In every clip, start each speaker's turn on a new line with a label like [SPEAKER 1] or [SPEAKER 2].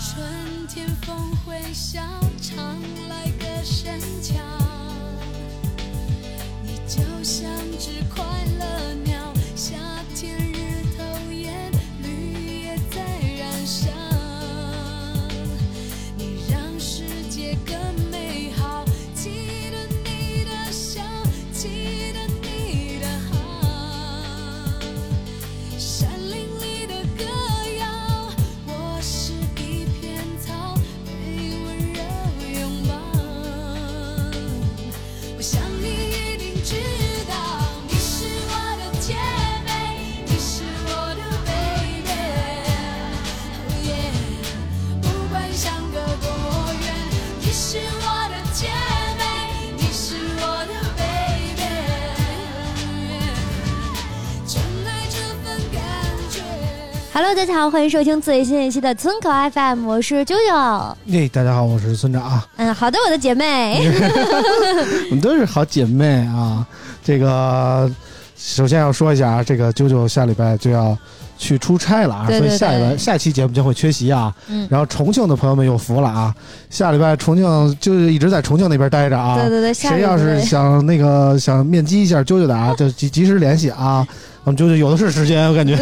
[SPEAKER 1] 春天风会笑，常来个深秋。你就像只快乐鸟，夏天日头炎，绿叶在燃烧。你让世界更美好，记得你的笑，记得你的好。山林里的歌谣，我是一片草，被温柔拥抱。我想你一定知道，你是我的姐妹，你是我的 baby。yeah，不管相隔多远，你是我的姐妹，你是我的 baby。真爱这份感觉。
[SPEAKER 2] Hello，大家好，欢迎收听最新一期的村口 FM，我是九九。
[SPEAKER 3] 耶，哎大家好，我是村长啊，
[SPEAKER 2] 嗯，好的，我的姐妹，
[SPEAKER 3] 我们都是好姐妹啊。这个首先要说一下啊，这个啾啾下礼拜就要去出差了啊，
[SPEAKER 2] 对对
[SPEAKER 3] 所以下礼拜
[SPEAKER 2] 对
[SPEAKER 3] 下期节目将会缺席啊。
[SPEAKER 2] 嗯
[SPEAKER 3] 然后重庆的朋友们有福了啊，下礼拜重庆就是一直在重庆那边待着啊。
[SPEAKER 2] 对对对，下
[SPEAKER 3] 谁
[SPEAKER 2] 一
[SPEAKER 3] 要
[SPEAKER 2] 位
[SPEAKER 3] 是想那个想面基一下啾啾的啊，就及及时联系啊。我们啾啾有的是时间，我 感觉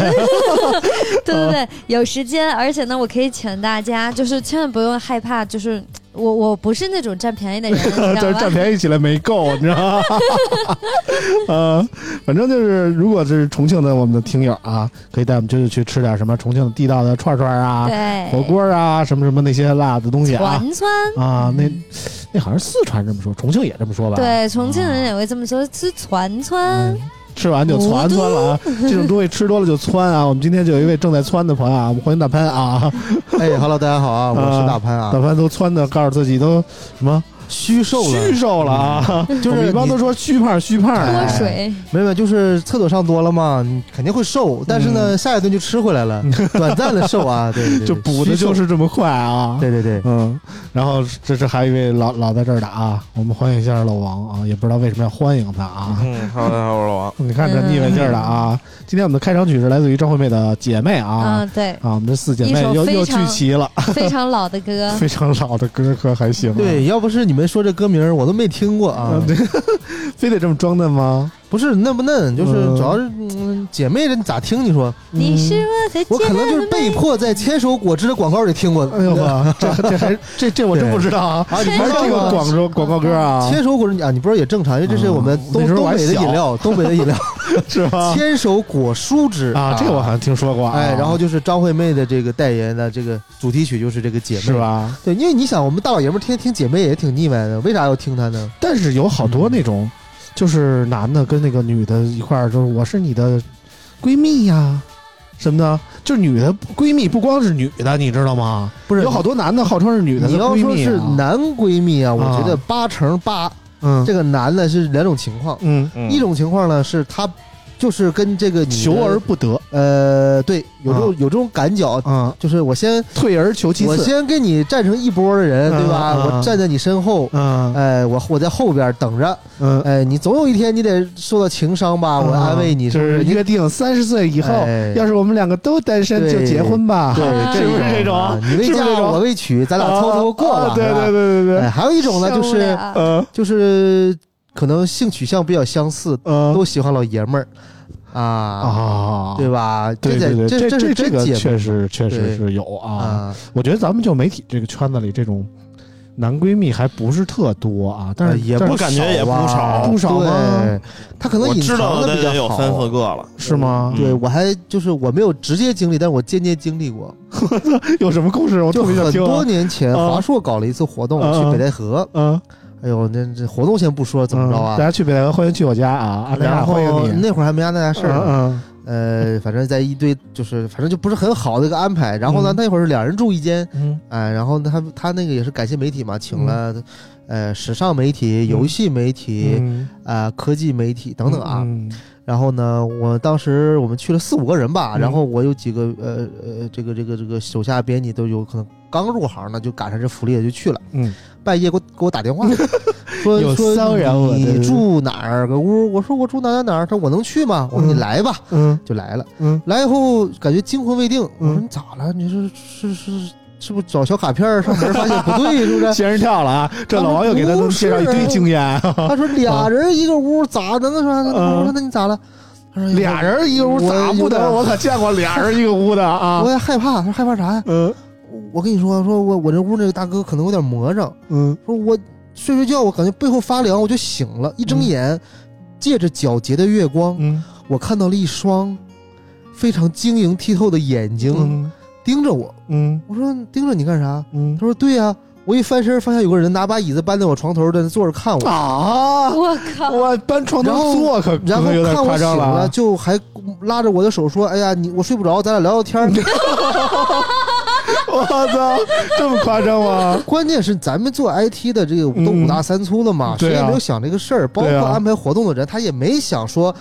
[SPEAKER 2] 对对对，有时间，而且呢，我可以请大家，就是千万不用害怕，就是我我不是那种占便宜的人，你知
[SPEAKER 3] 就
[SPEAKER 2] 道
[SPEAKER 3] 是
[SPEAKER 2] 吗
[SPEAKER 3] 占？便宜起来没够，你知 道吗？呃，反正就是，如果是重庆的我们的听友啊，可以带我们啾啾去吃点什么重庆地道的串串啊、
[SPEAKER 2] 对，
[SPEAKER 3] 火锅啊、什么什么那些辣的东西啊
[SPEAKER 2] 团川。
[SPEAKER 3] 啊，那那好像是四川这么说，重庆也这么说吧？
[SPEAKER 2] 对，重庆人也会这么说，吃团川
[SPEAKER 3] 嗯，吃完就窜窜了啊！这种东西吃多了就窜啊！我们今天就有一位正在窜的朋友啊，我们欢迎大潘啊！
[SPEAKER 4] 哎哈喽，大家好啊，我是大潘
[SPEAKER 3] 大
[SPEAKER 4] 啊。
[SPEAKER 3] 潘都窜的，告诉自己都什么
[SPEAKER 4] 虚瘦了，
[SPEAKER 3] 虚瘦了啊！
[SPEAKER 4] 就是
[SPEAKER 3] 我们一般
[SPEAKER 4] 你
[SPEAKER 3] 都说虚胖虚胖
[SPEAKER 2] 多
[SPEAKER 3] 啊，
[SPEAKER 2] 嗯水，
[SPEAKER 4] 没有没有，就是厕所上多了嘛，你肯定会瘦，但是呢，下一顿就吃回来了，短暂的瘦啊，对对对，
[SPEAKER 3] 嗯 就补的就
[SPEAKER 4] 虚瘦，
[SPEAKER 3] 是这么快啊！
[SPEAKER 4] 对对对，
[SPEAKER 3] 嗯，然后这是还有一位老老在这儿的啊，我们欢迎一下老王啊，也不知道为什么要欢迎他啊。
[SPEAKER 5] 嗯哈喽，大家好，我是老王。
[SPEAKER 3] 你看这腻歪劲儿的啊！今天我们的开场曲是来自于张惠妹的《姐妹》啊
[SPEAKER 2] 嗯，对，
[SPEAKER 3] 啊，我们这四姐妹
[SPEAKER 2] 一首
[SPEAKER 3] 又
[SPEAKER 2] 非
[SPEAKER 3] 又聚
[SPEAKER 2] 常嗯
[SPEAKER 3] 齐了，
[SPEAKER 2] 非常老
[SPEAKER 3] ，
[SPEAKER 2] 的歌
[SPEAKER 3] 非常老的歌可还行啊。
[SPEAKER 4] 对，要不是你们说这歌名儿，我都没听过啊
[SPEAKER 3] 嗯，。对， 非得这么装嫩吗？
[SPEAKER 4] 不是嫩不嫩，就是
[SPEAKER 3] 嗯
[SPEAKER 4] 主要是嗯姐妹这你咋听？你说
[SPEAKER 2] 你是我的姐
[SPEAKER 4] 我可能就是
[SPEAKER 2] 妹，
[SPEAKER 4] 被迫在千手果汁的广告里听过的。
[SPEAKER 3] 哎呦呵，这这还这这我真不知道啊！
[SPEAKER 4] 啊，你
[SPEAKER 3] 还
[SPEAKER 4] 不
[SPEAKER 3] 是
[SPEAKER 4] 知道
[SPEAKER 3] 这个
[SPEAKER 4] 吗
[SPEAKER 3] 广州广告歌啊，
[SPEAKER 4] 千手果汁啊，你不知道也正常，因为这是我们
[SPEAKER 3] 嗯
[SPEAKER 4] 东
[SPEAKER 3] 那时候我
[SPEAKER 4] 东
[SPEAKER 3] 还
[SPEAKER 4] 北的
[SPEAKER 3] 小
[SPEAKER 4] 饮料，东北 的饮料，
[SPEAKER 3] 是吧？
[SPEAKER 4] 千手果蔬汁
[SPEAKER 3] 啊，这个我好像听说过啊。
[SPEAKER 4] 哎，然后就是张惠妹的这个代言的这个主题曲就是这个姐妹，
[SPEAKER 3] 是？吧？
[SPEAKER 4] 对，因为你想，我们大老爷们儿天天听姐妹也挺腻歪的，为啥要听她呢？
[SPEAKER 3] 但是有好多那
[SPEAKER 4] 嗯
[SPEAKER 3] 种，就是男的跟那个女的一块儿，就是我是你的闺蜜呀、什么的，就是女的闺蜜不光是女的，你知道吗？
[SPEAKER 4] 不是
[SPEAKER 3] 有好多男的号称是女的
[SPEAKER 4] 你
[SPEAKER 3] 的
[SPEAKER 4] 要
[SPEAKER 3] 闺
[SPEAKER 4] 说
[SPEAKER 3] 蜜、啊，
[SPEAKER 4] 是男闺蜜啊，我
[SPEAKER 3] 啊
[SPEAKER 4] 觉得八成八，
[SPEAKER 3] 嗯
[SPEAKER 4] 这个男的是两种情况，
[SPEAKER 3] 嗯，
[SPEAKER 5] 嗯
[SPEAKER 4] 一种情况呢是他就是跟这个女的
[SPEAKER 3] 求而不得，
[SPEAKER 4] 呃，对，有这种、有这种赶脚，
[SPEAKER 3] 嗯，
[SPEAKER 4] 就是我先
[SPEAKER 3] 退而求其
[SPEAKER 4] 我
[SPEAKER 3] 次，
[SPEAKER 4] 先跟你站成一波的人，对吧？
[SPEAKER 3] 嗯嗯嗯
[SPEAKER 4] 我站在你身后。
[SPEAKER 3] 嗯
[SPEAKER 4] 哎，我我在后边等着，
[SPEAKER 3] 嗯，
[SPEAKER 4] 哎，你总有一天你得受到情伤吧？啊我安慰你，
[SPEAKER 3] 嗯就是
[SPEAKER 4] 不
[SPEAKER 3] 是
[SPEAKER 4] 是？你
[SPEAKER 3] 约定三十岁以后，
[SPEAKER 4] 哎
[SPEAKER 3] 要是我们两个都单身
[SPEAKER 4] 对
[SPEAKER 3] 就结婚吧，
[SPEAKER 4] 对，
[SPEAKER 3] 啊是不是
[SPEAKER 4] 这
[SPEAKER 3] 这种
[SPEAKER 4] 啊你未
[SPEAKER 3] 是不是这
[SPEAKER 4] 嫁
[SPEAKER 3] 种
[SPEAKER 4] 我未娶，咱俩偷偷过
[SPEAKER 3] 啊
[SPEAKER 4] 了。
[SPEAKER 3] 对
[SPEAKER 4] 是吧
[SPEAKER 3] 对对对对
[SPEAKER 4] 哎
[SPEAKER 3] 对，
[SPEAKER 4] 还有一种呢，
[SPEAKER 2] 受
[SPEAKER 4] 就
[SPEAKER 2] 不
[SPEAKER 4] 是
[SPEAKER 2] 了
[SPEAKER 3] 呃
[SPEAKER 4] 就是可能性取向比较相似，
[SPEAKER 3] 呃
[SPEAKER 4] 都喜欢老爷们儿啊，
[SPEAKER 3] 啊，
[SPEAKER 4] 对吧？
[SPEAKER 3] 对
[SPEAKER 4] 得
[SPEAKER 3] 对，
[SPEAKER 4] 这
[SPEAKER 3] 这
[SPEAKER 4] 是
[SPEAKER 3] 这
[SPEAKER 4] 真
[SPEAKER 3] 个
[SPEAKER 4] 姐妹
[SPEAKER 3] 确实确实
[SPEAKER 4] 对
[SPEAKER 3] 是有啊。
[SPEAKER 4] 啊，
[SPEAKER 3] 我觉得咱们就媒体这个圈子里这种男闺蜜还不是特多啊，但是
[SPEAKER 4] 呃也
[SPEAKER 3] 但
[SPEAKER 4] 不
[SPEAKER 6] 感觉也不
[SPEAKER 4] 少
[SPEAKER 6] 少
[SPEAKER 4] 吧，
[SPEAKER 3] 不少啊吗
[SPEAKER 4] 对，他可能
[SPEAKER 6] 我
[SPEAKER 4] 隐
[SPEAKER 6] 知
[SPEAKER 4] 藏
[SPEAKER 6] 道
[SPEAKER 4] 的
[SPEAKER 6] 得
[SPEAKER 4] 比较
[SPEAKER 6] 得有
[SPEAKER 4] 好啊
[SPEAKER 6] 三四个了，
[SPEAKER 3] 是吗？
[SPEAKER 6] 嗯
[SPEAKER 4] 对我还就是我没有直接经历，但是我间接经历过。
[SPEAKER 3] 有什么故事？我
[SPEAKER 4] 就
[SPEAKER 3] 特别想
[SPEAKER 4] 很
[SPEAKER 3] 听啊。
[SPEAKER 4] 多年前，
[SPEAKER 3] 啊
[SPEAKER 4] 华硕搞了一次活动，
[SPEAKER 3] 啊
[SPEAKER 4] 去北戴河。
[SPEAKER 3] 嗯，
[SPEAKER 4] 哎呦，那这活动先不说怎么着
[SPEAKER 3] 嗯大
[SPEAKER 4] 啊，
[SPEAKER 3] 家去北戴河，欢迎去我家啊！阿
[SPEAKER 4] 然
[SPEAKER 3] 达欢
[SPEAKER 4] 后
[SPEAKER 3] 迎你。
[SPEAKER 4] 那会儿还没安大家事儿呢，
[SPEAKER 3] 嗯
[SPEAKER 4] 呃，反正在一堆就是反正就不是很好的一个安排。然后呢，
[SPEAKER 3] 嗯
[SPEAKER 4] 那会儿是两人住一间，
[SPEAKER 3] 嗯
[SPEAKER 4] 哎，然后呢他他那个也是感谢媒体嘛，请了呃时尚媒体、游戏媒体
[SPEAKER 3] 嗯，
[SPEAKER 4] 啊、科技媒体等等啊。
[SPEAKER 3] 嗯
[SPEAKER 4] 然后呢，我当时我们去了四五个人吧，
[SPEAKER 3] 嗯
[SPEAKER 4] 然后我有几个呃呃，这个这个这个手下编辑都有可能刚入行呢，就赶上这福利了就去了。
[SPEAKER 3] 嗯，
[SPEAKER 4] 半夜给我给我打电话， 说
[SPEAKER 3] 有
[SPEAKER 4] 说
[SPEAKER 3] 骚扰我的
[SPEAKER 4] 你住哪儿个屋？我说我住哪儿哪儿哪儿。他说我能去吗？我说
[SPEAKER 3] 嗯
[SPEAKER 4] 你来吧，
[SPEAKER 3] 嗯
[SPEAKER 4] 就来了。
[SPEAKER 3] 嗯，
[SPEAKER 4] 来以后感觉惊魂未定，我说
[SPEAKER 3] 嗯
[SPEAKER 4] 你咋了？你是是是是不是找小卡片儿上门儿发现不对，是 不是？
[SPEAKER 3] 仙人跳了啊！这老王又给他们介绍一堆经验，啊
[SPEAKER 4] 他说俩人一个屋咋的呢？说我说那你咋了？他说
[SPEAKER 3] 俩人一个屋咋不能？我可见过俩人一个屋的啊
[SPEAKER 4] 我！也害怕，他说害怕啥呀？
[SPEAKER 3] 嗯
[SPEAKER 4] 我跟你说，说我我这屋那个大哥可能有点魔怔，
[SPEAKER 3] 嗯
[SPEAKER 4] 说我睡睡觉，我感觉背后发凉，我就醒了，一睁眼，借着皎洁的月光，
[SPEAKER 3] 嗯
[SPEAKER 4] 我看到了一双非常晶莹剔透的眼睛、
[SPEAKER 3] 嗯
[SPEAKER 4] 盯着我。
[SPEAKER 3] 嗯
[SPEAKER 4] 我说盯着你干啥？
[SPEAKER 3] 嗯
[SPEAKER 4] 他说对呀、啊我一翻身，发现有个人拿把椅子搬到我床头，在那坐着看我，
[SPEAKER 3] 啊！
[SPEAKER 2] 我靠！
[SPEAKER 3] 我搬床头坐可可
[SPEAKER 4] 然后
[SPEAKER 3] 能有点
[SPEAKER 4] 看我
[SPEAKER 3] 夸
[SPEAKER 4] 醒
[SPEAKER 3] 张
[SPEAKER 4] 了，
[SPEAKER 3] 啊。
[SPEAKER 4] 就还拉着我的手说：“哎呀，你我睡不着，咱俩聊聊天
[SPEAKER 3] 嗯
[SPEAKER 4] 儿。”
[SPEAKER 3] 我操，这么夸张吗？
[SPEAKER 4] 关键是咱们做 IT 的这个都
[SPEAKER 3] 嗯
[SPEAKER 4] 五大三粗了嘛，
[SPEAKER 3] 对
[SPEAKER 4] 谁
[SPEAKER 3] 啊
[SPEAKER 4] 也没有想这个事儿，包括
[SPEAKER 3] 对啊
[SPEAKER 4] 安排活动的人，他也没想说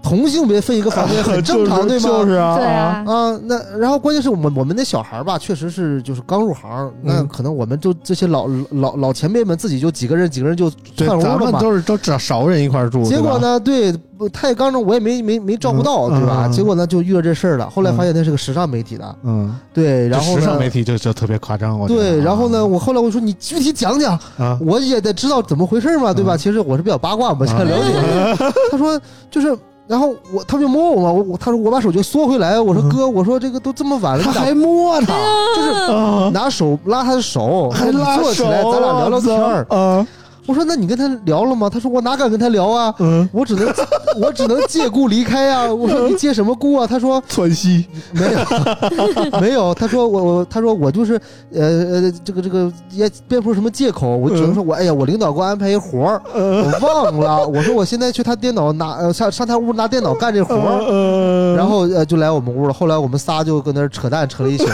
[SPEAKER 4] 同性别分一个房间很正 常，
[SPEAKER 3] 就
[SPEAKER 4] 对
[SPEAKER 3] 是
[SPEAKER 4] 吗？
[SPEAKER 3] 就是啊，
[SPEAKER 2] 对啊，
[SPEAKER 4] 啊，那然后关键是我们我们那小孩儿吧，确实是就是刚入行，那
[SPEAKER 3] 嗯
[SPEAKER 4] 可能我们就这些老老老前辈们自己就几个人几个人就
[SPEAKER 3] 对，
[SPEAKER 4] 串
[SPEAKER 3] 咱
[SPEAKER 4] 屋了
[SPEAKER 3] 们
[SPEAKER 4] 嘛。
[SPEAKER 3] 都是都找熟人一块儿住，
[SPEAKER 4] 结
[SPEAKER 3] 对
[SPEAKER 4] 果
[SPEAKER 3] 吧？
[SPEAKER 4] 呢，对，不他也刚着，我也没没没照顾到，
[SPEAKER 3] 嗯
[SPEAKER 4] 对吧？
[SPEAKER 3] 嗯嗯
[SPEAKER 4] 结果呢，就遇到这事儿了。后来
[SPEAKER 3] 嗯
[SPEAKER 4] 发现他是个时尚媒体的，
[SPEAKER 3] 嗯，
[SPEAKER 4] 对，
[SPEAKER 3] 这
[SPEAKER 4] 然后
[SPEAKER 3] 时尚媒
[SPEAKER 4] 呢，
[SPEAKER 3] 体就就特别夸张，我觉得
[SPEAKER 4] 对，
[SPEAKER 3] 啊
[SPEAKER 4] 然后呢，我后来我说你具体讲讲，
[SPEAKER 3] 啊，
[SPEAKER 4] 我也得知道怎么回事嘛，对吧？
[SPEAKER 3] 嗯
[SPEAKER 4] 其实我是比较八卦嘛，想
[SPEAKER 3] 啊
[SPEAKER 4] 了解。 他说就是，然后我他就摸我嘛，我我他说我把手就缩回来，我说
[SPEAKER 3] 嗯
[SPEAKER 4] 哥，我说这个都这么晚了，
[SPEAKER 3] 他
[SPEAKER 4] 你咋
[SPEAKER 3] 还摸他，
[SPEAKER 4] 就是
[SPEAKER 3] 啊，
[SPEAKER 4] 拿手拉他的手，
[SPEAKER 3] 还
[SPEAKER 4] 说
[SPEAKER 3] 拉
[SPEAKER 4] 你坐起来，
[SPEAKER 3] 手
[SPEAKER 4] 咱俩聊聊天儿。
[SPEAKER 3] 啊，
[SPEAKER 4] 我说那你跟他聊了吗？他说我哪敢跟他聊啊，
[SPEAKER 3] 嗯，
[SPEAKER 4] 我只能 我只能借故离开啊。我说你借什么故啊？他说
[SPEAKER 3] 窜稀，
[SPEAKER 4] 没 有没有，他说我我他说我就是呃呃这个这个也编不出什么借口，我只能说我哎呀我领导给我安排一活 儿。
[SPEAKER 3] 呃，
[SPEAKER 4] 我忘了，我说我现在去他电脑拿呃上上他屋拿电脑干这活儿，
[SPEAKER 3] 呃
[SPEAKER 4] 然后呃就来我们屋了。后来我们仨就搁那儿扯淡扯了 一宿，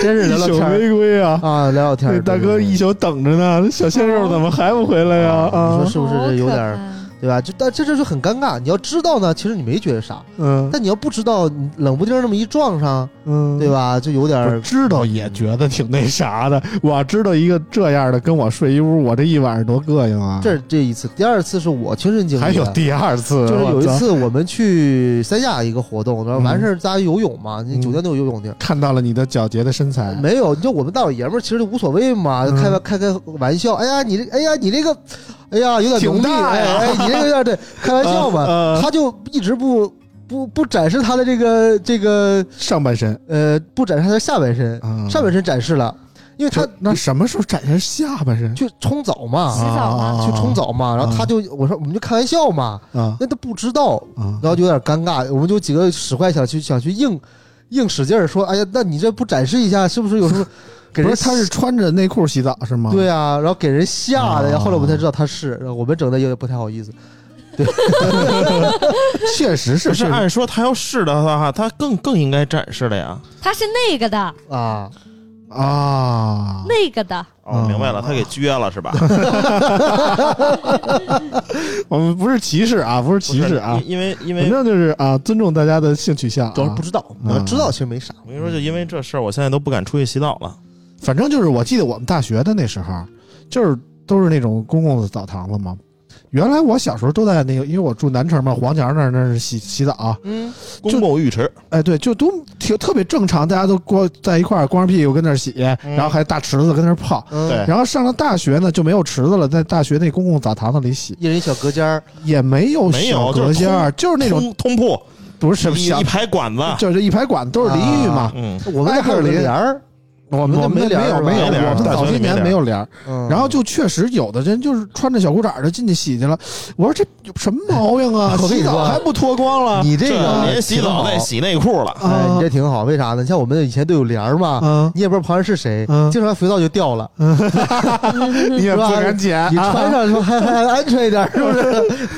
[SPEAKER 4] 真是聊
[SPEAKER 3] 一
[SPEAKER 4] 聊
[SPEAKER 3] 宿
[SPEAKER 4] 天儿
[SPEAKER 3] 玫瑰啊，
[SPEAKER 4] 啊，聊聊天
[SPEAKER 3] 那
[SPEAKER 4] 儿。
[SPEAKER 3] 大
[SPEAKER 4] 对
[SPEAKER 3] 哥一宿等着呢，那小鲜肉怎么还不回来呀？
[SPEAKER 4] 啊
[SPEAKER 3] 啊
[SPEAKER 4] 你说，是不是
[SPEAKER 2] 好
[SPEAKER 4] 这有
[SPEAKER 2] 可
[SPEAKER 4] 点儿
[SPEAKER 2] 怕
[SPEAKER 4] 对吧？就但这事就很尴尬。你要知道呢，其实你没觉得啥，
[SPEAKER 3] 嗯
[SPEAKER 4] 但你要不知道，你冷不丁儿那么一撞上，
[SPEAKER 3] 嗯，
[SPEAKER 4] 对？吧？就有点
[SPEAKER 3] 我
[SPEAKER 4] 儿
[SPEAKER 3] 知道也觉得挺那啥的，我知道一个这样的跟我睡一屋，我这一晚上多膈应啊！
[SPEAKER 4] 这是这一次，第二次是我亲身经历的，
[SPEAKER 3] 还有第二次，
[SPEAKER 4] 就是有
[SPEAKER 3] 我
[SPEAKER 4] 一
[SPEAKER 3] 操
[SPEAKER 4] 次我们去三亚一个活动，然后完事儿大家游泳嘛，那
[SPEAKER 3] 嗯
[SPEAKER 4] 酒店都有游泳地儿。
[SPEAKER 3] 看到了你的皎洁的身材，
[SPEAKER 4] 没有，你说我们大老爷们儿其实就无所谓嘛，
[SPEAKER 3] 嗯
[SPEAKER 4] 开玩开开玩笑。哎呀，你这，哎呀，你这个，哎呀，有点
[SPEAKER 3] 挺
[SPEAKER 4] 浓密，
[SPEAKER 3] 大
[SPEAKER 4] 哎
[SPEAKER 3] 呀
[SPEAKER 4] 哎，你这个有点对，开玩笑嘛。
[SPEAKER 3] 嗯嗯
[SPEAKER 4] 他就一直不不不展示他的这个这个
[SPEAKER 3] 上半身，
[SPEAKER 4] 呃，不展示他的下半身，
[SPEAKER 3] 嗯
[SPEAKER 4] 上半身展示了，因为他
[SPEAKER 3] 他那什么时候展现下半身？
[SPEAKER 4] 去冲澡嘛，
[SPEAKER 2] 澡吗
[SPEAKER 4] 去冲澡嘛，然后
[SPEAKER 3] 啊
[SPEAKER 4] 他就我说我们就开玩笑嘛，
[SPEAKER 3] 啊
[SPEAKER 4] 那他不知道，
[SPEAKER 3] 啊！
[SPEAKER 4] 然后就有点尴尬，我们就几个使坏想去想去硬硬使劲儿说，哎呀，那你这不展示一下，是不是有 什么给
[SPEAKER 3] 不
[SPEAKER 4] 人
[SPEAKER 3] 是，他是穿着内裤洗澡是吗？
[SPEAKER 4] 对啊，然后给人吓的，
[SPEAKER 3] 啊
[SPEAKER 4] 呀，后来我们才知道他是，然后我们整的也不太好意思。
[SPEAKER 3] 确实是
[SPEAKER 6] 不是按说他要是的话，他更更应该展示了呀。
[SPEAKER 2] 他是那个的，
[SPEAKER 4] 啊，
[SPEAKER 3] 啊，
[SPEAKER 2] 那个的，
[SPEAKER 6] 哦，
[SPEAKER 3] 嗯
[SPEAKER 6] 明白了，他给撅了是 吧？
[SPEAKER 3] 我们不是歧视啊，不是歧视啊
[SPEAKER 6] 不，是因因为因
[SPEAKER 3] 反
[SPEAKER 6] 为
[SPEAKER 3] 正就是啊，尊重大家的性取向啊。
[SPEAKER 4] 主要是不知道，
[SPEAKER 3] 啊
[SPEAKER 4] 知道其实没啥。
[SPEAKER 6] 我跟你说，就因为这事儿，我现在都不敢出去洗澡了。
[SPEAKER 3] 反正就是我记得我们大学的那时候，就是都是那种公共的澡堂子嘛。原来我小时候都在那个，因为我住南城嘛，黄桥那儿那儿是洗洗澡，啊
[SPEAKER 4] 嗯，
[SPEAKER 6] 公共浴池，
[SPEAKER 3] 哎，对，就都挺特别正常，大家都光在一块儿光着屁股跟那儿洗，
[SPEAKER 6] 嗯
[SPEAKER 3] 然后还大池子跟那儿泡。
[SPEAKER 4] 嗯
[SPEAKER 6] 对
[SPEAKER 3] 然后上了大学呢，就没有池子了，在大学那公共澡堂子里洗，
[SPEAKER 4] 一人一小隔间儿，
[SPEAKER 3] 也没有
[SPEAKER 6] 没有
[SPEAKER 3] 小
[SPEAKER 6] 就是
[SPEAKER 3] 隔间儿，就是那种
[SPEAKER 6] 通通铺，
[SPEAKER 3] 不是什么
[SPEAKER 6] 一
[SPEAKER 3] 小
[SPEAKER 6] 一，排管子，
[SPEAKER 3] 就是一排管子都是淋浴嘛。
[SPEAKER 4] 啊
[SPEAKER 6] 嗯，
[SPEAKER 4] 我们
[SPEAKER 3] 挨
[SPEAKER 4] 还
[SPEAKER 3] 个儿
[SPEAKER 4] 有
[SPEAKER 3] 淋
[SPEAKER 4] 帘儿，我们
[SPEAKER 3] 我
[SPEAKER 4] 那
[SPEAKER 3] 们
[SPEAKER 4] 没
[SPEAKER 3] 那
[SPEAKER 4] 帘
[SPEAKER 3] 没
[SPEAKER 4] 儿
[SPEAKER 3] 有
[SPEAKER 4] 是吧
[SPEAKER 3] 没有，
[SPEAKER 6] 没帘儿
[SPEAKER 3] 我们
[SPEAKER 6] 大学
[SPEAKER 3] 早
[SPEAKER 6] 里
[SPEAKER 3] 些
[SPEAKER 6] 没帘
[SPEAKER 3] 年
[SPEAKER 6] 儿
[SPEAKER 3] 没有帘儿，
[SPEAKER 4] 嗯
[SPEAKER 3] 然后就确实有的人就是穿着小裤衩儿的进去洗去了。我说这有什么毛病啊？
[SPEAKER 4] 我跟
[SPEAKER 3] 洗
[SPEAKER 4] 你
[SPEAKER 3] 澡
[SPEAKER 4] 说
[SPEAKER 3] 还不脱光了
[SPEAKER 4] 你这个
[SPEAKER 6] 啊
[SPEAKER 4] 啊
[SPEAKER 6] 连洗澡
[SPEAKER 4] 挺
[SPEAKER 6] 带
[SPEAKER 4] 好
[SPEAKER 6] 洗内裤了，
[SPEAKER 4] 哎，
[SPEAKER 3] 啊
[SPEAKER 4] 你这挺好，为啥呢？像我们以前都有帘儿嘛，
[SPEAKER 3] 啊！
[SPEAKER 4] 你也不知道旁边是谁，
[SPEAKER 3] 嗯
[SPEAKER 4] 经常肥皂就掉了，
[SPEAKER 3] 你也
[SPEAKER 4] 是
[SPEAKER 3] 不
[SPEAKER 4] 吧
[SPEAKER 3] 敢捡
[SPEAKER 4] 你
[SPEAKER 3] 啊
[SPEAKER 4] 穿上之后还还还安全一点，是 不是？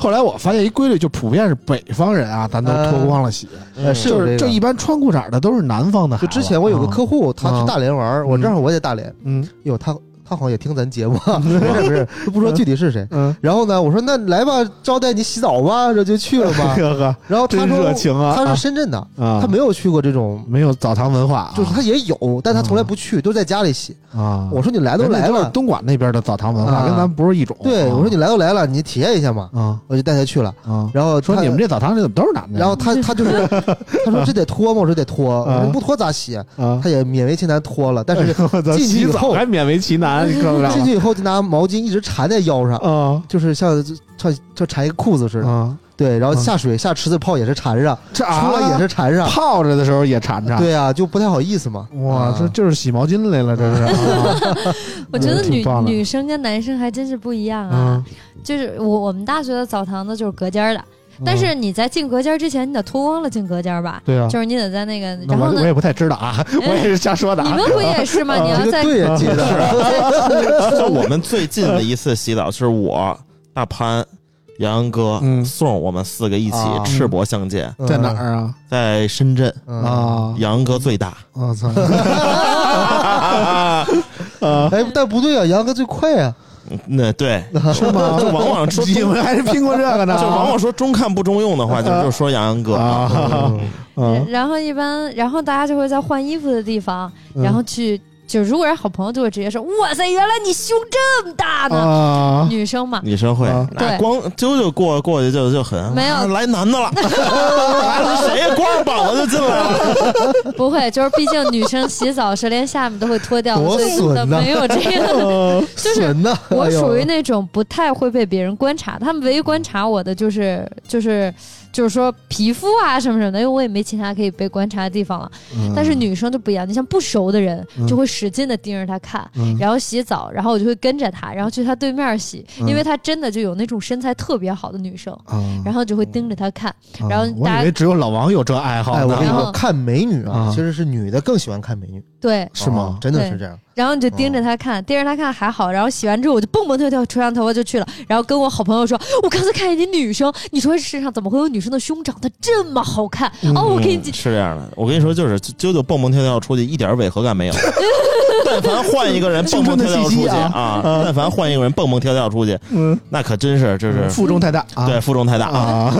[SPEAKER 3] 后来我发现一规律，就普遍是北方人啊，咱都脱光了洗，
[SPEAKER 4] 呃 是
[SPEAKER 3] 就
[SPEAKER 4] 有
[SPEAKER 3] 嗯是
[SPEAKER 4] 这
[SPEAKER 3] 这一
[SPEAKER 4] 个。
[SPEAKER 3] 般穿裤衩的都是南方的孩
[SPEAKER 4] 就
[SPEAKER 3] 子。
[SPEAKER 4] 之前我有个客户，他
[SPEAKER 3] 啊
[SPEAKER 4] 去大连玩儿，我
[SPEAKER 3] 嗯
[SPEAKER 4] 正好我也大连，
[SPEAKER 3] 嗯
[SPEAKER 4] 哟，他他好像也听咱节目，啊不是不是，都不说具体是谁。
[SPEAKER 3] 嗯，
[SPEAKER 4] 然后呢，我说那来吧，招待你洗澡吧，这就去了 吧。
[SPEAKER 3] 呵 呵
[SPEAKER 4] 然后他
[SPEAKER 3] 真
[SPEAKER 4] 说
[SPEAKER 3] 热情啊
[SPEAKER 4] 他是深圳的，
[SPEAKER 3] 啊，
[SPEAKER 4] 他没有去过这种，
[SPEAKER 3] 没有澡堂文化啊，
[SPEAKER 4] 就是他也有，但他从来不去，都在家里洗。
[SPEAKER 3] 啊，
[SPEAKER 4] 我说你来都
[SPEAKER 3] 人家
[SPEAKER 4] 来
[SPEAKER 3] 都是啊
[SPEAKER 4] 了，
[SPEAKER 3] 东莞那边的澡堂文化
[SPEAKER 4] 啊
[SPEAKER 3] 跟咱们不是一种。
[SPEAKER 4] 对我说你来都来了，你体验一下嘛，
[SPEAKER 3] 啊
[SPEAKER 4] 我就带他去了。
[SPEAKER 3] 啊，
[SPEAKER 4] 然后
[SPEAKER 3] 说
[SPEAKER 4] 他
[SPEAKER 3] 你们这澡堂里怎么都是男的呀？
[SPEAKER 4] 然后他他就是 他说这得脱吗？我说得脱，我说不脱咋洗？
[SPEAKER 3] 啊，哎
[SPEAKER 4] 他也勉为其难脱了， 但是
[SPEAKER 3] 我操
[SPEAKER 4] 进去以
[SPEAKER 3] 洗澡
[SPEAKER 4] 后
[SPEAKER 3] 还勉为其难，你知不知道
[SPEAKER 4] 进去以后就拿毛巾一直缠在腰
[SPEAKER 2] 啊
[SPEAKER 4] 上，
[SPEAKER 3] 吗？
[SPEAKER 4] 就是像像像缠一个裤子似
[SPEAKER 3] 啊
[SPEAKER 4] 的。
[SPEAKER 3] 啊，
[SPEAKER 4] 对，然后
[SPEAKER 3] 嗯
[SPEAKER 4] 下水下池子泡也是缠上，
[SPEAKER 3] 这啊
[SPEAKER 4] 出来也是缠上。
[SPEAKER 3] 泡着的时候也缠着。
[SPEAKER 4] 对啊，就不太好意思嘛。
[SPEAKER 3] 哇，
[SPEAKER 4] 啊
[SPEAKER 3] 这就是洗毛巾来了， 这是。啊
[SPEAKER 2] 我觉得
[SPEAKER 3] 嗯挺
[SPEAKER 2] 女
[SPEAKER 3] 棒的
[SPEAKER 2] 女生跟男生还真是不一样啊。
[SPEAKER 3] 啊，
[SPEAKER 2] 就是我我们大学的澡堂子就是隔间儿的，
[SPEAKER 3] 嗯
[SPEAKER 2] 但是你在进隔间儿之前，你得脱光了进隔间儿吧？
[SPEAKER 3] 对啊，
[SPEAKER 2] 就是你得在那个，
[SPEAKER 3] 那
[SPEAKER 2] 然后
[SPEAKER 3] 我
[SPEAKER 2] 呢
[SPEAKER 3] 我，也不太知道 啊，我也是瞎说的
[SPEAKER 2] 你
[SPEAKER 3] 啊
[SPEAKER 2] 们。不也是吗？你
[SPEAKER 4] 这
[SPEAKER 2] 要
[SPEAKER 4] 个
[SPEAKER 2] 在
[SPEAKER 4] 对啊呀，接的。
[SPEAKER 6] 说我们最近的一次洗澡是我、大潘、杨哥、
[SPEAKER 3] 嗯
[SPEAKER 6] 宋，我们四个一起
[SPEAKER 4] 啊
[SPEAKER 6] 赤膊相见，
[SPEAKER 3] 在 哪儿啊？
[SPEAKER 6] 在深圳，
[SPEAKER 4] 嗯？嗯
[SPEAKER 3] 啊，
[SPEAKER 6] 杨哥最大。
[SPEAKER 3] 我操！
[SPEAKER 4] 哎，但不对啊，杨哥最快 啊。
[SPEAKER 6] 那对，
[SPEAKER 3] 是吗？
[SPEAKER 6] 就往往 说
[SPEAKER 3] 你们还是拼过这个呢？
[SPEAKER 6] 就往往说中看不中用的话，就就说杨哥。
[SPEAKER 3] 啊， 嗯
[SPEAKER 2] 然后一般，然后大家就会在换衣服的地方，
[SPEAKER 3] 嗯
[SPEAKER 2] 然后去，就如果是好朋友，就会直接说：“哇塞，原来你胸这么大呢！”
[SPEAKER 3] 啊，
[SPEAKER 2] 女生嘛，
[SPEAKER 6] 女生会
[SPEAKER 3] 啊，
[SPEAKER 6] 那
[SPEAKER 2] 对
[SPEAKER 6] 光揪揪过过去就就狠，
[SPEAKER 2] 没有
[SPEAKER 6] 啊来 男的了，啊谁光着膀子就进来了？
[SPEAKER 2] 不会，就是毕竟女生洗澡是连下面都会脱掉的，
[SPEAKER 4] 多
[SPEAKER 2] 所以
[SPEAKER 4] 损
[SPEAKER 2] 的
[SPEAKER 4] 呐
[SPEAKER 2] 没有这个。
[SPEAKER 3] 哦
[SPEAKER 2] 就是
[SPEAKER 4] 神呐！
[SPEAKER 2] 我
[SPEAKER 4] 哎呦
[SPEAKER 2] 属于那种不太会被别人观察，他们唯一观察我的就是就是就是说皮肤啊什么什么的，因为我也没其他可以被观察的地方了。但是女生就不一样，你像不熟的人
[SPEAKER 3] 嗯
[SPEAKER 2] 就会使劲的盯着他看，然后洗澡，然后我就会跟着他，然后去他对面洗，
[SPEAKER 3] 嗯
[SPEAKER 2] 因为他真的就有那种身材特别好的女生，然后就会盯着他看，
[SPEAKER 3] 啊
[SPEAKER 2] 然后
[SPEAKER 3] 我
[SPEAKER 2] 大
[SPEAKER 3] 以
[SPEAKER 2] 家
[SPEAKER 3] 为只有老王有这爱好
[SPEAKER 4] 哎，我跟你
[SPEAKER 3] 呢，
[SPEAKER 2] 然
[SPEAKER 4] 说，
[SPEAKER 2] 后
[SPEAKER 4] 看美女啊
[SPEAKER 3] 啊，
[SPEAKER 4] 其实是女的更喜欢看美女，
[SPEAKER 2] 对，
[SPEAKER 3] 是吗
[SPEAKER 4] 哦？真的是
[SPEAKER 2] 对
[SPEAKER 4] 这样。
[SPEAKER 2] 然后你就盯着他看，盯着他看还好，然后洗完之后我就蹦蹦跳跳吹上头发就去了，然后跟我好朋友说，我刚才看见你女生，你说世上怎么会有女生的胸长得这么好看？哦， 我给你
[SPEAKER 6] 嗯是这样的，我跟你说，就是啾啾蹦蹦跳跳出去，一点违和感没有。 但凡换一个人蹦蹦跳跳
[SPEAKER 3] 青春的
[SPEAKER 6] 出
[SPEAKER 3] 气息
[SPEAKER 6] 去
[SPEAKER 3] 啊
[SPEAKER 6] 啊，但凡换一个人蹦蹦跳跳出去，
[SPEAKER 3] 嗯，
[SPEAKER 6] 那可真是就是
[SPEAKER 3] 负重太大啊，
[SPEAKER 6] 对负重太大。
[SPEAKER 3] 啊，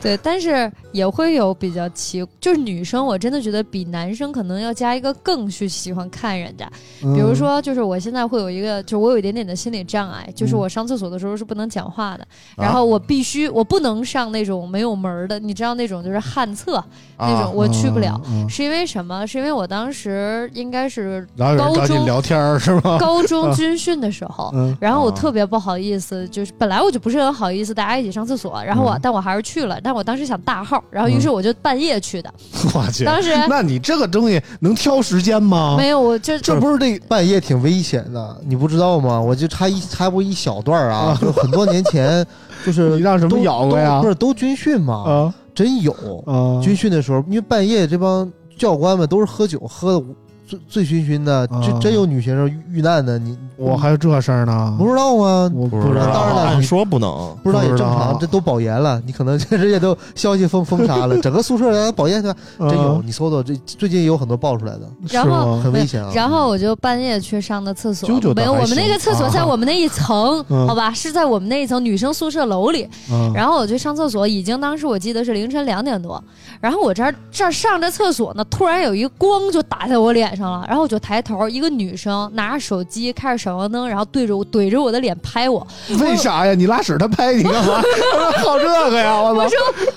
[SPEAKER 2] 对，但是也会有比较奇，就是女生我真的觉得比男生可能要加一个更去喜欢看人家，
[SPEAKER 3] 嗯
[SPEAKER 2] 比如说就是我现在会有一个，就是我有一点点的心理障碍，就是我上厕所的时候是不能讲话的，然后我必须我不能上那种没有门儿的，你知道那种就是旱厕那
[SPEAKER 3] 啊
[SPEAKER 2] 种我去不了。
[SPEAKER 3] 嗯，
[SPEAKER 2] 是因为什么？是因为我当时应该是
[SPEAKER 3] 然后有人
[SPEAKER 2] 高
[SPEAKER 3] 找你
[SPEAKER 2] 中
[SPEAKER 3] 聊天儿是吗？
[SPEAKER 2] 高中军训的时候，
[SPEAKER 3] 嗯
[SPEAKER 2] 然后我特别不好意思，就是本来我就不是很好意思大家一起上厕所，然后我、
[SPEAKER 3] 嗯
[SPEAKER 2] 但我还是去了，但我当时想大号，然后于是我就半夜去的，
[SPEAKER 3] 我去，
[SPEAKER 2] 当时
[SPEAKER 3] 那你这个东西能挑时间吗？
[SPEAKER 2] 没有我就
[SPEAKER 3] 哦这不是那
[SPEAKER 4] 半夜挺危险的，你不知道吗？我就插一插播一小段儿啊，就很多 年前，就是
[SPEAKER 3] 你让什么
[SPEAKER 4] 都
[SPEAKER 3] 咬过呀
[SPEAKER 4] 都不是都军训嘛，
[SPEAKER 3] 啊
[SPEAKER 4] 真有
[SPEAKER 3] 啊，
[SPEAKER 4] 军训的时候，因为半夜这帮教官们都是喝酒，喝的醉醉醺醺的，
[SPEAKER 3] 啊
[SPEAKER 4] 真真有女学生遇遇难的，你
[SPEAKER 3] 我还有这事儿呢，
[SPEAKER 4] 不知道吗？
[SPEAKER 3] 我不
[SPEAKER 4] 知道啊当然了
[SPEAKER 6] 按说不能。
[SPEAKER 4] 不知道也
[SPEAKER 3] 不
[SPEAKER 4] 正
[SPEAKER 3] 知道
[SPEAKER 4] 常，这都保研了，你可能 这人家都消息封封杀了，整个宿舍人保研去吧，
[SPEAKER 3] 哎
[SPEAKER 4] 真
[SPEAKER 3] 啊
[SPEAKER 4] 有，你搜搜，这最近也有很多爆出来的，
[SPEAKER 2] 然后
[SPEAKER 4] 很危险啊。
[SPEAKER 2] 然后我就半夜去上的厕所
[SPEAKER 3] 啾，啾倒
[SPEAKER 2] 没有，
[SPEAKER 3] 还
[SPEAKER 2] 我们那
[SPEAKER 3] 行
[SPEAKER 2] 个厕所在
[SPEAKER 3] 啊
[SPEAKER 2] 我们那一层，
[SPEAKER 3] 嗯
[SPEAKER 2] 好吧，是在我们那一层女生宿舍楼里。
[SPEAKER 3] 嗯
[SPEAKER 2] 然后我去上厕所，已经当时我记得是凌晨两点多。然后我这儿这儿上着厕所呢，突然有一个光就打在我脸上了，然后我就抬头，一个女生拿着手机开着闪光灯，然后对着我怼着我的脸拍我，
[SPEAKER 3] 为啥呀？你 拉屎他拍你干嘛？他说好这个呀，我啊
[SPEAKER 2] 我
[SPEAKER 3] 操！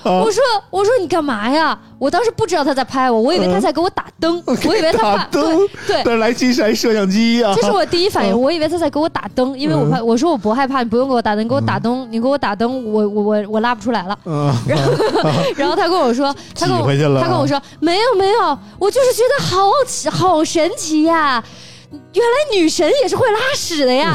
[SPEAKER 2] 说、我说我说你干嘛呀？我当时不知道他在拍我，我以为他在给我打 灯，我以为他
[SPEAKER 3] 打
[SPEAKER 2] 把
[SPEAKER 3] 灯，嗯
[SPEAKER 2] 对
[SPEAKER 3] 但是来金山摄像机啊呀、
[SPEAKER 2] 这 是我第一反应，我以为他在给我打灯，因为我
[SPEAKER 3] 嗯
[SPEAKER 2] 怕，我说我不害怕，你不用给我打灯，你给我打灯，你给我打灯，我我我我拉不出来了。
[SPEAKER 3] 嗯，
[SPEAKER 2] 然后他跟我说，他跟
[SPEAKER 3] 挤
[SPEAKER 2] 我
[SPEAKER 3] 回去了啊
[SPEAKER 2] 他跟我说没有没有，我就是觉得好奇，好神奇呀。原来女神也是会拉屎 的呀！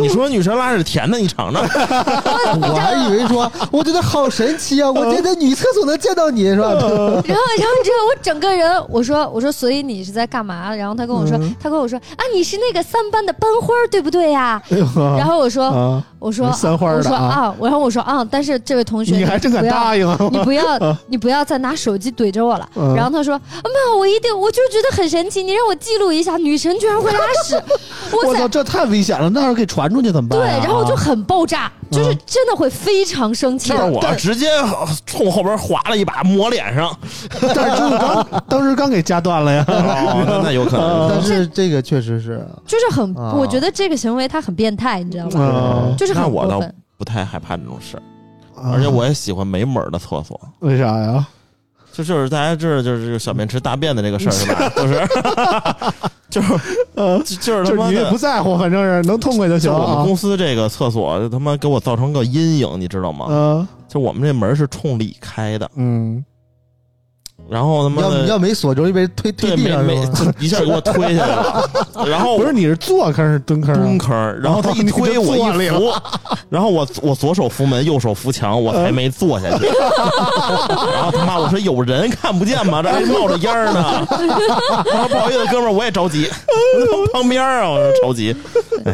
[SPEAKER 6] 你说女神拉屎甜的，你尝尝。
[SPEAKER 4] 我还
[SPEAKER 3] 哦
[SPEAKER 4] 以为 说，我觉得好神奇啊！我觉得女厕所能见到你是
[SPEAKER 2] 嗯
[SPEAKER 4] 吧？
[SPEAKER 2] 然后，然后之后我整个人，我说我说，所以你是在干嘛？然后他跟我
[SPEAKER 3] 嗯
[SPEAKER 2] 说，他跟我说啊，你是那个三班的班花儿对不对呀？
[SPEAKER 3] 哎呦
[SPEAKER 2] 然后我说，
[SPEAKER 3] 啊，
[SPEAKER 2] 我说
[SPEAKER 3] 三花儿的
[SPEAKER 2] 我说
[SPEAKER 3] 啊
[SPEAKER 2] 啊，然后我说啊，但是这位同学，
[SPEAKER 3] 你还真敢
[SPEAKER 2] 不要
[SPEAKER 3] 答应啊？
[SPEAKER 2] 你不要，你不要再拿手机怼着我了。
[SPEAKER 3] 嗯
[SPEAKER 2] 然后他说：“啊，没有，我一定，我就是觉得很神奇，你让我记录一下，女神居然会拉屎，
[SPEAKER 3] 我
[SPEAKER 2] 我
[SPEAKER 3] 操，
[SPEAKER 2] 在
[SPEAKER 3] 这太危险了！那要是给传出去怎么办
[SPEAKER 2] 对，
[SPEAKER 3] 啊、
[SPEAKER 2] 然后我就很爆炸，就是真的会非常生 气。
[SPEAKER 6] 就是我
[SPEAKER 2] 但
[SPEAKER 6] 直接冲后边划了一把，抹脸上。
[SPEAKER 3] 但是就是刚 当时刚给夹断了呀。
[SPEAKER 6] 哦，那那有可 能。啊
[SPEAKER 4] 但是这个确实是，
[SPEAKER 2] 就是很，
[SPEAKER 4] 啊
[SPEAKER 2] 我觉得这个行为他很变态，你知道吗？
[SPEAKER 3] 嗯，
[SPEAKER 2] 就是
[SPEAKER 6] 那
[SPEAKER 2] 很
[SPEAKER 6] 我
[SPEAKER 2] 过
[SPEAKER 6] 倒
[SPEAKER 2] 分。
[SPEAKER 6] 不太害怕这种事儿，
[SPEAKER 3] 啊
[SPEAKER 6] 而且我也喜欢没门儿的厕所。
[SPEAKER 3] 为啥呀？
[SPEAKER 6] 就就是大家知道，就是这个小便池大便的这个事儿是吧？ 就是就是就
[SPEAKER 3] 嗯就是
[SPEAKER 6] 他
[SPEAKER 3] 是
[SPEAKER 6] 妈
[SPEAKER 3] 你也
[SPEAKER 6] 的
[SPEAKER 3] 不，在乎，反正是能痛快就行
[SPEAKER 6] 就我们
[SPEAKER 3] 啊。
[SPEAKER 6] 公司这个厕所就他妈给我造成个阴影，你知道吗？
[SPEAKER 3] 嗯
[SPEAKER 6] 就我们这门是冲里开的，
[SPEAKER 3] 嗯，
[SPEAKER 6] 然后他
[SPEAKER 4] 你
[SPEAKER 6] 妈
[SPEAKER 4] 要你
[SPEAKER 6] 的
[SPEAKER 4] 要没锁，容易被人推
[SPEAKER 6] 对
[SPEAKER 4] 推地
[SPEAKER 6] 没
[SPEAKER 4] 上
[SPEAKER 6] 没
[SPEAKER 4] 是吧？
[SPEAKER 6] 就一下给我推下来 了，然后
[SPEAKER 3] 不是你是坐坑是蹲坑啊？
[SPEAKER 6] 蹲坑儿，然后他一推我
[SPEAKER 3] 你就坐里
[SPEAKER 6] 一 扶，然后我我左手扶门，右手扶墙，我才没坐下去。 然后他妈我说有人看不见吗？这还冒着烟儿呢。他说不好意思，哥们儿，我也着急，我旁边儿啊，我说着急。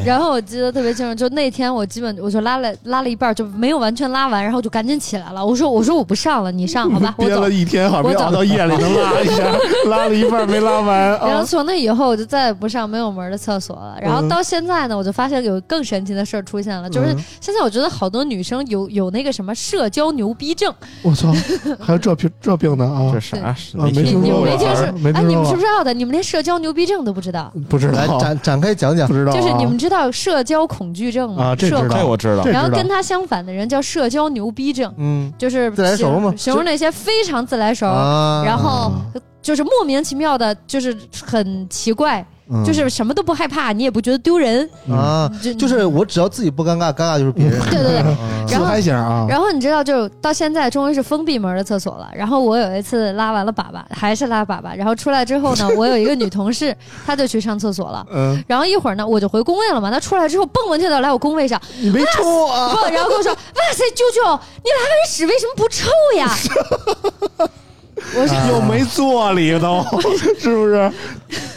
[SPEAKER 2] 然后我记得特别清楚，就那天我基本我就拉了拉了一半，就没有完全拉完，然后就赶紧起来了。我说我说我不上了，你上啊好吧，我
[SPEAKER 3] 憋
[SPEAKER 2] 走
[SPEAKER 3] 了。一天，好不容易
[SPEAKER 2] 我走
[SPEAKER 3] 熬到夜里能拉一下，拉了一半没拉完
[SPEAKER 2] 然后
[SPEAKER 3] 啊。
[SPEAKER 2] 从那以后，我就再也不上没有门的厕所了。然
[SPEAKER 3] 嗯
[SPEAKER 2] 后到现在呢，我就发现有更神奇的事儿出现了，就是现在我觉得好多女生有有那个什么社交牛逼症，
[SPEAKER 3] 我操，还有这病这病呢啊
[SPEAKER 6] 这！啥？
[SPEAKER 3] 啊没
[SPEAKER 2] 你
[SPEAKER 3] 听
[SPEAKER 2] 你
[SPEAKER 3] 说
[SPEAKER 2] 们
[SPEAKER 3] 过
[SPEAKER 2] 没
[SPEAKER 3] 这
[SPEAKER 2] 听
[SPEAKER 3] 词
[SPEAKER 2] 说
[SPEAKER 3] 儿没？
[SPEAKER 2] 哎，
[SPEAKER 3] 听
[SPEAKER 2] 你
[SPEAKER 3] 说
[SPEAKER 2] 们知不
[SPEAKER 3] 过
[SPEAKER 2] 知，道的？你们连社交牛逼症都不知道，
[SPEAKER 3] 不知
[SPEAKER 4] 来
[SPEAKER 3] 道，
[SPEAKER 4] 展展开讲讲
[SPEAKER 3] 不，知道啊，
[SPEAKER 2] 就是你们知道社交恐惧症吗？
[SPEAKER 3] 啊这
[SPEAKER 2] 社
[SPEAKER 3] 知道
[SPEAKER 6] 这我知道
[SPEAKER 3] 这，
[SPEAKER 2] 然后
[SPEAKER 3] 知道
[SPEAKER 2] 跟他相反的人叫社交牛逼症，
[SPEAKER 4] 嗯
[SPEAKER 2] 就是
[SPEAKER 4] 自来熟
[SPEAKER 2] 形
[SPEAKER 4] 嘛
[SPEAKER 2] 形容那些非常自来熟，
[SPEAKER 4] 啊，
[SPEAKER 2] 然后就是莫名其妙的，就是很奇怪，
[SPEAKER 4] 嗯
[SPEAKER 2] 就是什么都不害怕，你也不觉得丢人，
[SPEAKER 3] 嗯
[SPEAKER 4] 啊，
[SPEAKER 2] 就
[SPEAKER 4] 就是我只要自己不尴尬，尴尬就是别人。
[SPEAKER 2] 对对对
[SPEAKER 4] 嗯
[SPEAKER 3] 自
[SPEAKER 2] 然后
[SPEAKER 3] 嗨型啊。
[SPEAKER 2] 然后你知道，就到现在终于是封闭门的厕所了。然后我有一次拉完了粑粑，还是拉粑粑。然后出来之后呢，我有一个女同事，她就去上厕所 了。
[SPEAKER 3] 嗯，
[SPEAKER 2] 然后一会儿呢，我就回工位了嘛。她出来之后，蹦蹦跳跳来我工位上，
[SPEAKER 3] 你没抽啊？
[SPEAKER 2] 蹦，然后跟我说：“哇塞，舅舅，哦你拉完屎为什么不臭呀？” 我说
[SPEAKER 3] 又没坐里头，是不是？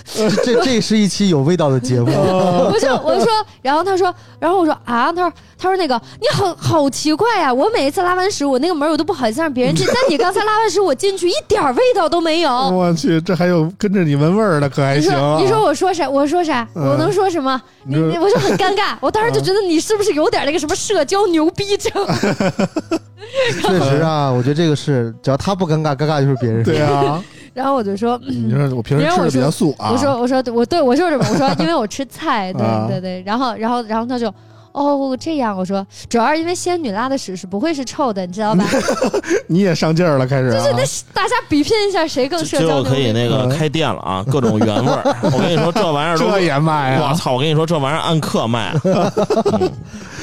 [SPEAKER 4] 这这这是一期有味道的节目，
[SPEAKER 2] 不是，我说，然后他说，然后我说啊，他说，他说那个你好好奇怪呀、我每一次拉完屎，我那个门我都不好意思让别人进，但你刚才拉完屎，我进去一点儿味道都没有。
[SPEAKER 3] 我去，这还有跟着你闻味儿的，可哦还
[SPEAKER 2] 哦你
[SPEAKER 3] 行啊？
[SPEAKER 2] 说，你说我说啥？我说啥？
[SPEAKER 3] 嗯
[SPEAKER 2] 我能说什么？你
[SPEAKER 3] 你
[SPEAKER 2] 你我就很尴 尬。我当时就觉得你是不是有点那个什么社交牛逼症？
[SPEAKER 3] 嗯
[SPEAKER 4] 确实啊，我觉得这个是，只要他不尴尬，尴尬就是别人。
[SPEAKER 3] 对啊，
[SPEAKER 2] 然后我就说，
[SPEAKER 3] 你说我平时
[SPEAKER 2] 别
[SPEAKER 3] 吃
[SPEAKER 2] 人我
[SPEAKER 3] 的比
[SPEAKER 2] 说
[SPEAKER 3] 较素啊。
[SPEAKER 2] 我说我说我对我就是这么，我说因为我吃菜，对
[SPEAKER 3] 啊
[SPEAKER 2] 对对。然后然后然后他就。哦，这样我说，主要是因为仙女拉的屎是不会是臭的，你知道 吧？
[SPEAKER 3] 你也上劲儿了，开始啊
[SPEAKER 2] 就是那大家比拼一下谁更社
[SPEAKER 6] 这
[SPEAKER 2] 交
[SPEAKER 6] 我
[SPEAKER 2] 牛
[SPEAKER 6] 可以
[SPEAKER 2] 逼。
[SPEAKER 6] 那个开店了啊，各种原味儿。我跟你说，这玩意儿都
[SPEAKER 3] 嗯 这。也卖
[SPEAKER 6] 我
[SPEAKER 3] 啊！
[SPEAKER 6] 操！我跟你说，这玩意儿按克卖，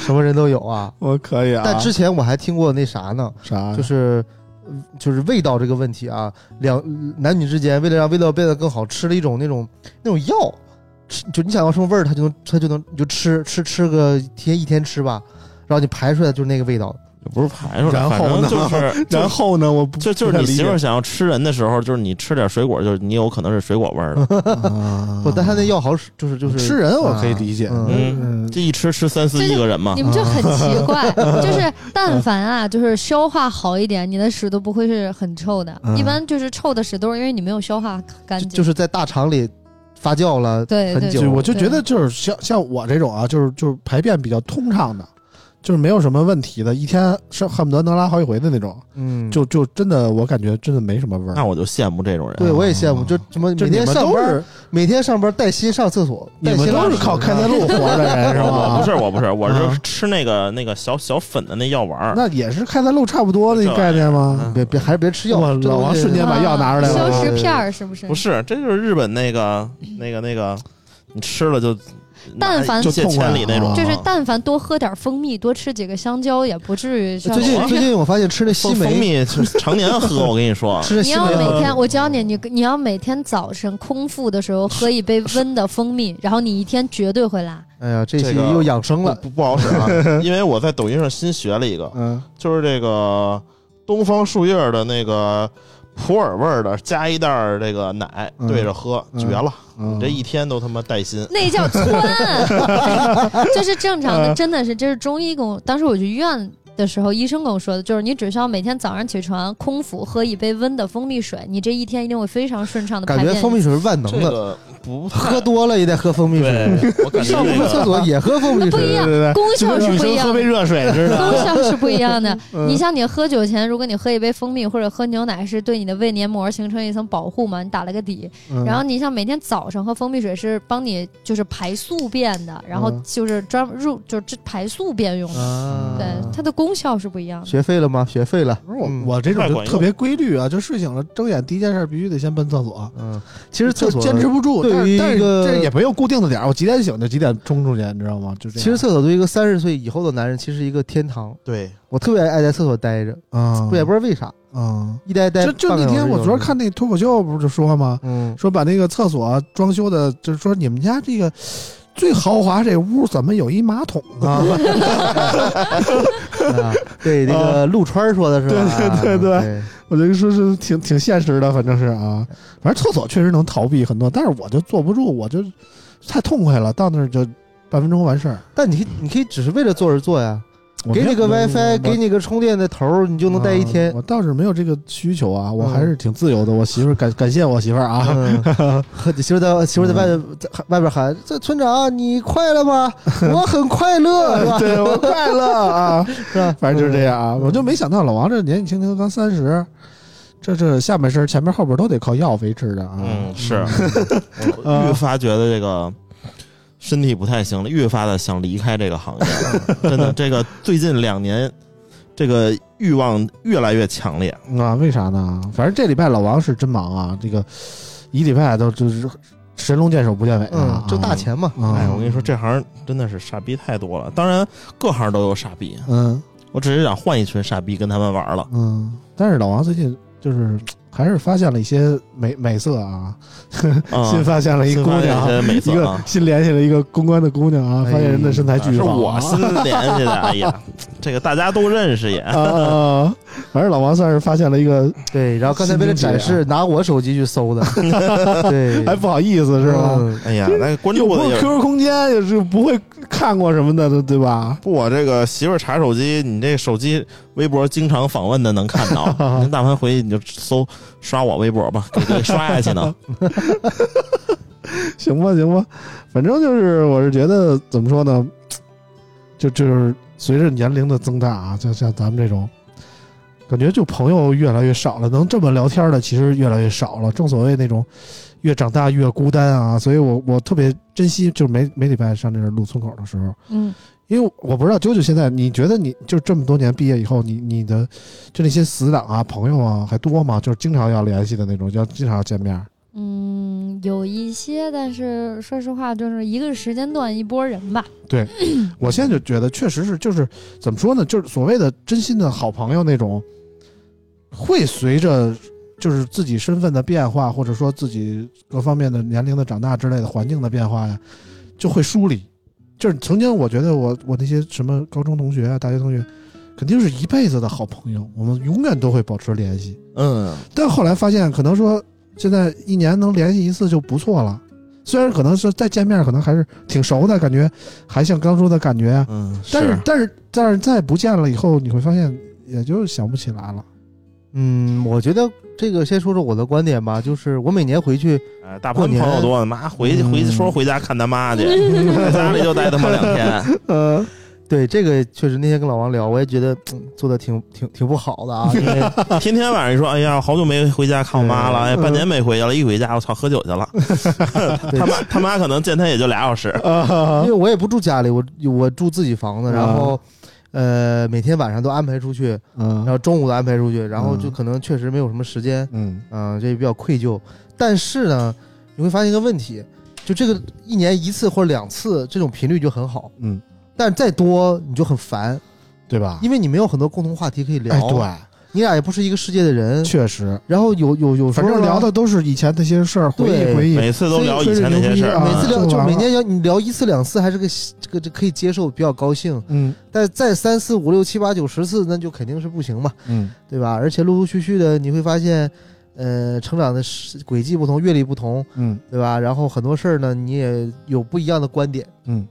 [SPEAKER 4] 什么人都有啊。
[SPEAKER 3] 我可以啊。
[SPEAKER 4] 但之前我还听过那啥呢，
[SPEAKER 3] 啥呀？
[SPEAKER 4] 就是。嗯就是味道这个问题啊，两男女之间为了让味道变得更好，吃了一种那种那种药，吃就你想要什么味儿，它就能它就能你就吃吃吃个天一天吃吧，然后你排出来就是那个味道。
[SPEAKER 3] 啊
[SPEAKER 6] 不是排出来，
[SPEAKER 3] 然后
[SPEAKER 6] 反正
[SPEAKER 3] 呢
[SPEAKER 6] 就是
[SPEAKER 3] 然后呢？我不
[SPEAKER 6] 就就
[SPEAKER 3] 不
[SPEAKER 6] 是
[SPEAKER 3] 太
[SPEAKER 6] 你
[SPEAKER 3] 理
[SPEAKER 6] 媳
[SPEAKER 3] 解
[SPEAKER 6] 妇儿想要吃人的时候，就是你吃点水果，就是你有可能是水果味
[SPEAKER 3] 嗯
[SPEAKER 6] 儿的。
[SPEAKER 4] 不，但它那药好使，就是就是
[SPEAKER 3] 啊吃人我可以理解
[SPEAKER 4] 啊
[SPEAKER 6] 嗯，这一吃吃三四亿个人嘛
[SPEAKER 3] 嗯
[SPEAKER 2] 你，们就很奇 怪，就是但凡啊，就是消化好一点，你的屎都不会是很臭的。
[SPEAKER 3] 嗯
[SPEAKER 2] 一般就是臭的屎都是因为你没有消化干
[SPEAKER 4] 就
[SPEAKER 2] 净。
[SPEAKER 4] 就是在大肠里发酵了
[SPEAKER 2] 对
[SPEAKER 4] 很
[SPEAKER 2] 对
[SPEAKER 4] 久
[SPEAKER 3] 就。我就觉得就是像像我这种啊，就是就是排便比较通畅的，就是没有什么问题的，一天是恨不得能拉好几回的那种，
[SPEAKER 4] 嗯，
[SPEAKER 3] 就就真的我感觉真的没什么味儿
[SPEAKER 6] 那。我就羡慕这种人。
[SPEAKER 4] 对我也羡慕，就什么
[SPEAKER 3] 哦就
[SPEAKER 4] 每
[SPEAKER 3] 你
[SPEAKER 4] 天
[SPEAKER 3] 们
[SPEAKER 4] 上
[SPEAKER 3] 都
[SPEAKER 4] 班，
[SPEAKER 3] 是
[SPEAKER 4] 每天上班带薪上厕所，
[SPEAKER 6] 你
[SPEAKER 4] 带
[SPEAKER 6] 们
[SPEAKER 4] 薪
[SPEAKER 6] 都
[SPEAKER 4] 拉
[SPEAKER 3] 都是
[SPEAKER 4] 屎啊
[SPEAKER 3] 靠 开塞露活的人是
[SPEAKER 6] 我不
[SPEAKER 3] 吧？
[SPEAKER 6] 是，我不是，我
[SPEAKER 3] 啊
[SPEAKER 6] 是吃那个那个小小粉的那药丸儿。
[SPEAKER 3] 那也是开塞露差不多的概念吗？
[SPEAKER 4] 别别还是别吃药。
[SPEAKER 3] 我
[SPEAKER 4] 这
[SPEAKER 3] 老王
[SPEAKER 4] 东西
[SPEAKER 3] 瞬间把药拿出来
[SPEAKER 2] 啊
[SPEAKER 3] 了，嗯
[SPEAKER 2] 消食片儿是不是？
[SPEAKER 6] 不是，这就是日本那个那个那个，你吃了就
[SPEAKER 2] 但凡
[SPEAKER 6] 就借千里那
[SPEAKER 4] 啊
[SPEAKER 6] 种，
[SPEAKER 2] 就是但凡多喝点蜂蜜，多吃几个香蕉，也不至于像
[SPEAKER 4] 呃最 近最近我发现吃那西
[SPEAKER 6] 蜂蜂
[SPEAKER 4] 梅，，
[SPEAKER 6] 蜜是常年喝，我跟你 说
[SPEAKER 4] 吃那
[SPEAKER 2] 你
[SPEAKER 4] 西
[SPEAKER 2] 要
[SPEAKER 4] 梅
[SPEAKER 2] 每
[SPEAKER 4] 啊，
[SPEAKER 2] 天，我教你，你你要每天早晨空腹的时候喝一杯温的蜂蜜，然后你一天绝对会拉。
[SPEAKER 4] 哎呀，这
[SPEAKER 6] 这
[SPEAKER 4] 期
[SPEAKER 6] 个
[SPEAKER 4] 又养生
[SPEAKER 6] 不
[SPEAKER 4] 了。
[SPEAKER 6] 不不好使啊，因为我在抖音上新学了一个，
[SPEAKER 3] 嗯，
[SPEAKER 6] 就是这个东方树叶的那个普洱味儿的，加一袋儿这个奶
[SPEAKER 3] 嗯
[SPEAKER 6] 对着喝，
[SPEAKER 3] 嗯
[SPEAKER 6] 绝了！
[SPEAKER 3] 嗯
[SPEAKER 6] 你这一天都他妈带薪，
[SPEAKER 2] 那 叫窜， 就是正常
[SPEAKER 4] 嗯
[SPEAKER 2] 的，真的是，这是中医跟我，当时我去医院的时候，医生跟我说的，就是你只需要每天早上起床空腹喝一杯温的蜂蜜水，你这一天一定会非常顺畅的排
[SPEAKER 4] 感
[SPEAKER 2] 便。
[SPEAKER 4] 觉蜂蜜水是万能
[SPEAKER 6] 这
[SPEAKER 4] 的，
[SPEAKER 6] 个不太
[SPEAKER 4] 喝多了也得喝蜂蜜水。
[SPEAKER 7] 对，我感觉
[SPEAKER 4] 上
[SPEAKER 7] 这
[SPEAKER 4] 不
[SPEAKER 7] 个
[SPEAKER 4] 了厕所也喝蜂
[SPEAKER 2] 那
[SPEAKER 4] 蜜
[SPEAKER 2] 不一
[SPEAKER 4] 水，
[SPEAKER 2] 样，功效是不一样的。
[SPEAKER 8] 热水似
[SPEAKER 2] 功效是不一样的。你像你喝酒前，如果你喝一杯蜂蜜或者喝牛奶，是对你的胃黏膜形成一层保护嘛，你打了个底。
[SPEAKER 4] 嗯
[SPEAKER 2] 然后你像每天早上喝蜂蜜水是帮你就是排宿便的，然后
[SPEAKER 4] 嗯
[SPEAKER 2] 就是专门入就是这排宿便用的。
[SPEAKER 4] 啊
[SPEAKER 2] 对，它的功效是不一样的。
[SPEAKER 4] 学废了吗？学废了。
[SPEAKER 3] 不是我
[SPEAKER 4] 嗯
[SPEAKER 3] 我这种
[SPEAKER 6] 太
[SPEAKER 3] 就
[SPEAKER 6] 管用
[SPEAKER 3] 特别规律啊，就睡醒了睁眼第一件事必须得先奔厕所，
[SPEAKER 4] 嗯，其实厕
[SPEAKER 3] 就
[SPEAKER 4] 所
[SPEAKER 3] 坚持不住。
[SPEAKER 4] 对
[SPEAKER 3] 但是
[SPEAKER 4] 于
[SPEAKER 3] 但是
[SPEAKER 4] 一个
[SPEAKER 3] 这也没有固定的点儿，我几点醒就几点冲出去，你知道吗？就这
[SPEAKER 4] 其
[SPEAKER 3] 样。
[SPEAKER 4] 实厕所对于一个三十岁以后的男人，其实是一个天堂。
[SPEAKER 6] 对，
[SPEAKER 4] 我特别爱爱在厕所待着，
[SPEAKER 3] 啊，
[SPEAKER 4] 我也不知道为啥，
[SPEAKER 3] 啊，
[SPEAKER 4] 一待待
[SPEAKER 3] 就就那
[SPEAKER 4] 半个小
[SPEAKER 3] 天
[SPEAKER 4] 时
[SPEAKER 3] 我
[SPEAKER 4] 有
[SPEAKER 3] 昨儿
[SPEAKER 4] 时
[SPEAKER 3] 看那脱口秀不是就说吗？
[SPEAKER 4] 候，嗯，
[SPEAKER 3] 说把那个厕所装修的，就是说你们家这个最豪华这屋怎么有一马桶呢？
[SPEAKER 4] 啊对那个陆川说的是吧？
[SPEAKER 3] 对对对对
[SPEAKER 4] 对，
[SPEAKER 3] 我就说是挺挺现实的，反正是啊，反正厕所确实能逃避很多，但是我就坐不住，我就太痛快了，到那儿就半分钟完事儿。
[SPEAKER 4] 但你可以你可以只是为了坐而坐呀，
[SPEAKER 3] 我
[SPEAKER 4] 给
[SPEAKER 3] 没
[SPEAKER 4] 你
[SPEAKER 3] 有
[SPEAKER 4] 个
[SPEAKER 3] 我
[SPEAKER 4] WiFi，给
[SPEAKER 3] 我
[SPEAKER 4] 你个充电的头儿，你就能待一天
[SPEAKER 3] 啊。我倒是没有这个需求啊，我
[SPEAKER 4] 嗯
[SPEAKER 3] 还是挺自由的。我媳妇儿感感谢我媳妇儿啊，
[SPEAKER 4] 嗯，和媳妇在媳妇在外
[SPEAKER 3] 嗯
[SPEAKER 4] 在外边喊：“这村长，你快乐吗？我很 快乐，是吧？
[SPEAKER 3] 对我快乐啊，
[SPEAKER 4] 是吧？
[SPEAKER 3] 反正就是这样
[SPEAKER 4] 嗯
[SPEAKER 3] 啊。我就没想到老王这年纪轻轻刚三十，这这下半身前面后边都得靠药维持的啊。
[SPEAKER 6] 嗯，是，我越发觉得这个身体不太行了，越发的想离开这个行 业了，真的，这个最近两年。这个欲望越来越强烈，
[SPEAKER 3] 嗯啊，为啥呢？反正这礼拜老王是真忙啊，这个一礼拜都就是神龙见首不见尾的啊
[SPEAKER 4] 嗯，，挣大钱嘛。
[SPEAKER 3] 啊。
[SPEAKER 6] 哎，我跟你说，这行真的是傻逼太多了。当然，各行都有傻逼，
[SPEAKER 3] 嗯
[SPEAKER 6] 我只是想换一群傻逼跟他们玩了。
[SPEAKER 3] 嗯，但是老王最近就是还是发现了一些美美色啊，
[SPEAKER 4] 嗯
[SPEAKER 6] 啊
[SPEAKER 3] 新发现了一
[SPEAKER 6] 新
[SPEAKER 3] 姑
[SPEAKER 6] 发现
[SPEAKER 3] 娘啊，
[SPEAKER 6] 一些美
[SPEAKER 3] 一
[SPEAKER 6] 色
[SPEAKER 3] 个
[SPEAKER 6] 啊，
[SPEAKER 3] 新联系了一个公关的姑娘啊，
[SPEAKER 4] 哎
[SPEAKER 3] 发现人的身材巨
[SPEAKER 6] 是
[SPEAKER 3] 好
[SPEAKER 6] 我
[SPEAKER 3] 啊。
[SPEAKER 6] 新联系的。哎呀，这个大家都认识也。
[SPEAKER 3] 啊啊啊！反正老王算是发现了一 个，
[SPEAKER 4] 对，然后刚才为了展示，拿我手机去搜的， 对，
[SPEAKER 3] 啊还不好意思是吧？
[SPEAKER 4] 嗯？
[SPEAKER 6] 哎呀，那个关
[SPEAKER 3] 又
[SPEAKER 6] 注
[SPEAKER 3] 不
[SPEAKER 6] 我的
[SPEAKER 3] 是
[SPEAKER 6] 也
[SPEAKER 3] QQ 空间，也是不会看过什么的，对吧？
[SPEAKER 6] 不，我这个媳妇儿查手机，你这手机微博经常访问的能看到。 您但凡回去你就搜刷我微博吧，给给刷下去 呢。
[SPEAKER 3] 行吧，行吧，反正就是我是觉得怎么说呢，就就是随着年龄的增大啊，就像咱们这种，感觉就朋友越来越少了，能这么聊天的其实越来越少了。正所谓那种越长大越孤单啊，所以我我特别珍惜，就是每每礼拜上这儿录村口的时候，
[SPEAKER 2] 嗯，
[SPEAKER 3] 因为我不知道啾啾现在，你觉得你就这么多年毕业以后，你你的就那些死党啊、朋友啊还多吗？就是经常要联系的那种，要经常要见面。
[SPEAKER 2] 嗯，有一些，但是说实话，就是一个时间段一波人吧。
[SPEAKER 3] 我现在就觉得，确实是，就是怎么说呢，就是所谓的真心的好朋友那种，会随着就是自己身份的变化，或者说自己各方面的年龄的长大之类的环境的变化呀，就会疏离。就是曾经我觉得我我那些什么高中同学啊、大学同学，肯定是一辈子的好朋友，我们永远都会保持联系。
[SPEAKER 6] 嗯，
[SPEAKER 3] 但后来发现，可能说现在一年能联系一次就不错了。虽然可能是再见面，可能还是挺熟的感觉，还像刚初的感觉啊。
[SPEAKER 6] 嗯，
[SPEAKER 3] 但是但是但是再不见了以后，你会发现也就想不起来了。
[SPEAKER 4] 嗯，我觉得这个先说说我的观点吧，就是我每年 回去，
[SPEAKER 6] 哎大鹏朋友多呢，妈回去
[SPEAKER 4] 嗯
[SPEAKER 6] 回去说回家看他妈去，在家里就待他妈两天。
[SPEAKER 3] 呃，
[SPEAKER 4] 对这个确实，那天跟老王聊，我也觉得、嗯做的挺挺挺不好 的啊，因为
[SPEAKER 6] 天天晚上一说，哎呀，好久没回家看我妈了，哎，半年没回家了，一回家我操，喝酒去 了。他妈他妈可能见他也就俩小时，
[SPEAKER 3] 嗯
[SPEAKER 4] 因为我也不住家里，我我住自己房子，然后呃每天晚上都安排出去，然
[SPEAKER 3] 嗯
[SPEAKER 4] 后中午都安排出去，然后就
[SPEAKER 3] 嗯
[SPEAKER 4] 可能确实没有什么时间，
[SPEAKER 3] 嗯
[SPEAKER 4] 嗯、这也比较愧疚。但是呢，你会发现一个问题，就这个一年一次或者两次这种频率就很好，
[SPEAKER 3] 嗯，
[SPEAKER 4] 但再多你就很烦，
[SPEAKER 3] 对吧？
[SPEAKER 4] 因为你没有很多共同话题可以聊，
[SPEAKER 3] 哎，对，
[SPEAKER 4] 你俩也不是一个世界的人，
[SPEAKER 3] 确实，
[SPEAKER 4] 然后有有有时
[SPEAKER 3] 反
[SPEAKER 4] 候
[SPEAKER 3] 正
[SPEAKER 4] 吧
[SPEAKER 3] 聊啊的都是以前那些事儿，回忆
[SPEAKER 4] 对
[SPEAKER 3] 回忆。
[SPEAKER 6] 每次都聊以前那些事儿。
[SPEAKER 3] 啊
[SPEAKER 4] 每次聊
[SPEAKER 3] 就
[SPEAKER 4] 就
[SPEAKER 3] 完
[SPEAKER 4] 每
[SPEAKER 3] 了
[SPEAKER 4] 年要你聊一次两次还是个这个这可以接受，比较高兴。
[SPEAKER 3] 嗯
[SPEAKER 4] 但再三四五六七八九十次，那就肯定是不行嘛，
[SPEAKER 3] 嗯，
[SPEAKER 4] 对吧？而且陆陆续续的你会发现，呃，成长的时轨迹不同，阅历不同，
[SPEAKER 3] 嗯
[SPEAKER 4] 对吧？然后很多事儿呢，你也有不一样的观点，
[SPEAKER 3] 嗯，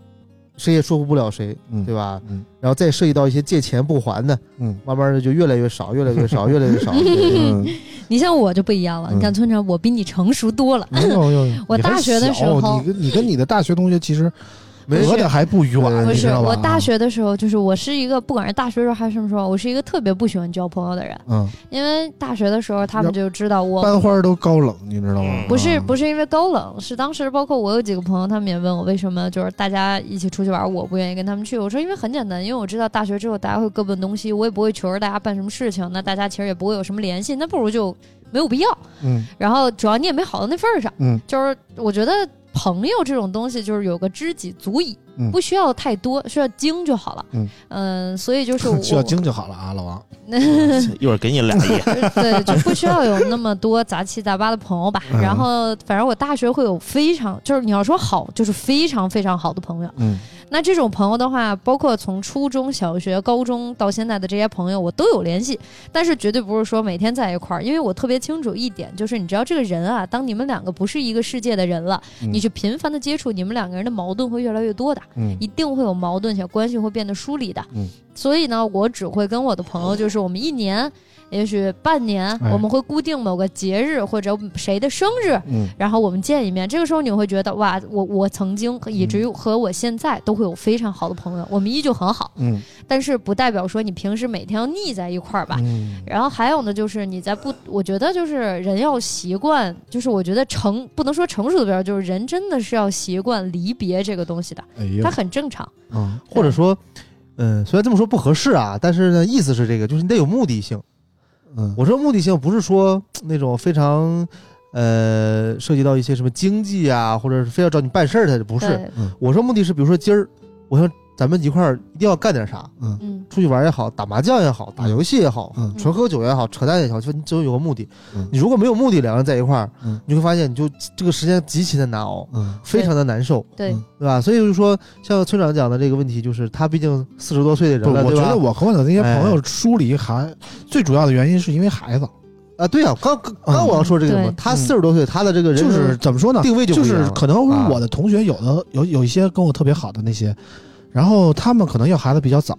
[SPEAKER 4] 谁也说服不了谁，
[SPEAKER 3] 嗯
[SPEAKER 4] 对吧？
[SPEAKER 3] 嗯
[SPEAKER 4] 然后再涉及到一些借钱不还的，
[SPEAKER 3] 嗯，
[SPEAKER 4] 慢慢的就越来越少，越来越少，越来越少。对
[SPEAKER 3] 嗯，
[SPEAKER 2] 你像我就不一样了，
[SPEAKER 3] 嗯
[SPEAKER 2] 你看村长，我比你成熟多了。
[SPEAKER 3] 没有没有没有。
[SPEAKER 2] 我
[SPEAKER 3] 你还
[SPEAKER 2] 大学的时
[SPEAKER 3] 小
[SPEAKER 2] 候
[SPEAKER 3] 你跟你跟你的大学同学其实
[SPEAKER 4] 没
[SPEAKER 3] 隔
[SPEAKER 4] 事
[SPEAKER 3] 得还不远，
[SPEAKER 2] 不
[SPEAKER 3] 你知
[SPEAKER 2] 是
[SPEAKER 3] 道吧？嗯
[SPEAKER 2] 我大学的时候，就是我是一个不管是大学时候还是什么时候，我是一个特别不喜欢交朋友的人，
[SPEAKER 3] 嗯，
[SPEAKER 2] 因为大学的时候他们就知道我
[SPEAKER 3] 班花都高冷，你知道吗？
[SPEAKER 2] 不是不
[SPEAKER 3] 是，
[SPEAKER 2] 是因为高冷，是当时包括我有几个朋友，他们也问我为什么就是大家一起出去玩，我不愿意跟他们去。我说因为很简单，因为我知道大学之后大家会各奔东西，我也不会求着大家办什么事情，那大家其实也不会有什么联系，那不如就没有必要。
[SPEAKER 3] 嗯
[SPEAKER 2] 然后主要你也没好到那份儿上，
[SPEAKER 3] 嗯，
[SPEAKER 2] 就是我觉得朋友这种东西就是有个知己足矣
[SPEAKER 3] 嗯，
[SPEAKER 2] 不需要太多，需要精就好了。
[SPEAKER 3] 嗯
[SPEAKER 2] 嗯，所以就是 我
[SPEAKER 3] 需要精就好了啊，老王。
[SPEAKER 6] 嗯 一会儿给你俩亿，
[SPEAKER 2] 对，就不需要有那么多杂七杂八的朋友吧。
[SPEAKER 3] 嗯
[SPEAKER 2] 然后，反正我大学会有非常，就是你要说好，就是非常非常好的朋友。
[SPEAKER 3] 嗯
[SPEAKER 2] 那这种朋友的话，包括从初中小学、高中到现在的这些朋友，我都有联系，但是绝对不是说每天在一块儿，因为我特别清楚一点，就是你知道这个人啊，当你们两个不是一个世界的人了，
[SPEAKER 3] 嗯
[SPEAKER 2] 你去频繁的接触，你们两个人的矛盾会越来越多的。
[SPEAKER 3] 嗯
[SPEAKER 2] 一定会有矛盾，且关系会变得疏离的。
[SPEAKER 3] 嗯
[SPEAKER 2] 所以呢，我只会跟我的朋友，就是我们一年，也许半年，
[SPEAKER 3] 哎
[SPEAKER 2] 我们会固定某个节日或者谁的生日，
[SPEAKER 3] 嗯
[SPEAKER 2] 然后我们见一面。这个时候你会觉得，哇，我我曾经以至于
[SPEAKER 3] 嗯
[SPEAKER 2] 和我现在都会有非常好的朋友，我们依旧很好，
[SPEAKER 3] 嗯
[SPEAKER 2] 但是不代表说你平时每天要腻在一块儿吧。
[SPEAKER 3] 嗯
[SPEAKER 2] 然后还有呢，就是你在不，我觉得就是人要习惯，就是我觉得成不能说成熟的标准，就是人真的是要习惯离别这个东西的，
[SPEAKER 3] 哎
[SPEAKER 2] 它
[SPEAKER 3] 呀，
[SPEAKER 2] 很正常。
[SPEAKER 3] 嗯
[SPEAKER 4] 或者说，嗯，虽然这么说不合适啊，但是呢，意思是这个，就是你得有目的性。
[SPEAKER 3] 嗯，
[SPEAKER 4] 我说目的性不是说那种非常呃涉及到一些什么经济啊，或者是非要找你办事儿的，不是。
[SPEAKER 2] 对，
[SPEAKER 4] 我说目的是，比如说今儿我想咱们一块儿一定要干点啥，
[SPEAKER 2] 嗯，
[SPEAKER 4] 出去玩也好，打麻将也好，打游戏也好，
[SPEAKER 3] 嗯
[SPEAKER 4] 纯喝酒也好，扯淡也好，就你只有有个目的。
[SPEAKER 3] 嗯
[SPEAKER 4] 你如果没有目的，两个人在一块儿，
[SPEAKER 3] 嗯
[SPEAKER 4] 你会发现你就这个时间极其的难熬，
[SPEAKER 3] 嗯
[SPEAKER 4] 非常的难受。
[SPEAKER 2] 对
[SPEAKER 3] 嗯，
[SPEAKER 4] 对吧？所以就是说，像村长讲的这个问题，就是他毕竟四十多岁的
[SPEAKER 3] 不，
[SPEAKER 4] 人了，
[SPEAKER 3] 我
[SPEAKER 4] 对
[SPEAKER 3] 觉
[SPEAKER 4] 吧？哎
[SPEAKER 3] 得我和我的那些朋友疏离还最主要的原因是因为孩子，
[SPEAKER 4] 啊，对啊，刚刚刚我要说这个嘛，
[SPEAKER 2] 对
[SPEAKER 4] 他四十多岁，他的这个人
[SPEAKER 3] 嗯就是
[SPEAKER 4] 生
[SPEAKER 3] 怎么说呢？
[SPEAKER 4] 定位就
[SPEAKER 3] 就
[SPEAKER 4] 不一样
[SPEAKER 3] 是
[SPEAKER 4] 了
[SPEAKER 3] 可能
[SPEAKER 4] 啊
[SPEAKER 3] 我的同学有的有有一些跟我特别好的那些，然后他们可能要孩子比较早，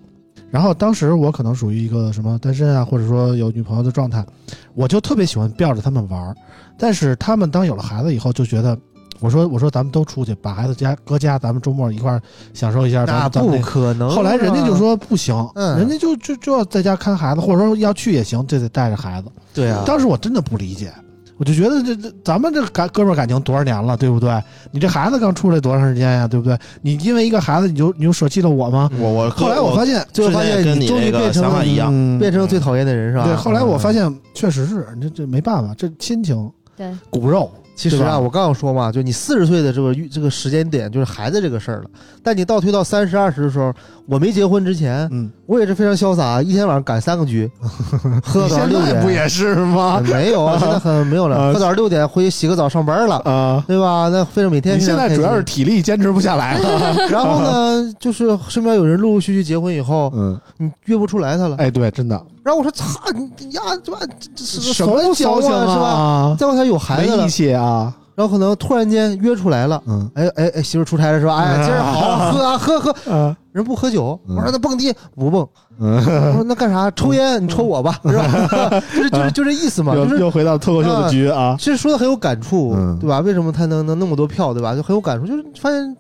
[SPEAKER 3] 然后当时我可能属于一个什么单身啊，或者说有女朋友的状态，我就特别喜欢吊着他们玩儿。但是他们当有了孩子以后，就觉得我说我说咱们都出去，把孩子家搁家，咱们周末一块儿享受一下。咱
[SPEAKER 4] 那
[SPEAKER 3] 们咱们
[SPEAKER 4] 不可
[SPEAKER 3] 那
[SPEAKER 4] 能啊。
[SPEAKER 3] 后来人家就说不行，
[SPEAKER 4] 嗯
[SPEAKER 3] 人家就就就要在家看孩子，或者说要去也行，就得带着孩子。
[SPEAKER 4] 对啊，
[SPEAKER 3] 当时我真的不理解，我就觉得这这咱们这感哥们儿感情多少年了，对不对？你这孩子刚出来多长时间呀，对不对？你因为一个孩子你就你就舍弃了我吗？
[SPEAKER 6] 我我
[SPEAKER 3] 后来我发现，
[SPEAKER 4] 最后发
[SPEAKER 6] 之前也
[SPEAKER 4] 现
[SPEAKER 6] 跟你
[SPEAKER 4] 终于
[SPEAKER 6] 那个
[SPEAKER 4] 变成
[SPEAKER 6] 想
[SPEAKER 4] 了
[SPEAKER 6] 法一样
[SPEAKER 3] 嗯
[SPEAKER 4] 变成了最讨厌的人是吧？
[SPEAKER 3] 对。后来我发
[SPEAKER 4] 嗯，
[SPEAKER 3] 现确实是，这这没办法，这亲情
[SPEAKER 2] 对，
[SPEAKER 3] 骨肉，
[SPEAKER 4] 其实
[SPEAKER 3] 对
[SPEAKER 4] 啊，
[SPEAKER 3] 吧
[SPEAKER 4] 我刚刚说嘛，就你四十岁的这个这个时间点，就是孩子这个事儿了。但你倒推到三十二十的时候，我没结婚之前，
[SPEAKER 3] 嗯，
[SPEAKER 4] 我也是非常潇洒，一天晚上赶三个局， 喝到六点。
[SPEAKER 3] 是吗？
[SPEAKER 4] 没有啊，现在很没有
[SPEAKER 3] 啊
[SPEAKER 4] 了。喝到六点回去洗个澡上班了，
[SPEAKER 3] 啊，
[SPEAKER 4] 对吧？那非常每天
[SPEAKER 3] 你
[SPEAKER 4] 非
[SPEAKER 3] 现
[SPEAKER 4] 常
[SPEAKER 3] 在
[SPEAKER 4] 开
[SPEAKER 3] 主要
[SPEAKER 4] 心
[SPEAKER 3] 是体力坚持不下来了。
[SPEAKER 4] 然后呢，就是身边有人陆陆续续结婚以后，
[SPEAKER 3] 嗯，
[SPEAKER 4] 你约不出来他了。
[SPEAKER 3] 哎，对，真的，
[SPEAKER 4] 然后我说：“操你你呀，这吧这这是
[SPEAKER 3] 什么交情
[SPEAKER 4] 啊，是吧？
[SPEAKER 3] 啊？
[SPEAKER 4] 再后他有孩子
[SPEAKER 3] 没
[SPEAKER 4] 了
[SPEAKER 3] 义，气啊，
[SPEAKER 4] 然后可能突然间约出来了。”
[SPEAKER 3] 嗯
[SPEAKER 4] 哎哎哎，媳妇儿出差了是吧？哎，今 儿好喝啊，喝喝，
[SPEAKER 3] 啊，
[SPEAKER 4] 人不喝酒。
[SPEAKER 3] 嗯
[SPEAKER 4] 我说那蹦迪不蹦，
[SPEAKER 3] 嗯，
[SPEAKER 4] 我说那干啥？抽烟你抽我吧，是 吧？就是就是就这意思嘛，就
[SPEAKER 3] 又
[SPEAKER 4] 是
[SPEAKER 3] 又回到脱口秀的局啊，
[SPEAKER 4] 其实说的很有感触
[SPEAKER 3] 嗯，
[SPEAKER 4] 对吧？为什么他能能那么多票，对吧？就很有感触，就是发现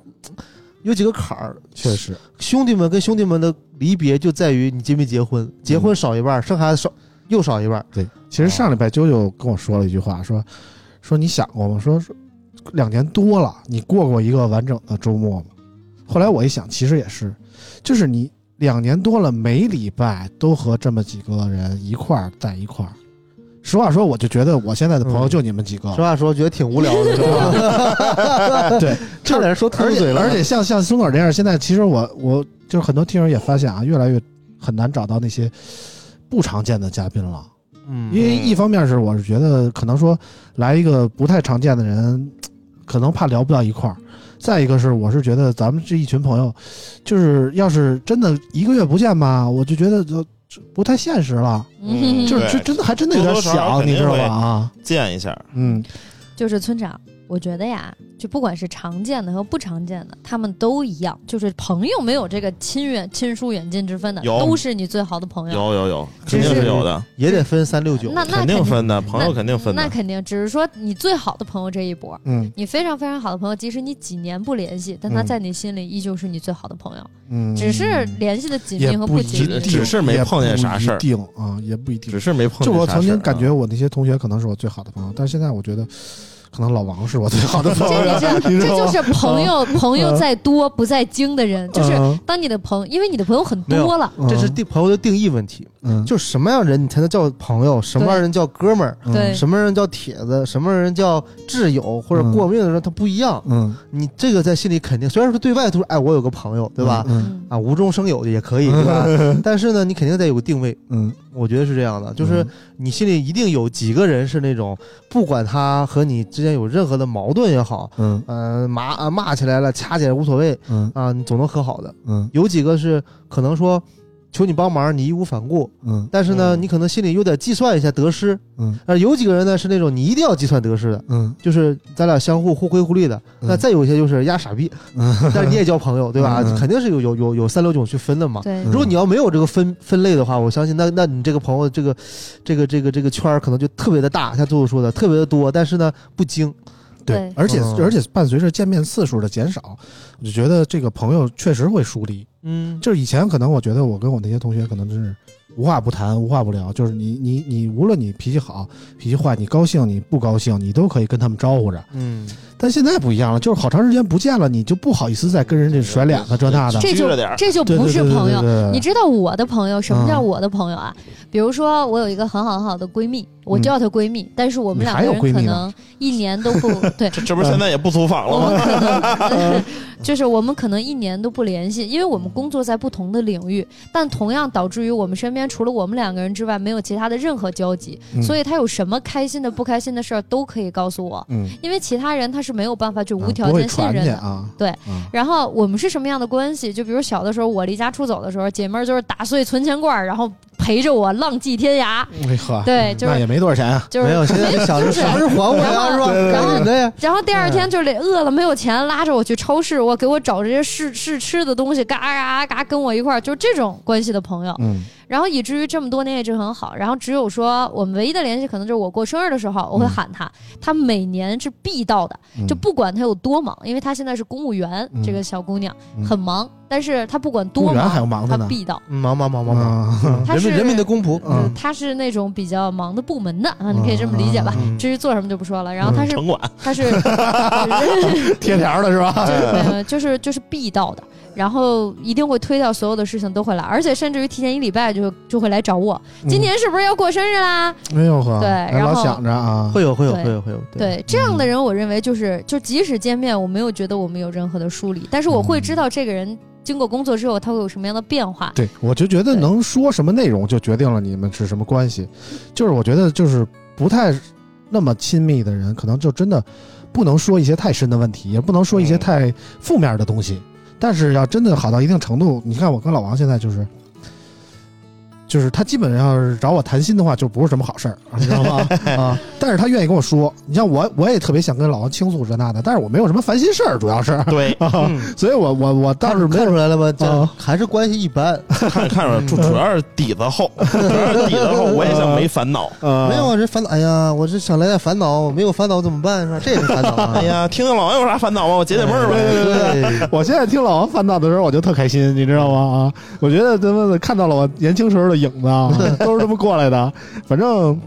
[SPEAKER 4] 有几个坎儿，
[SPEAKER 3] 确实，
[SPEAKER 4] 兄弟们跟兄弟们的离别就在于你结没结婚，结
[SPEAKER 3] 嗯
[SPEAKER 4] 婚少一半，生孩子少又少一半。
[SPEAKER 3] 对。其实上礼拜啾啾跟我说了一句话，说说你想过吗？说说两年多了，你过过一个完整的周末吗？后来我一想，其实也是，就是你两年多了，每礼拜都和这么几个人一块儿在一块儿。实话说，我就觉得我现在的朋友
[SPEAKER 4] 嗯
[SPEAKER 3] 就你们几个，
[SPEAKER 4] 实话说，觉得挺无聊的，是吧？
[SPEAKER 3] 对，
[SPEAKER 4] 差点说秃
[SPEAKER 3] 而
[SPEAKER 4] 噜嘴
[SPEAKER 3] 且
[SPEAKER 4] 了。
[SPEAKER 3] 而且像像松子这样，现在其实我我就是很多听友也发现啊，越来越很难找到那些不常见的嘉宾了。因
[SPEAKER 4] 嗯，
[SPEAKER 3] 为一方面是我是觉得可能说来一个不太常见的人，可能怕聊不到一块儿；再一个是我是觉得咱们这一群朋友，就是要是真的一个月不见吧，我就觉得就就不太现实了，
[SPEAKER 6] 嗯
[SPEAKER 3] 就是
[SPEAKER 6] 对
[SPEAKER 3] 这真的还真的有点
[SPEAKER 6] 多多少少
[SPEAKER 3] 想，
[SPEAKER 6] 肯
[SPEAKER 3] 你
[SPEAKER 6] 定
[SPEAKER 3] 知道
[SPEAKER 6] 会
[SPEAKER 3] 吧？啊，
[SPEAKER 6] 见一下，
[SPEAKER 3] 嗯，
[SPEAKER 2] 就是村长，我觉得呀，就不管是常见的和不常见的，他们都一样，就是朋友没有这个亲远亲疏远近之分的，
[SPEAKER 6] 有
[SPEAKER 2] 都是你最好的朋友。
[SPEAKER 6] 有有有，
[SPEAKER 2] 只
[SPEAKER 6] 肯
[SPEAKER 2] 是
[SPEAKER 6] 定是有的，
[SPEAKER 4] 也得分三六九。
[SPEAKER 2] 嗯那那
[SPEAKER 6] 肯定分的，朋友肯定分
[SPEAKER 2] 那
[SPEAKER 6] 的。
[SPEAKER 2] 肯定，只是说你最好的朋友这一波，
[SPEAKER 3] 嗯
[SPEAKER 2] 你非常非常好的朋友，即使你几年不联系，但他
[SPEAKER 3] 嗯
[SPEAKER 2] 在你心里依旧是你最好的朋友，
[SPEAKER 3] 嗯，
[SPEAKER 2] 只是联系的紧
[SPEAKER 3] 也
[SPEAKER 2] 密和
[SPEAKER 3] 不一
[SPEAKER 2] 紧
[SPEAKER 3] 定，
[SPEAKER 2] 密。
[SPEAKER 6] 只是没
[SPEAKER 3] 也
[SPEAKER 6] 碰见
[SPEAKER 3] 不
[SPEAKER 6] 啥事儿
[SPEAKER 3] 一定啊，也不一定
[SPEAKER 6] 只。是没碰见啥事
[SPEAKER 3] 就
[SPEAKER 6] 儿啊。
[SPEAKER 3] 我曾经感觉我那些同学可能是我最好的朋友，但是现在我觉得，可能老王是我最好的朋友。
[SPEAKER 2] 这你
[SPEAKER 3] 你
[SPEAKER 2] 这
[SPEAKER 3] 知道
[SPEAKER 2] 这
[SPEAKER 3] 吗
[SPEAKER 2] 就是朋友，朋友
[SPEAKER 3] 嗯
[SPEAKER 2] 在多不在精的人，就是
[SPEAKER 3] 嗯
[SPEAKER 2] 当你的朋友，因为你的朋友很
[SPEAKER 4] 没有
[SPEAKER 2] 多了，
[SPEAKER 3] 嗯
[SPEAKER 4] 这是定朋友的定义问题，
[SPEAKER 3] 嗯，
[SPEAKER 4] 就什么样人你才能叫朋友，什么样人叫哥们儿，
[SPEAKER 3] 嗯
[SPEAKER 2] 对
[SPEAKER 4] 什么人叫铁子，什么人叫挚友或者
[SPEAKER 3] 嗯
[SPEAKER 4] 过命的人，他不一样。
[SPEAKER 3] 嗯，
[SPEAKER 4] 你这个在心里肯定，虽然说对外都是哎，我有个朋友，对吧？
[SPEAKER 3] 嗯
[SPEAKER 2] 嗯，
[SPEAKER 4] 啊，无中生有的也可以，对吧？但是呢，你肯定得有个定位，
[SPEAKER 3] 嗯，
[SPEAKER 4] 我觉得是这样的，就是你心里一定有几个人是那种，不管他和你之间有任何的矛盾也好，
[SPEAKER 3] 嗯
[SPEAKER 4] 呃，骂啊骂起来了，掐起来无所谓
[SPEAKER 3] 嗯
[SPEAKER 4] 啊，你总能和好的。
[SPEAKER 3] 嗯
[SPEAKER 4] 有几个是可能说求你帮忙，你义无反顾，
[SPEAKER 3] 嗯
[SPEAKER 4] 但是呢，你可能心里又得计算一下得失。
[SPEAKER 3] 嗯
[SPEAKER 4] 呃，有几个人呢是那种你一定要计算得失的，
[SPEAKER 3] 嗯
[SPEAKER 4] 就是咱俩相互互惠互利的。那
[SPEAKER 3] 嗯
[SPEAKER 4] 再有一些就是压傻逼，
[SPEAKER 3] 嗯，
[SPEAKER 4] 但是你也交朋友，对吧？
[SPEAKER 3] 嗯嗯
[SPEAKER 4] 肯定是有有有有三六九去分的
[SPEAKER 6] 啊
[SPEAKER 4] 嘛。
[SPEAKER 2] 对
[SPEAKER 3] 嗯
[SPEAKER 4] 如果你要没有这个分分类的话，我相信那那你这个朋友这个这个这个这个圈儿可能就特别的大，像最后说的特别的多，但是呢不精。
[SPEAKER 3] 对
[SPEAKER 2] 对，
[SPEAKER 3] 而且
[SPEAKER 4] 嗯
[SPEAKER 3] 而且伴随着见面次数的减少，我就觉得这个朋友确实会疏离。
[SPEAKER 4] 嗯，
[SPEAKER 3] 就是以前可能我觉得我跟我那些同学可能真是无话不谈、无话不聊，就是你你你，无论你脾气好、脾气坏，你高兴你不高兴，你都可以跟他们招呼着。
[SPEAKER 4] 嗯，
[SPEAKER 3] 但现在不一样了，就是好长时间不见了，你就不好意思再跟人家甩脸啊子这那的。
[SPEAKER 2] 这
[SPEAKER 6] 嗯拘
[SPEAKER 2] 就
[SPEAKER 6] 着点儿
[SPEAKER 2] 这就
[SPEAKER 3] 对嗯
[SPEAKER 2] 不是朋友。，你
[SPEAKER 3] 这
[SPEAKER 2] 知道我的朋友什么叫我的朋友啊？比如说，我有一个很好很好的闺蜜，我叫她闺蜜，但是我们
[SPEAKER 3] 嗯你
[SPEAKER 2] 两
[SPEAKER 3] 还
[SPEAKER 2] 个
[SPEAKER 3] 有
[SPEAKER 2] 人
[SPEAKER 3] 闺
[SPEAKER 2] 可
[SPEAKER 3] 蜜呢
[SPEAKER 2] 能一年都 不对，
[SPEAKER 6] 这这不是现在也不租房
[SPEAKER 2] 我
[SPEAKER 6] 了
[SPEAKER 2] 们
[SPEAKER 6] 吗？
[SPEAKER 2] 可能 就是我们可能一年都不联系，因为我们工作在不同的领域，但同样导致于我们身边除了我们两个人之外，没有其他的任何交集。
[SPEAKER 3] 嗯
[SPEAKER 2] 所以她有什么开心的、不开心的事儿都可以告诉我，
[SPEAKER 3] 嗯，
[SPEAKER 2] 因为其他人他是没有办法去
[SPEAKER 3] 嗯
[SPEAKER 2] 无条
[SPEAKER 3] 不会
[SPEAKER 2] 件信
[SPEAKER 3] 传
[SPEAKER 2] 任
[SPEAKER 3] 去
[SPEAKER 2] 的。
[SPEAKER 3] 啊，
[SPEAKER 2] 对
[SPEAKER 3] 啊，
[SPEAKER 2] 然后我们是什么样的关系？就比如小的时候，我离家出走的时候，姐妹儿就是打碎存钱罐儿，然后陪着我浪迹天涯。
[SPEAKER 3] 哎呵，
[SPEAKER 2] 对，就
[SPEAKER 3] 那
[SPEAKER 2] 是
[SPEAKER 3] 也没多少钱啊，
[SPEAKER 2] 就是
[SPEAKER 4] 没有，现在就想着
[SPEAKER 2] 就是
[SPEAKER 4] 啥时候还我呀，是
[SPEAKER 2] 然后
[SPEAKER 4] 吧？
[SPEAKER 2] 然后
[SPEAKER 4] 赶紧的呀。
[SPEAKER 2] 然后第二天就是得饿了没有钱，拉着我去超市，我给我找这些试试吃的东西，嘎嘎嘎跟我一块儿，就是这种关系的朋友。
[SPEAKER 3] 嗯
[SPEAKER 2] 然后以至于这么多年一直很好。然后只有说我们唯一的联系，可能就是我过生日的时候，我会喊他，他每年是必到的，
[SPEAKER 3] 嗯
[SPEAKER 2] 就不管他有多忙，因为他现在是公务员，
[SPEAKER 3] 嗯
[SPEAKER 2] 这个小姑娘
[SPEAKER 3] 嗯
[SPEAKER 2] 很忙，但是她不管
[SPEAKER 3] 公
[SPEAKER 2] 多
[SPEAKER 3] 务员还要
[SPEAKER 2] 忙，
[SPEAKER 3] 忙
[SPEAKER 2] 她
[SPEAKER 3] 着呢
[SPEAKER 2] 必到。
[SPEAKER 4] 嗯忙忙忙忙忙，
[SPEAKER 3] 啊，
[SPEAKER 2] 他
[SPEAKER 4] 人
[SPEAKER 2] 是
[SPEAKER 4] 民人民的公仆。
[SPEAKER 3] 嗯
[SPEAKER 2] 她是那种比较忙的部门的啊，你可以这么理解吧。
[SPEAKER 4] 嗯
[SPEAKER 2] 至于做什么就不说了，然后她是
[SPEAKER 6] 城管
[SPEAKER 2] 她是就是
[SPEAKER 3] 贴条的是吧？
[SPEAKER 2] 呃就是就是必到的，然后一定会推掉所有的事情都会来，而且甚至于提前一礼拜就就会来找我，
[SPEAKER 4] 嗯
[SPEAKER 2] 今年是不是要过生日啦？
[SPEAKER 3] 嗯没有呵，
[SPEAKER 2] 对
[SPEAKER 3] 哎
[SPEAKER 2] 然
[SPEAKER 3] 老
[SPEAKER 2] 后
[SPEAKER 3] 想着啊，
[SPEAKER 4] 会有会有
[SPEAKER 2] 对
[SPEAKER 4] 会有会有，
[SPEAKER 2] 对这样
[SPEAKER 4] 嗯
[SPEAKER 2] 的人，我认为就是就即使见面，我没有觉得我们有任何的疏离，但是我
[SPEAKER 4] 嗯
[SPEAKER 2] 会知道这个人经过工作之后他会有什么样的变化。
[SPEAKER 3] 对，我就觉得
[SPEAKER 2] 对
[SPEAKER 3] 能说什么内容就决定了你们是什么关系，就是我觉得就是不太那么亲密的人，可能就真的不能说一些太深的问题，也不能说一些
[SPEAKER 6] 嗯
[SPEAKER 3] 太负面的东西。但是要真的好到一定程度，你看我跟老王现在就是，就是他基本上是找我谈心的话，就不是什么好事儿，你知道吗？啊，但是他愿意跟我说，你像我，我也特别想跟老王倾诉这那的，但是我没有什么烦心事儿，主要是， 啊
[SPEAKER 6] 对，嗯
[SPEAKER 3] 所以我我我倒是没
[SPEAKER 4] 看
[SPEAKER 3] 有
[SPEAKER 4] 出来了吧？这
[SPEAKER 3] 啊
[SPEAKER 4] 还是关系一般。
[SPEAKER 6] 看看 着主主要是底子 厚，主要是底子厚，我也想没烦恼。
[SPEAKER 3] 呃
[SPEAKER 4] 没有啊，这烦恼，哎呀，我这想来点烦恼，我没有烦恼怎么办？是吧？这也是烦恼啊。
[SPEAKER 6] 哎 呀，听听老王有啥烦恼吗？我解解闷儿呗。
[SPEAKER 4] 对，
[SPEAKER 3] 我现在听老王烦恼的时候，我就特开心，你知道吗？啊，我觉得他们看到了我年轻时候的影子，啊，都是这么过来的。反正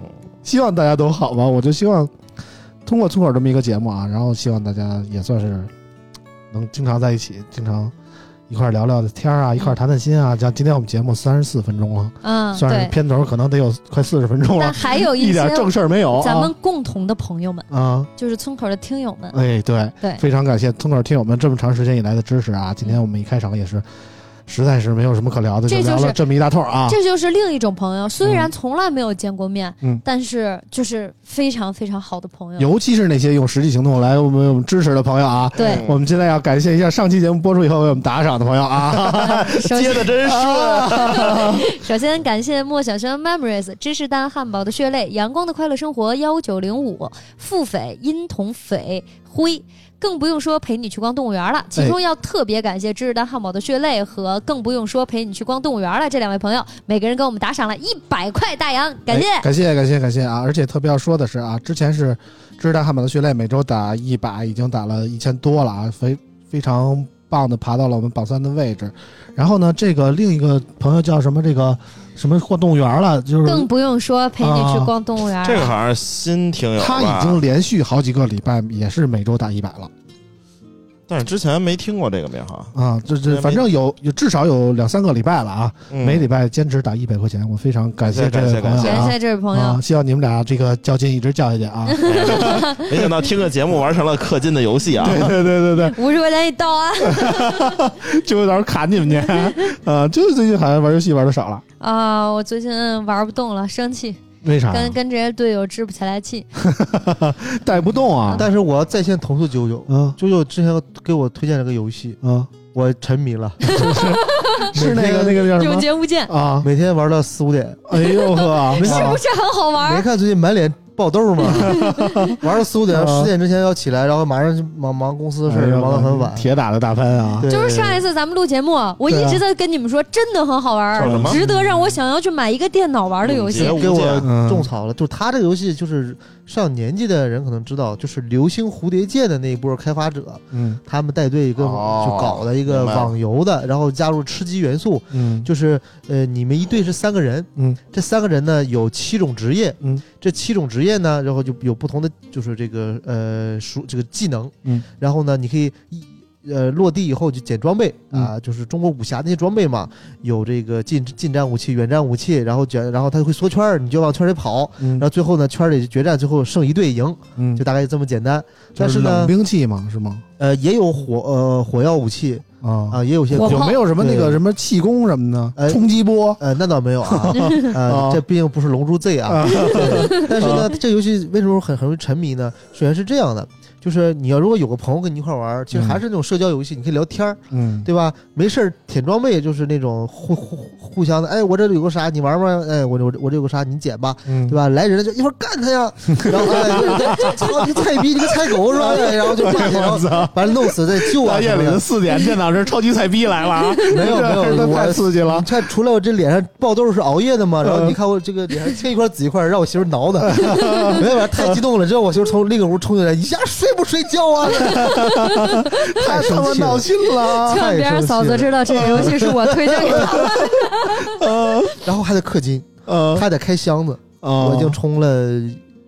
[SPEAKER 3] 希望大家都好吧，我就希望通过村口这么一个节目啊，然后希望大家也算是能经常在一起，经常一块儿聊聊天儿啊，一块儿谈谈心啊。像今天我们节目三十四分钟了，
[SPEAKER 2] 嗯，
[SPEAKER 3] 算是
[SPEAKER 2] 对。
[SPEAKER 3] 片头可能得有快四十分钟
[SPEAKER 2] 但
[SPEAKER 3] 了，
[SPEAKER 2] 还有
[SPEAKER 3] 一
[SPEAKER 2] 些
[SPEAKER 3] 点正事儿没
[SPEAKER 4] 哦
[SPEAKER 3] 有啊。
[SPEAKER 2] 咱们共同的朋友们，
[SPEAKER 3] 啊，
[SPEAKER 2] 就是村口的听友们，
[SPEAKER 3] 哎，对，
[SPEAKER 2] 对嗯
[SPEAKER 3] 非常感谢村口听友们这么长时间以来的支持啊！今天我们一开场也是，实在是没有什么可聊的，
[SPEAKER 2] 这就是
[SPEAKER 3] 聊了这么一大通啊。
[SPEAKER 2] 这就是另一种朋友。虽然从来没有见过面，
[SPEAKER 3] 嗯
[SPEAKER 2] 但是就是非常非常好的朋友。
[SPEAKER 3] 尤其是那些用实际行动来我们我们支持的朋友啊，
[SPEAKER 2] 对，
[SPEAKER 6] 嗯
[SPEAKER 3] 我们现在要感谢一下上期节目播出以后为我们打赏的朋友啊。
[SPEAKER 2] 首
[SPEAKER 6] 接
[SPEAKER 2] 先
[SPEAKER 6] 的真顺，
[SPEAKER 2] 首先感谢莫小轩 Memories、芝士蛋汉堡的血泪、阳光的快乐生活幺九零五、付匪、殷同匪、灰。更不用说陪你去逛动物园了，其中要特别感谢芝士蛋汉堡的血泪和更不用说陪你去逛动物园了这两位朋友，每个人给我们打赏了一百块大洋， 感谢。
[SPEAKER 3] 哎感谢感谢感谢啊！而且特别要说的是啊，之前是知识大汉堡的血泪每周打一把，已经打了一千多了啊，非非常棒的爬到了我们榜三的位置。然后呢，这个另一个朋友叫什么？这个什么逛动物园了？就是
[SPEAKER 2] 更不用说陪你去逛动物园了。
[SPEAKER 6] 这个好像是新听友吧
[SPEAKER 3] 他已经，连续好几个礼拜也是每周打一百了
[SPEAKER 6] 但是之前没听过这个名哈。
[SPEAKER 3] 啊！这
[SPEAKER 6] 对
[SPEAKER 3] 这
[SPEAKER 6] 没
[SPEAKER 3] 反正有有至少有两三个礼拜了啊，
[SPEAKER 6] 嗯
[SPEAKER 3] 每 礼拜坚持打一百块钱，我非常感谢这
[SPEAKER 6] 感谢
[SPEAKER 3] 位朋友
[SPEAKER 6] 感
[SPEAKER 2] 感
[SPEAKER 3] 啊
[SPEAKER 2] 谢这位朋友，
[SPEAKER 3] 啊！希望你们俩这个较劲一直较下去啊！
[SPEAKER 6] 没想到听个节目玩成了氪金的游戏啊！
[SPEAKER 3] 对对对对 对。
[SPEAKER 2] 五十块钱一到啊！
[SPEAKER 3] 就有点砍你们去，啊，就是最近好像玩游戏玩的少了，
[SPEAKER 2] 啊，我最近玩不动了，生气，
[SPEAKER 3] 为啥
[SPEAKER 2] 跟跟这些队友置不起来气。
[SPEAKER 3] 带不动啊？
[SPEAKER 4] 但是我要在线投诉九九，
[SPEAKER 3] 嗯
[SPEAKER 4] 九九之前给我推荐了个游戏，
[SPEAKER 3] 嗯，
[SPEAKER 4] 我沉迷了，
[SPEAKER 3] 是那个那个叫什
[SPEAKER 2] 永
[SPEAKER 3] 么
[SPEAKER 2] 劫无间，
[SPEAKER 3] 啊？
[SPEAKER 4] 每天玩到四五点。
[SPEAKER 3] 哎呦呵，
[SPEAKER 2] 是不是很好玩
[SPEAKER 4] 没
[SPEAKER 2] 儿？
[SPEAKER 4] 看最近满脸爆 痘吗？玩到四五点，
[SPEAKER 3] 啊
[SPEAKER 4] 十点之前要起来，然后马上就忙忙公司的事
[SPEAKER 3] 哎
[SPEAKER 4] 儿，
[SPEAKER 3] 呦
[SPEAKER 4] 忙到很晚。
[SPEAKER 3] 铁打的大潘啊！
[SPEAKER 4] 对
[SPEAKER 2] 就是上一次咱们录节目，我一直在跟你们说，真的很好玩
[SPEAKER 6] 叫什
[SPEAKER 2] 儿，
[SPEAKER 6] 么
[SPEAKER 2] 值得让我想要去买一个电脑玩的游戏
[SPEAKER 6] 永劫。无
[SPEAKER 4] 给我
[SPEAKER 3] 嗯
[SPEAKER 4] 种草了，就是他这个游戏，就是上年纪的人可能知道，就是《流星蝴蝶剑》的那一波开发者，
[SPEAKER 3] 嗯
[SPEAKER 4] 他们带队一个
[SPEAKER 6] 哦
[SPEAKER 4] 就搞了一个
[SPEAKER 6] 明白了
[SPEAKER 4] 网游的，然后加入吃鸡元素，
[SPEAKER 3] 嗯
[SPEAKER 4] 就是呃，你们一队是三个人，
[SPEAKER 3] 嗯，
[SPEAKER 4] 这三个人呢有七种职业，
[SPEAKER 3] 嗯，
[SPEAKER 4] 这七种职业呢，然后就有不同的就是这个呃属这个技能，
[SPEAKER 3] 嗯，
[SPEAKER 4] 然后呢你可以一。呃，落地以后就捡装备
[SPEAKER 3] 嗯
[SPEAKER 4] 啊，就是中国武侠那些装备嘛，有这个近近战武器、远战武器，然后卷，然后它会缩圈儿，你就往圈儿里跑，
[SPEAKER 3] 嗯
[SPEAKER 4] 然后最后呢，圈儿里决战，最后剩一队赢，
[SPEAKER 3] 嗯
[SPEAKER 4] 就大概就这么简单。但
[SPEAKER 3] 是
[SPEAKER 4] 是呢
[SPEAKER 3] 冷，兵器嘛，是吗？
[SPEAKER 4] 呃，也有火呃火药武器
[SPEAKER 3] 啊，
[SPEAKER 4] 啊，也有些
[SPEAKER 2] 火
[SPEAKER 3] 有没有什么那个
[SPEAKER 4] 对
[SPEAKER 3] 什么气功什么的，
[SPEAKER 4] 哎
[SPEAKER 3] 冲击波
[SPEAKER 4] 呃，那倒没 有啊，
[SPEAKER 3] 啊啊
[SPEAKER 4] 呃，这毕竟不是《龙珠 Z》啊。 对但是呢，这游戏为什么很很容易沉迷呢？首先是这样的，就是你要如果有个朋友跟你一块玩儿，其实还是那种社交游戏，你可以聊天儿，
[SPEAKER 3] 嗯，
[SPEAKER 4] 对吧？没事儿舔装备就是那种互互互相的，哎，我这里有个啥，你玩玩，哎，我这我这我这有个啥，你捡吧，
[SPEAKER 3] 嗯
[SPEAKER 4] 对 吧？来人了就一会儿干他呀，然后哎，对操你个菜逼，你个菜狗是吧？哎然后就骂你，然后
[SPEAKER 3] 操！
[SPEAKER 4] 把人弄死再救啊
[SPEAKER 3] 大
[SPEAKER 4] 什
[SPEAKER 3] 夜
[SPEAKER 4] 么
[SPEAKER 3] 里的
[SPEAKER 4] 的。
[SPEAKER 3] 四点，电脑这超级菜逼来了 啊！
[SPEAKER 4] 没有没有
[SPEAKER 3] 这太
[SPEAKER 4] 我
[SPEAKER 3] 刺激了
[SPEAKER 4] 你。看，除了我这脸上爆痘是熬夜的嘛，然后
[SPEAKER 3] 嗯
[SPEAKER 4] 你看我这个脸上青一块紫一块，让我媳妇 挠的，没有，啊太激动了。之后我媳妇从另一个屋冲进来，一下睡不睡觉 啊？太
[SPEAKER 3] 他
[SPEAKER 4] 生
[SPEAKER 3] 妈
[SPEAKER 4] 气
[SPEAKER 3] 闹
[SPEAKER 4] 了！
[SPEAKER 3] 心了！
[SPEAKER 2] 就让别人嫂子知道这个游戏是我推荐给 他们。
[SPEAKER 4] 然后还得氪金，
[SPEAKER 3] 嗯，哦
[SPEAKER 4] 还得开箱子，
[SPEAKER 3] 我
[SPEAKER 4] 我已经充了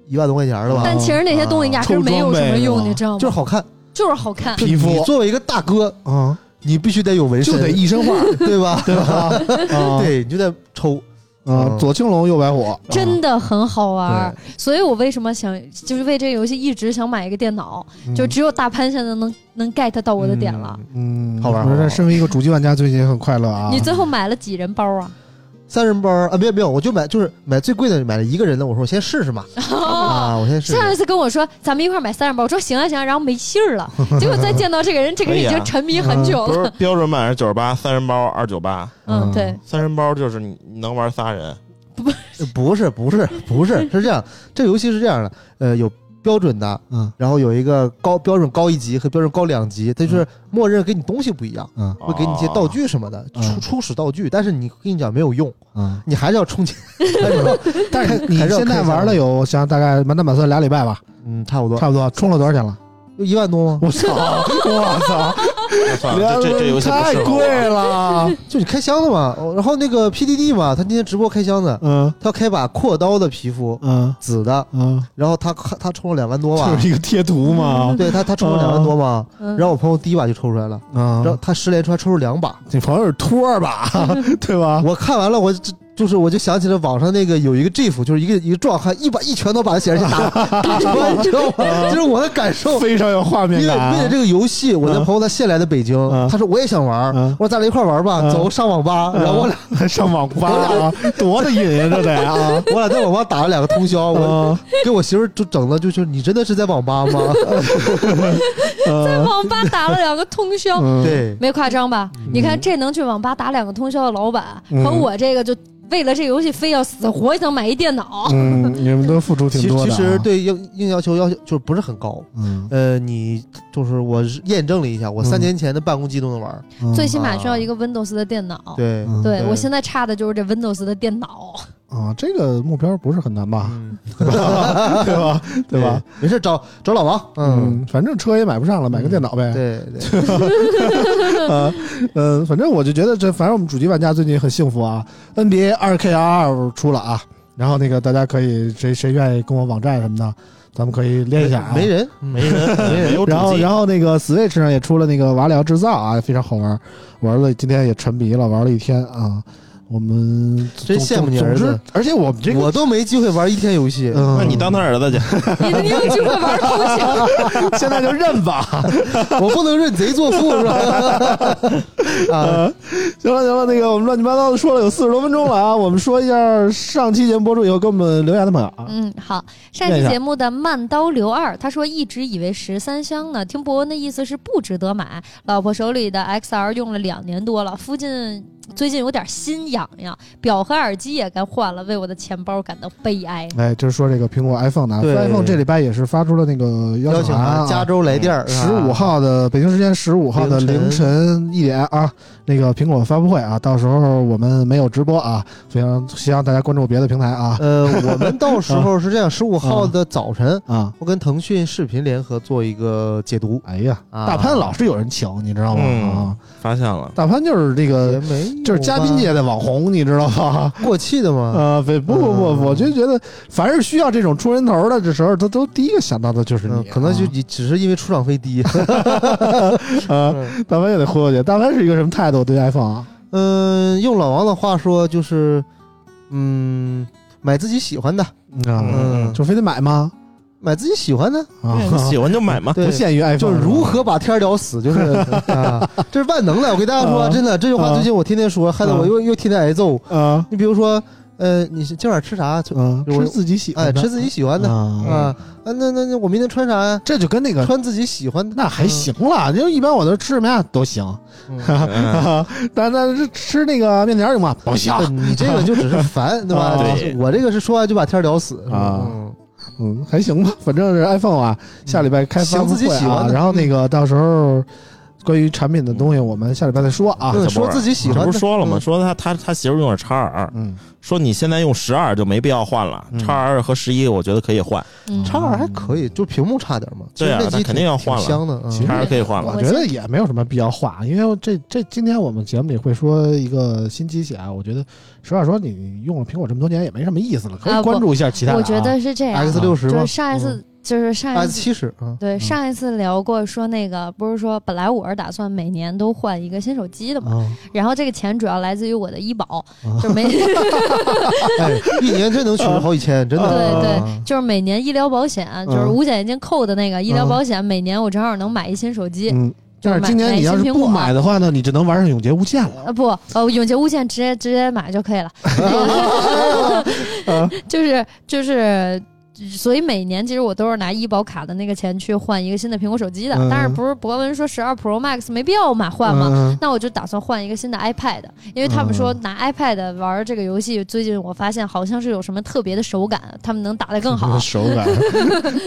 [SPEAKER 4] 一万多块钱了吧
[SPEAKER 2] 但？其实那些东西压根儿没有什么用，你知道吗？
[SPEAKER 4] 就是好看，
[SPEAKER 2] 就是好看。
[SPEAKER 3] 皮肤
[SPEAKER 4] 你作为一个大哥，
[SPEAKER 3] 啊，
[SPEAKER 4] 你必须得有纹
[SPEAKER 3] 嗯
[SPEAKER 4] 身，
[SPEAKER 3] 就得一身 画，
[SPEAKER 4] 对吧？
[SPEAKER 3] 对吧？啊，
[SPEAKER 4] 对，你就得抽。
[SPEAKER 3] 啊，
[SPEAKER 4] 嗯
[SPEAKER 3] 左青龙，右白虎，
[SPEAKER 2] 真的很好玩儿
[SPEAKER 4] 对，
[SPEAKER 2] 所以我为什么想就是为这个游戏一直想买一个电脑，就只有大潘现在能能 get 到我的点了。
[SPEAKER 3] 嗯，
[SPEAKER 4] 好玩
[SPEAKER 3] 我
[SPEAKER 4] 好
[SPEAKER 3] 这
[SPEAKER 4] 玩
[SPEAKER 3] 身为一个主机玩家，最近也很快乐啊。
[SPEAKER 2] 你最后买了几人包啊？
[SPEAKER 4] 三人包啊，没有没有，我就买就是买最贵的，买了一个人的，我说我先试试嘛，
[SPEAKER 2] 哦
[SPEAKER 4] 啊，我先试
[SPEAKER 2] 上一
[SPEAKER 4] 试。
[SPEAKER 2] 次跟我说咱们一块儿买三人包，我说行啊行啊，然后没信儿了。结果再见到这个人，这个人已
[SPEAKER 6] 可以
[SPEAKER 2] 经
[SPEAKER 6] 啊
[SPEAKER 2] 沉迷很久
[SPEAKER 6] 不
[SPEAKER 2] 了。
[SPEAKER 6] 是标准版是九十八，三人包二九八，
[SPEAKER 2] 嗯，对，
[SPEAKER 6] 三人包就是你能玩仨人，
[SPEAKER 4] 不是不是不是，是这样，这游戏是这样的，呃，有标准的，
[SPEAKER 3] 嗯
[SPEAKER 4] 然后有一个高标准高一级和标准高两级，它就是默认给你东西不一样，
[SPEAKER 3] 嗯
[SPEAKER 4] 会给你一些道具什么的，
[SPEAKER 3] 嗯
[SPEAKER 4] 初初始道具，但是你跟你讲没有用，
[SPEAKER 3] 嗯，
[SPEAKER 4] 你还是要充钱。
[SPEAKER 3] 但是你
[SPEAKER 4] 还是要
[SPEAKER 3] 现在
[SPEAKER 4] 看一下
[SPEAKER 3] 玩了有，我想大概满打满算俩礼拜吧，
[SPEAKER 4] 嗯，差不多，
[SPEAKER 3] 差不多充了多少钱了？
[SPEAKER 4] 一万多吗？
[SPEAKER 3] 我操！我操！
[SPEAKER 6] 那算了，啊这这这游戏不
[SPEAKER 3] 太
[SPEAKER 6] 适合我
[SPEAKER 3] 贵了。
[SPEAKER 4] 就你开箱子嘛，哦然后那个 PDD 嘛，他今天直播开箱子，
[SPEAKER 3] 嗯
[SPEAKER 4] 他要开把扩刀的皮肤，
[SPEAKER 3] 嗯
[SPEAKER 4] 紫的，
[SPEAKER 3] 嗯，
[SPEAKER 4] 然后他他充了两万多吧
[SPEAKER 3] 就，是一个贴图嘛。
[SPEAKER 4] 哦对他他充了两万多吧，
[SPEAKER 2] 嗯
[SPEAKER 4] 然后我朋友第一把就抽出来了，
[SPEAKER 3] 嗯
[SPEAKER 4] 然后，他十连抽还抽出两把，啊
[SPEAKER 3] 你朋友是托儿 吧？对吧？
[SPEAKER 4] 我看完了我这。就是，我就想起了网上那个有一个 GIF，就是一个一个壮汉一把一拳头把他显示器 打打出来，你知道吗？就是我的感受，
[SPEAKER 3] 非常有画面
[SPEAKER 4] 因为为
[SPEAKER 3] 感。
[SPEAKER 4] 了这个游戏，我那
[SPEAKER 3] 嗯
[SPEAKER 4] 朋友他现来的北京
[SPEAKER 3] 嗯，
[SPEAKER 4] 他说我也想玩儿，
[SPEAKER 3] 嗯
[SPEAKER 4] 我说咱俩一块儿玩儿吧，
[SPEAKER 3] 嗯
[SPEAKER 4] 走上网吧，然后我俩
[SPEAKER 3] 俩上网吧 啊，多的瘾呀，这得啊。
[SPEAKER 4] 我俩在网吧打了两个通宵，我
[SPEAKER 3] 嗯
[SPEAKER 4] 给我媳妇儿就整的，就是你真的是在网吧吗？
[SPEAKER 2] 在网吧打了两个通宵，
[SPEAKER 3] 嗯，
[SPEAKER 4] 对，
[SPEAKER 2] 没夸张吧？你看这能去网吧打两个通宵的老板，和我这个就为了这游戏非要死活想买一电脑，
[SPEAKER 3] 嗯，你们都付出
[SPEAKER 4] 其
[SPEAKER 3] 挺
[SPEAKER 4] 实
[SPEAKER 3] 多
[SPEAKER 4] 其
[SPEAKER 3] 的啊。
[SPEAKER 4] 实对硬硬要求要求就是不是很高。
[SPEAKER 3] 嗯，
[SPEAKER 4] 呃，你就是我是验证了一下，我三年前的办公机都能玩儿。
[SPEAKER 3] 嗯，
[SPEAKER 2] 最起码需要一个 Windows 的电脑。
[SPEAKER 4] 对
[SPEAKER 3] 嗯
[SPEAKER 2] 对，
[SPEAKER 4] 对
[SPEAKER 2] 我现在差的就是这 Windows 的电脑。
[SPEAKER 3] 啊，这个目标不是很难吧？
[SPEAKER 4] 嗯
[SPEAKER 3] 对吧？啊对吧？？
[SPEAKER 4] 没事，找找老王。嗯，
[SPEAKER 3] 嗯，反正车也买不上了，买个电脑呗。
[SPEAKER 4] 对对，
[SPEAKER 3] 啊，嗯，反正我就觉得这，反正我们主机玩家最近很幸福啊。NBA 二 K 二出了啊，然后那个大家可以谁谁愿意跟我网站什么的，咱们可以连一下啊。
[SPEAKER 4] 没人，嗯
[SPEAKER 6] 没人，没 有主
[SPEAKER 3] 然后，
[SPEAKER 6] 机，
[SPEAKER 3] 然后那个 Switch 上也出了那个瓦里奥制造啊，非常好玩，玩了今天也沉迷了，玩了一天啊。我们
[SPEAKER 4] 真羡慕你儿
[SPEAKER 3] 总
[SPEAKER 4] 子
[SPEAKER 3] 之，，而且我们这个，
[SPEAKER 4] 我都没机会玩一天游戏。
[SPEAKER 3] 嗯，
[SPEAKER 6] 那你当他儿子去，
[SPEAKER 2] 你你有机会玩通宵？
[SPEAKER 3] 现在就认 吧。
[SPEAKER 4] 我不能认贼作父 是吧？啊，
[SPEAKER 3] 行了行了，那个我们乱七八糟的说了有四十多分钟了啊，我们说一下上期节目播出以后给我们留言的朋友啊，
[SPEAKER 2] 嗯，好。上
[SPEAKER 3] 念
[SPEAKER 2] 期
[SPEAKER 3] 一下
[SPEAKER 2] 节目的慢刀刘二他说，一直以为十三香呢，听博文的意思是不值得买。老婆手里的 XR 用了两年多了，附近最近有点心痒痒，表和耳机也该换了，为我的钱包感到悲哀。
[SPEAKER 3] 哎，就是说这个苹果 iPhone 呢
[SPEAKER 4] 对
[SPEAKER 3] ，iPhone 这礼拜也是发出了那个邀
[SPEAKER 4] 邀
[SPEAKER 3] 请
[SPEAKER 4] 请
[SPEAKER 3] 函
[SPEAKER 4] 函，加
[SPEAKER 3] 啊。
[SPEAKER 4] 州来电儿，
[SPEAKER 3] 十五号的北京时间十五号的凌
[SPEAKER 4] 凌
[SPEAKER 3] 晨一点啊，那个苹果发布会啊，到时候我们没有直播啊，非常希望大家关注别的平台啊
[SPEAKER 4] 呃，我们 到时候是这样，十
[SPEAKER 3] 嗯
[SPEAKER 4] 五号的早晨，
[SPEAKER 3] 啊！
[SPEAKER 4] 我跟腾讯视频联合做一个解读，
[SPEAKER 3] 哎呀，
[SPEAKER 4] 啊
[SPEAKER 3] 大潘老是有人请，你知道吗？
[SPEAKER 6] 嗯
[SPEAKER 3] 啊，
[SPEAKER 6] 发现了，
[SPEAKER 3] 大潘就是这
[SPEAKER 4] 啊也
[SPEAKER 3] 个
[SPEAKER 4] 没有吧
[SPEAKER 3] 就是嘉宾界的网红，你知道吧？
[SPEAKER 4] 过气的嘛。
[SPEAKER 3] 啊，不不不
[SPEAKER 4] 嗯
[SPEAKER 3] 不，我就觉得凡是需要这种出人头的，这时候他都第一个想到的就是
[SPEAKER 4] 嗯
[SPEAKER 3] 你，，
[SPEAKER 4] 可能就
[SPEAKER 3] 啊
[SPEAKER 4] 你只是因为出场费低，
[SPEAKER 3] 啊，大潘也得忽悠去。大潘是一个什么态度对 iPhone 啊？
[SPEAKER 4] 嗯，用老王的话说就是，嗯，买自己喜欢的，
[SPEAKER 3] 啊，
[SPEAKER 4] 嗯
[SPEAKER 3] 就非得买吗？
[SPEAKER 4] 买自己喜欢的，
[SPEAKER 3] 啊，
[SPEAKER 6] 喜欢就买嘛，
[SPEAKER 4] 对
[SPEAKER 3] 不，限于 iPhone，
[SPEAKER 4] 就是如何把天儿聊 死，就是啊，这是万能的。我跟大家说，
[SPEAKER 3] 啊
[SPEAKER 4] 真的，这句话
[SPEAKER 3] 啊
[SPEAKER 4] 最近我天天说，害得我又又天天挨揍。
[SPEAKER 3] 啊
[SPEAKER 4] 你比如说，呃，你是今晚吃啥？就
[SPEAKER 3] 啊，
[SPEAKER 4] 我
[SPEAKER 3] 吃自己喜欢
[SPEAKER 4] 哎，
[SPEAKER 3] 的，
[SPEAKER 4] 吃自己喜欢的
[SPEAKER 3] 啊，
[SPEAKER 4] 啊啊，那那那我明天穿啥呀？
[SPEAKER 3] 这就跟那个
[SPEAKER 4] 穿自己喜欢的，
[SPEAKER 3] 那还行了，就一般我都吃什么呀都行，
[SPEAKER 4] 嗯。
[SPEAKER 3] 但但是吃那个面条行吗？不行，
[SPEAKER 4] 对嗯你这个就只是烦，对吧？
[SPEAKER 3] 啊
[SPEAKER 6] 对
[SPEAKER 4] 我这个是说完就把天儿聊死
[SPEAKER 3] 啊
[SPEAKER 4] 嗯
[SPEAKER 3] 嗯，还行吧，反正是 iPhone 啊，下礼拜开发
[SPEAKER 4] 行
[SPEAKER 3] 布
[SPEAKER 4] 自己
[SPEAKER 3] 会
[SPEAKER 4] 喜欢
[SPEAKER 3] 啊，
[SPEAKER 4] 的嗯
[SPEAKER 3] 然后那个到时候关于产品的东西，我们下礼拜再说啊。
[SPEAKER 6] 小
[SPEAKER 4] 嗯
[SPEAKER 6] 波
[SPEAKER 4] 说
[SPEAKER 6] 儿
[SPEAKER 4] 自己喜
[SPEAKER 6] 这
[SPEAKER 4] 欢
[SPEAKER 6] 不
[SPEAKER 4] 的，
[SPEAKER 6] 是说了吗？
[SPEAKER 4] 嗯
[SPEAKER 6] 说他他他媳妇用的叉二，
[SPEAKER 3] 嗯，
[SPEAKER 6] 说你现在用十二就没必要换了，叉二和十一我觉得可以换，
[SPEAKER 2] 嗯，
[SPEAKER 4] 叉二还可以，就屏幕差点嘛。
[SPEAKER 6] 对啊
[SPEAKER 4] 其实那
[SPEAKER 6] 那
[SPEAKER 4] 机
[SPEAKER 6] 肯定要换了
[SPEAKER 4] 挺香的，嗯
[SPEAKER 3] 其实
[SPEAKER 6] 叉二可以换了。
[SPEAKER 3] 我觉得也没有什么必要画，因为这这今天我们节目里会说一个新机器啊，我觉得实话说，你用了苹果这么多年也没什么意思了，可
[SPEAKER 2] 啊
[SPEAKER 3] 以
[SPEAKER 2] 不
[SPEAKER 3] 关注一下其他的、啊
[SPEAKER 2] 我觉得是这样，
[SPEAKER 4] X 六十
[SPEAKER 2] 就是
[SPEAKER 4] 嘛
[SPEAKER 2] 上一次就是上一
[SPEAKER 4] S
[SPEAKER 2] 次
[SPEAKER 4] 七十啊，
[SPEAKER 2] 对，
[SPEAKER 3] 嗯
[SPEAKER 2] 上一次聊过说那个，不是说本来我是打算每年都换一个新手机的嘛，
[SPEAKER 3] 嗯
[SPEAKER 4] 啊，
[SPEAKER 2] 然后这个钱主要来自于我的医保，
[SPEAKER 3] 啊
[SPEAKER 2] 就是每
[SPEAKER 4] 哎，一年真 能取出好几千，真的。
[SPEAKER 2] 对对
[SPEAKER 4] 啊
[SPEAKER 2] 就是每年医疗保险，就是
[SPEAKER 3] 嗯
[SPEAKER 2] 五险一金扣的那个医疗保险，每年我正好能买一新手机，
[SPEAKER 3] 嗯，但是今年你要是不买的话呢，你只能玩上永劫无间了。
[SPEAKER 2] 啊不，呃，永劫无间直接直接买就可 以了， 就是就是。所以每年其实我都是拿医保卡的那个钱去换一个新的苹果手机的，
[SPEAKER 3] 嗯
[SPEAKER 2] 但是不是博文说十二 Pro Max 没必要买换吗？
[SPEAKER 3] 嗯。
[SPEAKER 2] 那我就打算换一个新的 iPad，因为他们说拿 iPad 玩这个游戏，最近我发现好像是有什么特别的手感，他们能打得更好啊
[SPEAKER 3] 手感，啊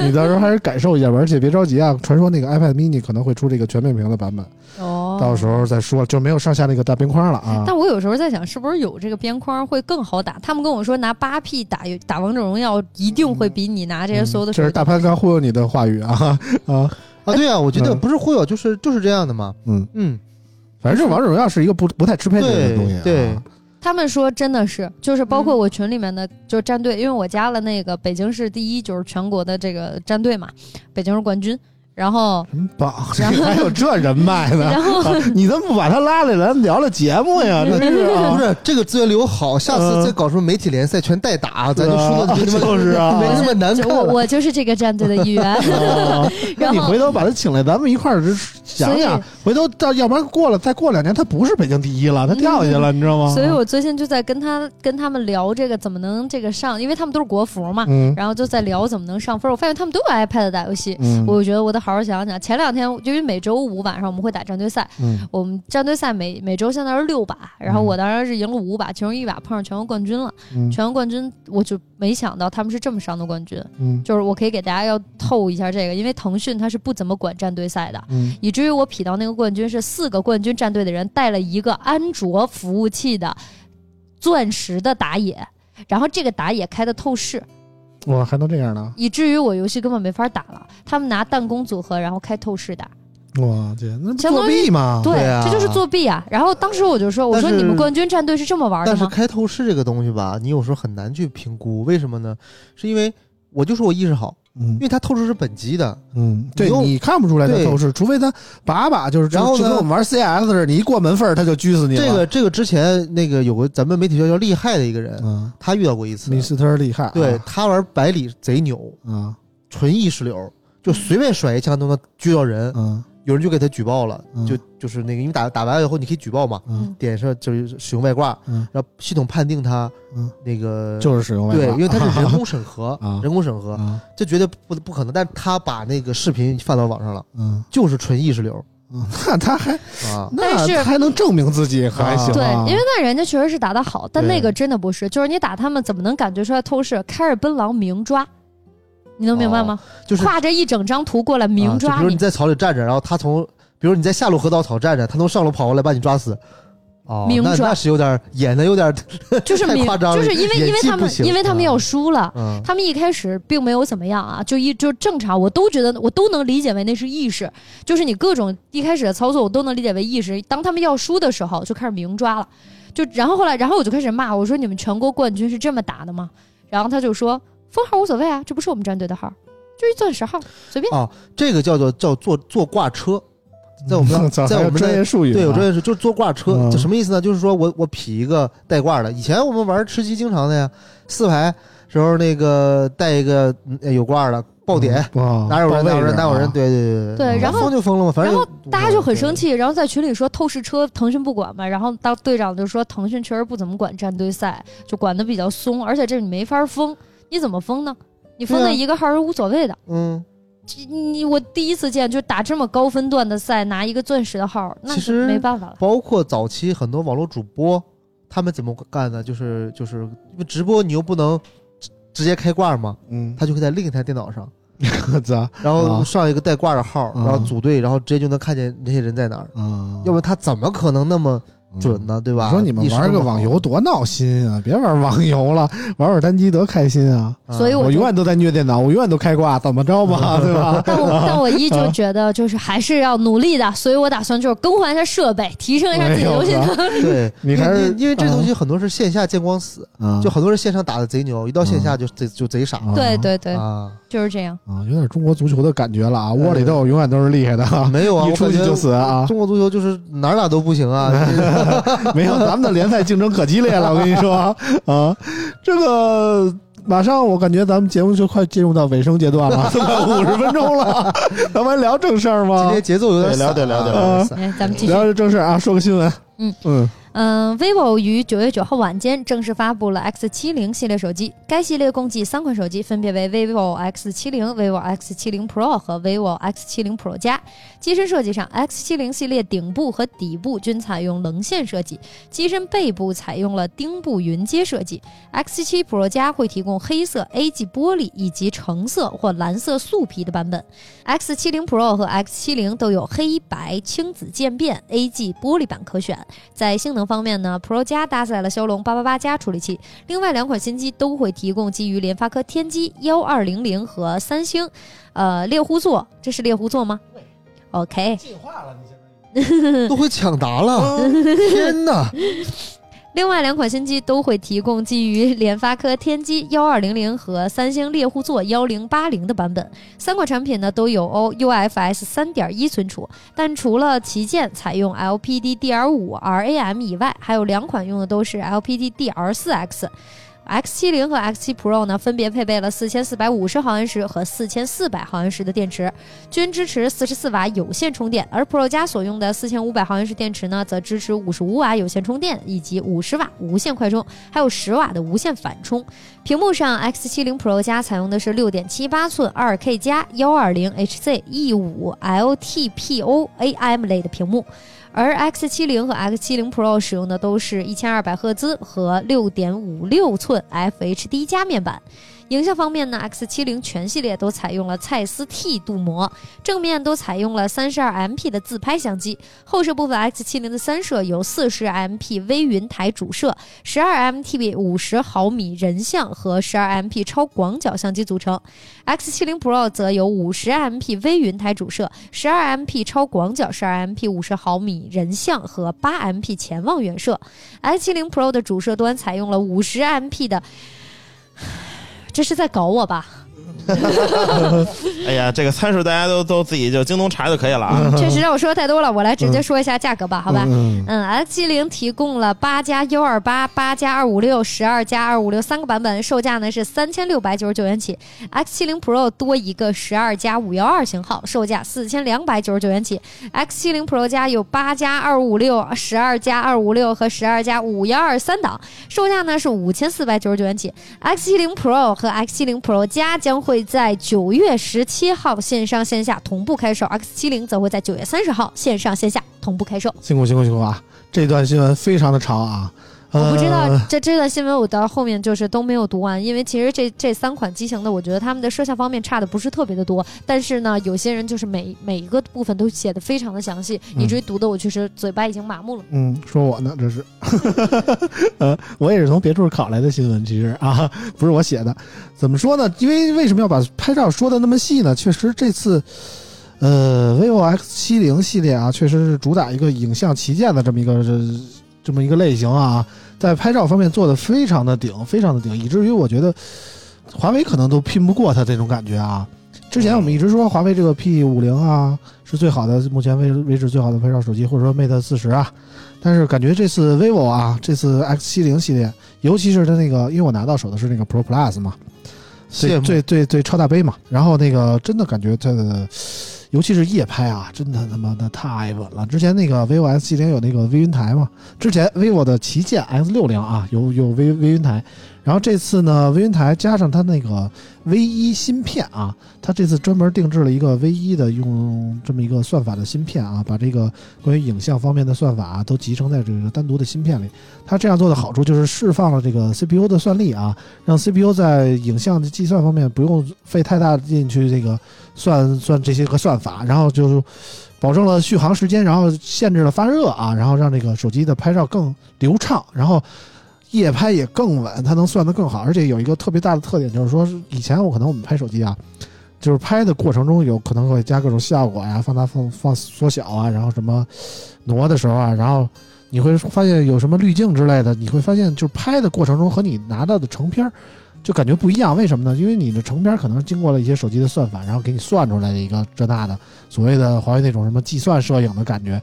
[SPEAKER 3] 你到时候还是感受一下吧，而且别着急啊。传说那个 iPad mini 可能会出这个全面屏的版本，
[SPEAKER 2] 哦
[SPEAKER 3] 到时候再说，就没有上下那个大边框了啊。
[SPEAKER 2] 但我有时候在想，是不是有这个边框会更好打？他们跟我说拿八 P 打打王者荣耀，一定会比你拿这些所有的
[SPEAKER 3] 嗯这
[SPEAKER 2] 手
[SPEAKER 3] 是
[SPEAKER 2] 机。
[SPEAKER 3] 大潘刚忽悠你的话语啊啊，
[SPEAKER 4] 啊，对啊，我觉得
[SPEAKER 3] 嗯
[SPEAKER 4] 不是忽悠，就是就是这样的嘛。
[SPEAKER 3] 嗯，
[SPEAKER 4] 嗯，
[SPEAKER 3] 反正这王者荣耀是一个不不太支配的一个东西、啊，
[SPEAKER 4] 对对
[SPEAKER 2] 他们说真的是，就是包括我群里面的就是战队，因为我加了那个北京市第一，就是全国的这个战队嘛，北京市冠军。然后，
[SPEAKER 3] 真棒，还有嗯这人脉呢，
[SPEAKER 2] 然后
[SPEAKER 3] 啊你怎么不把他拉来咱聊聊节目呀？那真是啊
[SPEAKER 4] 不。是这个资源流好，下次再搞什么媒体联赛全代打，咱就输的
[SPEAKER 3] 嗯啊
[SPEAKER 4] 没那
[SPEAKER 3] 就
[SPEAKER 4] 么
[SPEAKER 3] 是啊
[SPEAKER 4] 没那么难
[SPEAKER 2] 就
[SPEAKER 4] 看
[SPEAKER 2] 我
[SPEAKER 4] 了。
[SPEAKER 2] 我就是这个战队的一 员。
[SPEAKER 3] 啊那
[SPEAKER 2] 嗯然
[SPEAKER 3] 你
[SPEAKER 2] 后
[SPEAKER 3] 回头把他请来，咱们一块儿讲讲
[SPEAKER 2] 所。
[SPEAKER 3] 回头到，要不然过了再过两年，他不是北京第一了，他掉下去了，你知道吗？
[SPEAKER 2] 嗯所以我最近就在跟他跟他们聊这个怎么能这个上，因为他们都是国服嘛，
[SPEAKER 3] 嗯
[SPEAKER 2] 然后就在聊怎么能上分儿。我发现他们都有 iPad 打游戏，
[SPEAKER 3] 嗯
[SPEAKER 2] 我觉得我得好好想想。前两天因为每周五晚上我们会打战队赛，
[SPEAKER 3] 嗯
[SPEAKER 2] 我们战队赛每每周现在是六把，然后我当然是赢了五把，其中一把碰上全国冠军了。
[SPEAKER 3] 嗯
[SPEAKER 2] 全国冠军我就没想到他们是这么上的冠军，
[SPEAKER 3] 嗯
[SPEAKER 2] 就是我可以给大家要透一下这个，因为腾讯它是不怎么管战队赛的。
[SPEAKER 3] 嗯
[SPEAKER 2] 以至于我匹到那个冠军是四个冠军战队的人带了一个安卓服务器的钻石的打野，然后这个打野开的透视，
[SPEAKER 3] 我还能这样呢？
[SPEAKER 2] 以至于我游戏根本没法打了。他们拿弹弓组合，然后开透视打，
[SPEAKER 3] 我去，那不
[SPEAKER 2] 相
[SPEAKER 3] 作
[SPEAKER 2] 当于
[SPEAKER 3] 弊吗？
[SPEAKER 2] 对，
[SPEAKER 4] 对啊
[SPEAKER 2] 这就是作弊啊！然后当时我就说，我说
[SPEAKER 4] 但是
[SPEAKER 2] 你们冠军战队是这么玩的
[SPEAKER 4] 但是
[SPEAKER 2] 吗？
[SPEAKER 4] 开透视这个东西吧，你有时候很难去评估，为什么呢？是因为我就说我意识好，
[SPEAKER 3] 嗯
[SPEAKER 4] 因为它透视是本级的，
[SPEAKER 3] 嗯，对
[SPEAKER 4] 你又
[SPEAKER 3] 你看不出来他
[SPEAKER 4] 对
[SPEAKER 3] 透视，除非他把把就是，
[SPEAKER 4] 然后
[SPEAKER 3] 就
[SPEAKER 4] 呢
[SPEAKER 3] 跟我们玩 CS 似的，你一过门缝儿他就狙死你了。
[SPEAKER 4] 这个这个之前那个有个咱们媒体学校叫厉害的一个人，
[SPEAKER 3] 嗯，
[SPEAKER 4] 他遇到过一次，
[SPEAKER 3] 米斯特厉害啊，
[SPEAKER 4] 对他玩百里贼牛，
[SPEAKER 3] 啊
[SPEAKER 4] 纯意识流，就随便甩一枪都能狙到人，
[SPEAKER 3] 嗯
[SPEAKER 4] 有人就给他举报了，
[SPEAKER 3] 嗯
[SPEAKER 4] 就就是那个因为打打完了以后你可以举报嘛，
[SPEAKER 3] 嗯
[SPEAKER 4] 点上就是使用外挂，
[SPEAKER 3] 嗯
[SPEAKER 4] 然后系统判定他
[SPEAKER 3] 嗯
[SPEAKER 4] 那个
[SPEAKER 3] 就是使用外
[SPEAKER 4] 对，
[SPEAKER 3] 挂
[SPEAKER 4] 因为他是人工审 核
[SPEAKER 3] 啊，
[SPEAKER 4] 人工审核，
[SPEAKER 3] 啊
[SPEAKER 4] 这绝对不不可能，但是他把那个视频放到网上了，
[SPEAKER 3] 嗯，
[SPEAKER 4] 就是纯意识流
[SPEAKER 3] 嗯那他还
[SPEAKER 4] 啊，
[SPEAKER 2] 但是
[SPEAKER 3] 那还能证明自己还行
[SPEAKER 2] 对
[SPEAKER 3] 啊，
[SPEAKER 2] 因为那人家确实是打得好，但
[SPEAKER 4] 嗯对
[SPEAKER 2] 那个真的不是，就是你打他们怎么能感觉出来透视？开着奔狼明抓，你能明白吗？
[SPEAKER 4] 哦就是
[SPEAKER 2] 挎着一整张图过来
[SPEAKER 4] 啊
[SPEAKER 2] 明
[SPEAKER 4] 就
[SPEAKER 2] 抓
[SPEAKER 4] 比如
[SPEAKER 2] 你
[SPEAKER 4] 你，在草里站着，然后他从，比如你在下路河道草站着，他从上路跑过来把你抓死。哦，
[SPEAKER 2] 明
[SPEAKER 4] 那
[SPEAKER 2] 抓
[SPEAKER 4] 那是有点儿演的有点儿，
[SPEAKER 2] 就是
[SPEAKER 4] 太
[SPEAKER 2] 明
[SPEAKER 4] 夸，张了
[SPEAKER 2] 就是因为
[SPEAKER 4] 演
[SPEAKER 2] 因为
[SPEAKER 4] 技
[SPEAKER 2] 他
[SPEAKER 4] 不
[SPEAKER 2] 们
[SPEAKER 4] 行
[SPEAKER 2] 因为他们要输了。
[SPEAKER 4] 嗯，
[SPEAKER 2] 他们一开始并没有怎么样啊，就一就正常，我都觉得我都能理解为那是意识，就是你各种一开始的操作我都能理解为意识。当他们要输的时候，就开始明抓了，就然后后来，然后我就开始骂我说你们全国冠军是这么打的吗？然后他就说封号无所谓啊，这不是我们战队的号，就是钻石号，随便。
[SPEAKER 4] 哦这个叫做叫做坐挂车， 在我 们
[SPEAKER 3] 嗯
[SPEAKER 4] 的
[SPEAKER 3] 操
[SPEAKER 4] 在
[SPEAKER 3] 还
[SPEAKER 4] 我
[SPEAKER 3] 有
[SPEAKER 4] 们的
[SPEAKER 3] 专业术语啊，
[SPEAKER 4] 对我这是就是坐挂车，
[SPEAKER 3] 嗯
[SPEAKER 4] 这什么意思呢？就是说我我匹一个带挂的，以前我们玩吃鸡经常的呀，四排时候那个带一个嗯有挂的爆点，
[SPEAKER 3] 啊，
[SPEAKER 4] 哪有人
[SPEAKER 3] 报
[SPEAKER 4] 哪有
[SPEAKER 3] 位置
[SPEAKER 4] 人哪有人，
[SPEAKER 3] 啊
[SPEAKER 4] 对对对
[SPEAKER 2] 对然后
[SPEAKER 4] 疯就疯了嘛，反正
[SPEAKER 2] 然后大家就很生，气，然后在群里说透视车腾讯不管嘛，然后当队长就说腾讯确实不怎么管战队赛，就管的比较松，而且这你没法封，你怎么封呢？你封
[SPEAKER 4] 对啊
[SPEAKER 2] 那一个号是无所谓的。
[SPEAKER 4] 嗯，
[SPEAKER 2] 这你我第一次见，就打这么高分段的赛，拿一个钻石的号，那
[SPEAKER 4] 其实
[SPEAKER 2] 是没办法 了。
[SPEAKER 4] 包括早期很多网络主播，他们怎么干呢？就是就是因为直播你又不能直直接开挂嘛，
[SPEAKER 3] 嗯，
[SPEAKER 4] 他就会在另一台电脑上，
[SPEAKER 3] 我 操
[SPEAKER 4] 然后
[SPEAKER 3] 啊
[SPEAKER 4] 上一个带挂的号，
[SPEAKER 3] 嗯
[SPEAKER 4] 然后组队，然后直接就能看见那些人在哪儿，
[SPEAKER 3] 啊
[SPEAKER 4] 嗯
[SPEAKER 3] 嗯
[SPEAKER 4] 要不然他怎么可能那么准呢？对吧？
[SPEAKER 3] 你说你们
[SPEAKER 4] 意识
[SPEAKER 3] 玩
[SPEAKER 4] 那
[SPEAKER 3] 个
[SPEAKER 4] 么好
[SPEAKER 3] 网游，多闹心啊！别玩网游了，玩会儿单机多开心啊！
[SPEAKER 4] 啊
[SPEAKER 2] 所以
[SPEAKER 3] 我
[SPEAKER 2] 就
[SPEAKER 3] 永远都在虐电脑，我永远都开挂，怎么着吧，
[SPEAKER 4] 嗯
[SPEAKER 3] 对吧？
[SPEAKER 2] 但我
[SPEAKER 4] 啊
[SPEAKER 2] 但我依旧觉得就是还是要努力的，所以我打算就是更换一下设备，提升一下自己的游戏
[SPEAKER 3] 哎呦
[SPEAKER 2] 能
[SPEAKER 3] 我
[SPEAKER 2] 力。
[SPEAKER 4] 对，
[SPEAKER 3] 你
[SPEAKER 4] 因为
[SPEAKER 3] 还是
[SPEAKER 4] 因为这东西很多是线下见光死，
[SPEAKER 3] 啊
[SPEAKER 4] 就很多人线上打的贼牛，一到线下就贼就贼傻
[SPEAKER 3] 啊
[SPEAKER 2] 对对对，
[SPEAKER 4] 啊，
[SPEAKER 2] 就是这样。
[SPEAKER 3] 啊，有点中国足球的感觉了啊！窝里斗永远都是厉害的啊，
[SPEAKER 4] 没有 啊，
[SPEAKER 3] 一
[SPEAKER 4] 我
[SPEAKER 3] 出
[SPEAKER 4] 感
[SPEAKER 3] 去
[SPEAKER 4] 觉
[SPEAKER 3] 就死 啊！
[SPEAKER 4] 中国足球就是哪儿哪儿都不行啊，
[SPEAKER 3] 啊没有，咱们的联赛竞争可激烈了，我跟你说啊，这个马上我感觉咱们节目就快进入到尾声阶段了， 五十分钟了，咱们还聊正事儿
[SPEAKER 4] 今
[SPEAKER 3] 吗
[SPEAKER 4] 天？节奏有点
[SPEAKER 6] 对
[SPEAKER 4] 散啊
[SPEAKER 6] 聊点聊点
[SPEAKER 4] 有
[SPEAKER 3] 聊点
[SPEAKER 4] 散
[SPEAKER 2] 哎，咱们继续。
[SPEAKER 3] 聊聊正事儿啊，说个新闻。
[SPEAKER 2] 嗯
[SPEAKER 3] 嗯，
[SPEAKER 2] 嗯，vivo 于九月九号晚间正式发布了 X 7 0系列手机，该系列共计三款手机，分别为 vivo X 7 0 vivo X 7 0 Pro 和 vivo X 7 0 Pro 加。机身设计上，X 7 0系列顶部和底部均采用棱线设计，机身背部采用了钉部云接设计。X 7 Pro 加会提供黑色 A 级玻璃以及橙色或蓝色素皮的版本。X 7 0 Pro 和 X 7 0都有黑白青紫渐变 A 级玻璃版可选。在性能方面呢，Pro 加搭载了骁龙八八八加处理器，另外两款新机都会提供基于联发科天玑幺二零零和三星，呃，猎户座，这是猎户座吗？OK，嗯
[SPEAKER 4] 都会抢答
[SPEAKER 3] 啊
[SPEAKER 4] 了，天哪！
[SPEAKER 2] 另外两款新机都会提供基于联发科天玑幺二零零和三星猎户座幺零八零的版本。三款产品呢都有 O UFS 三点一存储，但除了旗舰采用 LPDDR5 RAM 以外，还有两款用的都是 LPDDR4X。X 7 0和 X 7 Pro 呢，分别配备了4450毫安时和4400毫安时的电池，均支持44瓦有线充电，而 Pro 加所用的4500毫安时电池呢，则支持55瓦有线充电以及50瓦无线快充，还有10瓦的无线反充。屏幕上，X 7 0 Pro 加采用的是6.78寸 2K 加1 2 0 HZ E 5 LTPO AMOLED 屏幕。而 X 7 0和 X 7 0 Pro 使用的都是一千二百赫兹和六点五六寸 FHD 加面板。影像方面呢，X 7 0全系列都采用了蔡司 T 镀膜，正面都采用了三十二 MP 的自拍相机，后摄部分 X 7 0的三摄有四十 MP 微云台主摄、十二 MP 五十毫米人像和十二 MP 超广角相机组成。X 7 0 Pro 则有五十 MP 微云台主摄、十二 MP 超广角、十二 MP 五十毫米人像和八 MP 潜望远摄。X 7 0 Pro 的主摄端采用了五十 MP 的， 这是在搞我吧？
[SPEAKER 6] 哎呀，这个参数大家都都自己就京东查就可以了啊。
[SPEAKER 2] 确实让我说的太多了，我来直接说一下价格吧，好吧？
[SPEAKER 3] 嗯，
[SPEAKER 2] 嗯，X 7 0提供了八加幺二八、八加二五六、十二加二五六三个版本，售价呢是三千六百九十九元起。X 7 0 Pro 多一个十二加五幺二型号，售价四千两百九十九元起。X 7 0 Pro 加有八加二五六、十二加二五六和十二加五幺二三档，售价呢是五千四百九十九元起。X 7 0 Pro 和 X 7 0 Pro 加将会在九月十七号线上线下同步开售，X 7 0则会在九月三十号线上线下同步开售。
[SPEAKER 3] 辛苦辛苦辛苦啊！这段新闻非常的长啊，
[SPEAKER 2] 我不知道
[SPEAKER 3] 呃
[SPEAKER 2] 这这段新闻，我到后面就是都没有读完，因为其实这这三款机型的，我觉得他们的摄像方面差的不是特别的多，但是呢，有些人就是每每一个部分都写的非常的详细，
[SPEAKER 3] 嗯
[SPEAKER 2] 以至于读的我确实嘴巴已经麻木了。
[SPEAKER 3] 嗯，说我呢，这是， 呃，我也是从别处考来的新闻，其实啊， 不是我写的。怎么说呢？因为为什么要把拍照说的那么细呢？确实这次，呃，vivo X 7 0系列啊，确实是主打一个影像旗舰的这么一个这这么一个类型啊，在拍照方面做的非常的顶，非常的顶，以至于我觉得华为可能都拼不过它这种感觉啊。之前我们一直说华为这个 P 5 0啊是最好的，目前为为止最好的拍照手机，或者说 Mate 40啊，但是感觉这次 vivo 啊，这次 X 7 0系列，尤其是它那个，因为我拿到手的是那个 Pro Plus 嘛，
[SPEAKER 4] 羡
[SPEAKER 3] 最
[SPEAKER 4] 慕
[SPEAKER 3] 最最最超大杯嘛，然后那个真的感觉它的，尤其是夜拍啊，真的他妈的太稳了。之前那个 vivo X 7 0有那个微云台嘛，之前 vivo 的旗舰 X 6 0啊有有微微云台，然后这次呢微云台加上它那个 V 1芯片啊，它这次专门定制了一个 V 1的用这么一个算法的芯片啊，把这个关于影像方面的算法、啊、都集成在这个单独的芯片里。它这样做的好处就是释放了这个 CPU 的算力啊，让 CPU 在影像的计算方面不用费太大的劲去这个算算这些个算法，然后就保证了续航时间，然后限制了发热啊，然后让这个手机的拍照更流畅，然后。夜拍也更稳，它能算得更好，而且有一个特别大的特点，就是说以前我可能我们拍手机啊，就是拍的过程中有可能会加各种效果呀，放大放放缩小啊，然后什么挪的时候啊，然后你会发现有什么滤镜之类的，你会发现就是拍的过程中和你拿到的成片儿就感觉不一样，为什么呢？因为你的成片儿可能经过了一些手机的算法，然后给你算出来的一个这那的所谓的华为那种什么计算摄影的感觉，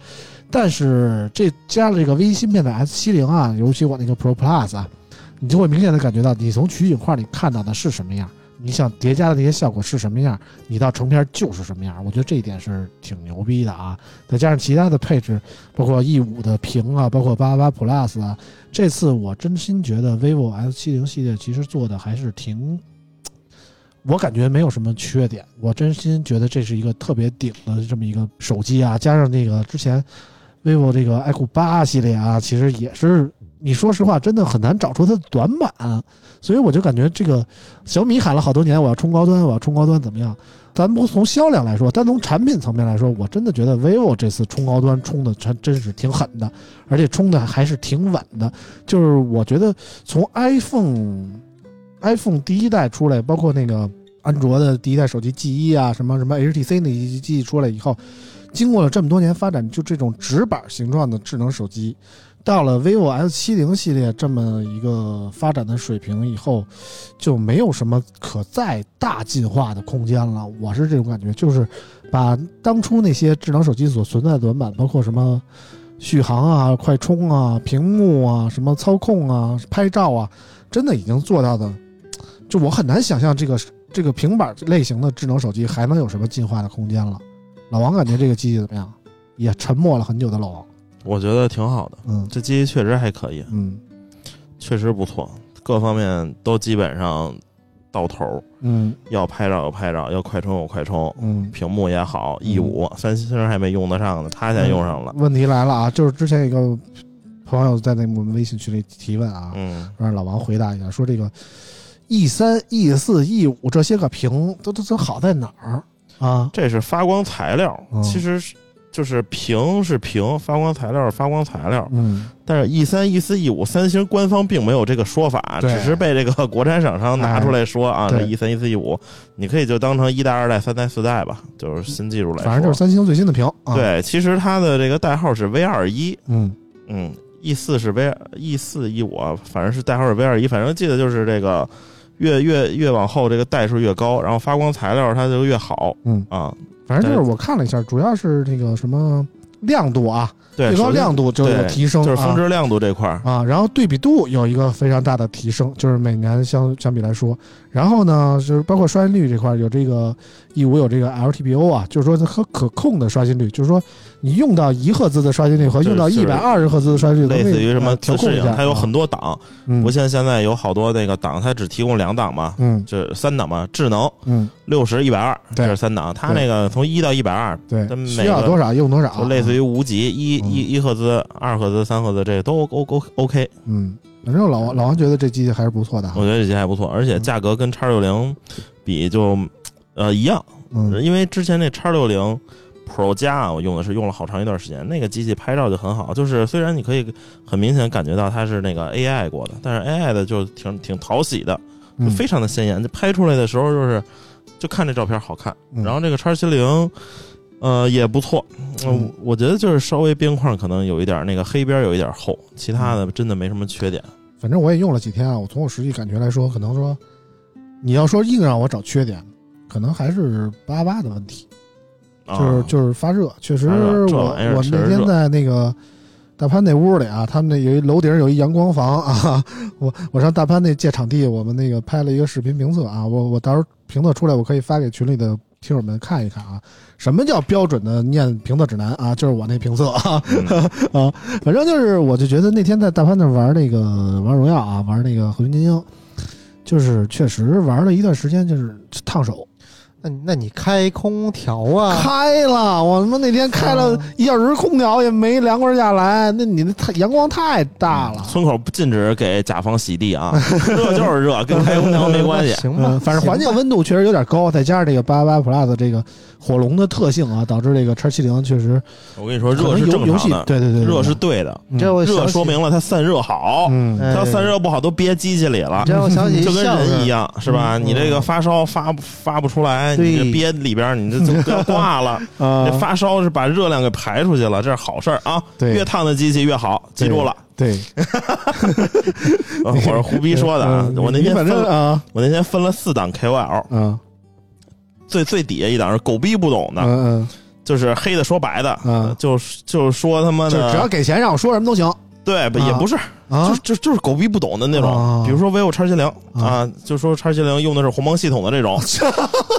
[SPEAKER 3] 但是这加了这个微芯片的 S 7 0啊，尤其我那个 Pro Plus 啊。你就会明显的感觉到，你从取景画里看到的是什么样，你想叠加的那些效果是什么样，你到成片就是什么样。我觉得这一点是挺牛逼的啊！再加上其他的配置，包括 E 五的屏啊，包括八八 Plus 啊，这次我真心觉得 vivo S 七零系列其实做的还是挺。我感觉没有什么缺点，我真心觉得这是一个特别顶的这么一个手机啊，加上那个之前 vivo 这个 iQOO 八系列啊，其实也是你说实话，真的很难找出它的短板，啊所以我就感觉这个小米喊了好多年，我要冲高端，我要冲高端，怎么样？咱不从销量来说，单从产品层面来说，我真的觉得 vivo 这次冲高端冲的真真是挺狠的，而且冲的还是挺稳的。就是我觉得从 iPhone iPhone 第一代出来，包括那个安卓的第一代手机 G 一啊，什么什么 HTC 那一机出来以后，经过了这么多年发展，就这种直板形状的智能手机，到了 vivo S 七零系列这么一个发展的水平以后，就没有什么可再大进化的空间了。我是这种感觉，就是把当初那些智能手机所存在的短板，包括什么续航啊、快充啊、屏幕啊、什么操控啊、拍照啊，真的已经做到的，就我很难想象这个这个平板类型的智能手机还能有什么进化的空间了。老王感觉这个机器怎么样？也沉默了很久的老王，
[SPEAKER 6] 我觉得挺好的，
[SPEAKER 3] 嗯
[SPEAKER 6] 这机器确实还可以，
[SPEAKER 3] 嗯
[SPEAKER 6] 确实不错，各方面都基本上到头儿。
[SPEAKER 3] 嗯
[SPEAKER 6] 要拍照有拍照，要快充有快充，
[SPEAKER 3] 嗯，
[SPEAKER 6] 屏幕也好，E 五三星还没用得上呢，它先用上了。
[SPEAKER 3] 问题来了啊，就是之前有一个朋友在那我们微信群里提问啊，
[SPEAKER 6] 嗯，
[SPEAKER 3] 让老王回答一下，说这个 E 三、E 四、E 五这些个屏都都都好在哪儿啊？
[SPEAKER 6] 这是发光材料
[SPEAKER 3] 嗯，
[SPEAKER 6] 其实是就是屏是屏，发光材料是发光材料。
[SPEAKER 3] 嗯，
[SPEAKER 6] 但是 E 三、E 四、E 五，三星官方并没有这个说法，
[SPEAKER 3] 对哎
[SPEAKER 6] 只是被这个国产厂商拿出来说啊，
[SPEAKER 3] 对
[SPEAKER 6] 这 E 三、E 四、E 五，你可以就当成一代、二代、三代、四代吧，就是新技术来说。
[SPEAKER 3] 反正就是三星最新的屏啊。，
[SPEAKER 6] 对，其实它的这个代号是 V 二一，
[SPEAKER 3] 嗯
[SPEAKER 6] 嗯，E 四是 V E 四 E 五，反正是代号是 V 二一，反正记得就是这个越越越往后这个代数越高，然后发光材料它就越好
[SPEAKER 3] 嗯，
[SPEAKER 6] 啊。
[SPEAKER 3] 反正就是我看了一下，主要是那个什么亮度啊，
[SPEAKER 6] 对，
[SPEAKER 3] 最高
[SPEAKER 6] 首先
[SPEAKER 3] 亮度就有
[SPEAKER 6] 对
[SPEAKER 3] 提升
[SPEAKER 6] 就是峰
[SPEAKER 3] 啊。
[SPEAKER 6] 值亮度这块儿，
[SPEAKER 3] 啊，然后对比度有一个非常大的提升，就是每年相相比来说，然后呢，就是包括刷新率这块儿有这个 E 五有这个 LTPO 啊，就是说它可可控的刷新率，就是说你用到一赫兹的刷新率和
[SPEAKER 6] 就是
[SPEAKER 3] 用到
[SPEAKER 6] 就
[SPEAKER 3] 一
[SPEAKER 6] 是
[SPEAKER 3] 百二十赫兹的刷新率都可以，
[SPEAKER 6] 类似于什么
[SPEAKER 3] 呃调
[SPEAKER 6] 自
[SPEAKER 3] 控
[SPEAKER 6] 适
[SPEAKER 3] 一
[SPEAKER 6] 应
[SPEAKER 3] 下，，
[SPEAKER 6] 它有很
[SPEAKER 3] 啊
[SPEAKER 6] 多档，
[SPEAKER 3] 嗯
[SPEAKER 6] 不像现在有好多那个档，它只提供两档嘛，
[SPEAKER 3] 嗯
[SPEAKER 6] 这三档嘛，智能
[SPEAKER 3] 嗯
[SPEAKER 6] 六十、一百二，
[SPEAKER 3] 对
[SPEAKER 6] 这是三档，它那个从一到一百二，它
[SPEAKER 3] 对，
[SPEAKER 6] 每
[SPEAKER 3] 需要
[SPEAKER 6] 个
[SPEAKER 3] 多少用多少，
[SPEAKER 6] 就类似于无极，一
[SPEAKER 3] 嗯
[SPEAKER 6] 一一赫兹、二赫兹、三赫兹，这个都 O O O K，
[SPEAKER 3] 嗯，反正老王老王觉得这机器还是不错的啊，
[SPEAKER 6] 我觉得这机还不错，而
[SPEAKER 3] 嗯
[SPEAKER 6] 且价格跟叉六零比就呃一样，
[SPEAKER 3] 嗯
[SPEAKER 6] 因为之前那叉六零 Pro 加啊我用的是用了好长一段时间，那个机器拍照就很好，就是虽然你可以很明显感觉到它是那个 AI 过的，但是 AI 的就挺挺讨喜的，就
[SPEAKER 3] 嗯
[SPEAKER 6] 非常的鲜艳，就拍出来的时候就是就看这照片好看，
[SPEAKER 3] 嗯
[SPEAKER 6] 然后这个叉七零。呃，也不错，呃
[SPEAKER 3] 嗯
[SPEAKER 6] 我觉得就是稍微边框可能有一点儿那个黑边儿有一点儿厚，其他
[SPEAKER 3] 嗯
[SPEAKER 6] 的真的没什么缺点。
[SPEAKER 3] 反正我也用了几天啊，我从我实际感觉来说，可能说你要说硬让我找缺点，可能还是八八的问题，
[SPEAKER 6] 啊
[SPEAKER 3] 就是就是发热，确实
[SPEAKER 6] 发热这
[SPEAKER 3] 我
[SPEAKER 6] 玩意儿
[SPEAKER 3] 我
[SPEAKER 6] 确实
[SPEAKER 3] 那天
[SPEAKER 6] 热
[SPEAKER 3] 在那个大潘那屋里啊，他们那有一楼顶有一阳光房啊， 我我上大潘那借场地，我们那个拍了一个视频评测啊，我我到时候评测出来，我可以发给群里的听友们看一看啊，什么叫标准的念评测指南啊，就是我那评测啊，
[SPEAKER 6] 嗯
[SPEAKER 3] 反正就是，我就觉得那天在大潘那玩那个玩荣耀啊，玩那个和平精英，就是确实玩了一段时间，就是烫手。
[SPEAKER 4] 那你那你开空调啊？
[SPEAKER 3] 开了，我他妈那天开了一小时空调也没凉快下来，那你那太阳光太大了。
[SPEAKER 6] 村口不禁止给甲方洗地啊， 热就是热，跟开空调没 关系。
[SPEAKER 4] 行吧
[SPEAKER 3] 嗯，，反正环境
[SPEAKER 4] 行吧
[SPEAKER 3] 温度确实有点高，再加上这个八八 plus 这个火龙的特性啊，导致这个叉七零确实
[SPEAKER 6] 我跟你说，
[SPEAKER 3] 可能
[SPEAKER 6] 热是
[SPEAKER 3] 游
[SPEAKER 6] 正
[SPEAKER 3] 游
[SPEAKER 6] 常
[SPEAKER 3] 戏
[SPEAKER 6] 的，
[SPEAKER 3] 对对对，对
[SPEAKER 6] 热是对的，
[SPEAKER 3] 嗯
[SPEAKER 4] 这我想
[SPEAKER 6] 热
[SPEAKER 4] 起
[SPEAKER 6] 说明了它散热好，
[SPEAKER 3] 嗯
[SPEAKER 4] 哎
[SPEAKER 6] 它散热不好都憋机器里了
[SPEAKER 4] 这。让我想起
[SPEAKER 6] 就跟
[SPEAKER 4] 相声
[SPEAKER 6] 人一，样是吧？
[SPEAKER 4] 嗯
[SPEAKER 6] 你这个发烧发不发不出来，
[SPEAKER 4] 对
[SPEAKER 6] 你这憋里边儿，你这就要挂了。这
[SPEAKER 3] 啊，
[SPEAKER 6] 发烧是把热量给排出去了，这是好事儿啊！
[SPEAKER 3] 对
[SPEAKER 6] 越烫的机器越好，记住了。
[SPEAKER 3] 对，
[SPEAKER 6] 呃我是胡逼说的啊
[SPEAKER 3] 嗯，
[SPEAKER 6] 我那
[SPEAKER 3] 你
[SPEAKER 6] 天
[SPEAKER 3] 反
[SPEAKER 6] 分
[SPEAKER 3] 正
[SPEAKER 6] 了，
[SPEAKER 3] 啊
[SPEAKER 6] 我那天分了四档 KOL，
[SPEAKER 3] 啊
[SPEAKER 6] 最最底下一档是狗逼不懂的，
[SPEAKER 3] 嗯嗯，
[SPEAKER 6] 就是黑的说白的，
[SPEAKER 3] 嗯
[SPEAKER 6] 就是就是说他妈
[SPEAKER 3] 就
[SPEAKER 6] 的，
[SPEAKER 3] 只要给钱让我说什么都行。
[SPEAKER 6] 对，不也不是，
[SPEAKER 3] 啊
[SPEAKER 6] 就就就是狗逼不懂的那
[SPEAKER 3] 啊
[SPEAKER 6] 种，比如说 vivo 叉七零
[SPEAKER 3] 啊
[SPEAKER 6] 啊，就说叉七零用的是鸿蒙系统的这种，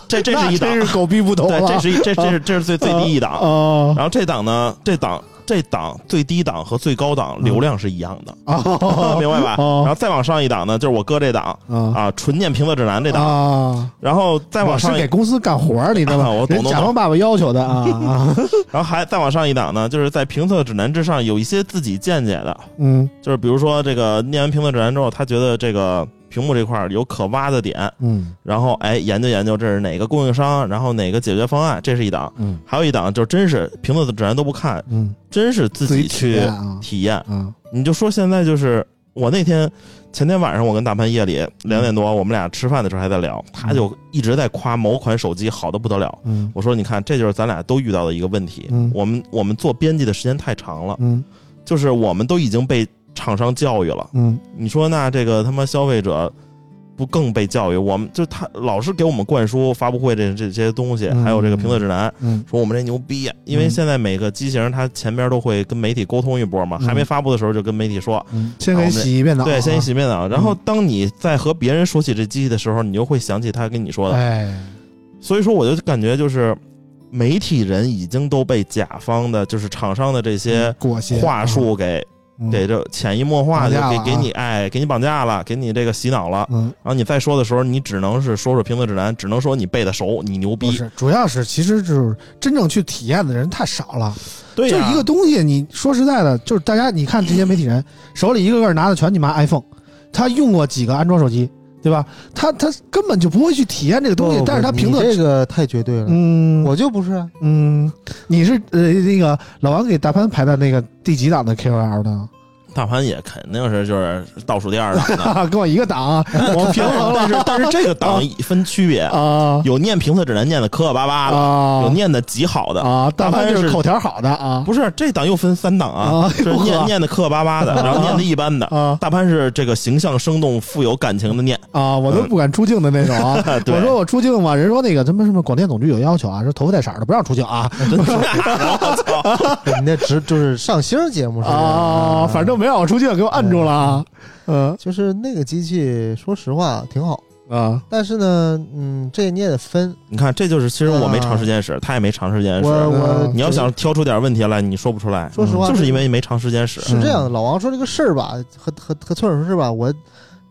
[SPEAKER 6] 这这是一档
[SPEAKER 3] 那，真是狗逼不懂啊
[SPEAKER 6] 对，这
[SPEAKER 3] 了
[SPEAKER 6] 是一这这是这是最最低一档，
[SPEAKER 3] 啊
[SPEAKER 6] 然后这档呢，这档这档最低档和最高档流量是一样的，
[SPEAKER 3] 啊
[SPEAKER 6] 明白吧？
[SPEAKER 3] 嗯哦
[SPEAKER 6] 然后再往上一档呢，就是我哥这档
[SPEAKER 3] 啊
[SPEAKER 6] 啊，纯念平仄指南这档，
[SPEAKER 3] 啊！
[SPEAKER 6] 然后再往
[SPEAKER 3] 我是
[SPEAKER 6] 上一，
[SPEAKER 3] 给公司干活儿，你知道
[SPEAKER 6] 啊
[SPEAKER 3] 吗
[SPEAKER 6] 我？懂
[SPEAKER 3] 人
[SPEAKER 6] 懂
[SPEAKER 3] 甲方
[SPEAKER 6] 懂
[SPEAKER 3] 爸爸要求的 啊啊，
[SPEAKER 6] 然后还再往上一档呢，就是在平仄指南之上有一些自己见解的，
[SPEAKER 3] 嗯
[SPEAKER 6] 就是比如说这个念完平仄指南之后，他觉得这个屏幕这块儿有可挖的点，
[SPEAKER 3] 嗯
[SPEAKER 6] 然后哎研究研究这是哪个供应商，然后哪个解决方案，这是一档，
[SPEAKER 3] 嗯
[SPEAKER 6] 还有一档就是真是平仄指南都不看，
[SPEAKER 3] 嗯，
[SPEAKER 6] 真是自己
[SPEAKER 3] 体
[SPEAKER 6] 去
[SPEAKER 3] 验啊
[SPEAKER 6] 体验。
[SPEAKER 3] 啊
[SPEAKER 6] 你就说现在就是我那天前天晚上，我跟大潘夜里两点
[SPEAKER 3] 嗯
[SPEAKER 6] 多，我们俩吃饭的时候还在聊，他就一直在夸某款手机好的不得了。
[SPEAKER 3] 嗯
[SPEAKER 6] 我说你看，这就是咱俩都遇到的一个问题。
[SPEAKER 3] 嗯
[SPEAKER 6] 我们我们做编辑的时间太长了，
[SPEAKER 3] 嗯
[SPEAKER 6] 就是我们都已经被厂商教育了。
[SPEAKER 3] 嗯
[SPEAKER 6] 你说那这个他妈消费者不更被教育？我们就他老是给我们灌输发布会这这这些东西，
[SPEAKER 3] 嗯
[SPEAKER 6] 还有这个评测指南，
[SPEAKER 3] 嗯
[SPEAKER 6] 说我们这牛逼呀、因为
[SPEAKER 3] 嗯
[SPEAKER 6] 现在每个机型它前边都会跟媒体沟通一波嘛，
[SPEAKER 3] 嗯
[SPEAKER 6] 还没发布的时候就跟媒体说，
[SPEAKER 3] 嗯，先给洗一遍脑，啊
[SPEAKER 6] 对，先洗面奶。然后当你在和别人说起这机器的时候，你就会想起他跟你说的。
[SPEAKER 3] 哎，
[SPEAKER 6] 所以说，我就感觉就是媒体人已经都被甲方的，就是厂商的这些
[SPEAKER 3] 裹挟
[SPEAKER 6] 话术给
[SPEAKER 3] 嗯
[SPEAKER 6] 给这潜移默化
[SPEAKER 3] 绑
[SPEAKER 6] 的
[SPEAKER 3] 架
[SPEAKER 6] 给
[SPEAKER 3] 了
[SPEAKER 6] 给
[SPEAKER 3] 啊
[SPEAKER 6] 你哎给你绑架了，给你这个洗脑了。
[SPEAKER 3] 嗯，
[SPEAKER 6] 然后你再说的时候，你只能是说说评测指南，只能说你背的熟，你牛
[SPEAKER 3] 不
[SPEAKER 6] 逼。
[SPEAKER 3] 是，主要是其实就是真正去体验的人太少了。
[SPEAKER 6] 对
[SPEAKER 3] 就
[SPEAKER 6] 呀
[SPEAKER 3] 一个东西，你说实在的，就是大家你看这些媒体人手里一个个拿的全你妈 iPhone，他用过几个安装手机，对吧？他他根本就不会去体验这个东西，
[SPEAKER 4] 不
[SPEAKER 3] 但是他
[SPEAKER 4] 哎你
[SPEAKER 3] 评论
[SPEAKER 4] 这，个太绝对了，
[SPEAKER 3] 嗯，
[SPEAKER 4] 我就不是啊，
[SPEAKER 3] 嗯，你是呃那个老王给大潘排的那个第几档的 KOL 呢？
[SPEAKER 6] 大盘也肯定是就是倒数第二档 的，
[SPEAKER 3] 啊，跟我一个档啊，我平衡了
[SPEAKER 6] 但是但是 这个档分区别，
[SPEAKER 3] 啊
[SPEAKER 6] 有念评测指南念的磕磕巴巴的，
[SPEAKER 3] 啊
[SPEAKER 6] 有念的极好的，
[SPEAKER 3] 啊，大潘就
[SPEAKER 6] 大潘
[SPEAKER 3] 是
[SPEAKER 6] 是
[SPEAKER 3] 口条好的啊
[SPEAKER 6] 不是这档又分三档啊，
[SPEAKER 3] 啊，
[SPEAKER 6] 是 念念的磕磕巴巴的，然后念的一般的。
[SPEAKER 3] 啊
[SPEAKER 6] 大潘是这个形象生动、富有感情的念，
[SPEAKER 3] 啊，我都不敢出镜的那种啊。
[SPEAKER 6] 对
[SPEAKER 3] 我说我出镜嘛，人说那个他们什么广电总局有要求啊，说头发带色儿的不让出镜啊
[SPEAKER 6] 真的， 我操！
[SPEAKER 4] 你那只就是上星儿节目是这样
[SPEAKER 3] 啊，反正没让我出镜，给我摁住了啊，嗯
[SPEAKER 4] 就是那个机器，说实话挺好，
[SPEAKER 3] 啊
[SPEAKER 4] 但是呢，嗯，这你也得分，
[SPEAKER 6] 你看，这就是其实我没长时间使，他也没长时间
[SPEAKER 4] 我
[SPEAKER 6] 使。
[SPEAKER 4] 我
[SPEAKER 6] 你要想挑出点问题来，你说不出来，
[SPEAKER 4] 说实话，
[SPEAKER 6] 就是因为没长时间使。嗯
[SPEAKER 4] 是这样的，老王说这个事儿吧，和和和村长说事儿吧，我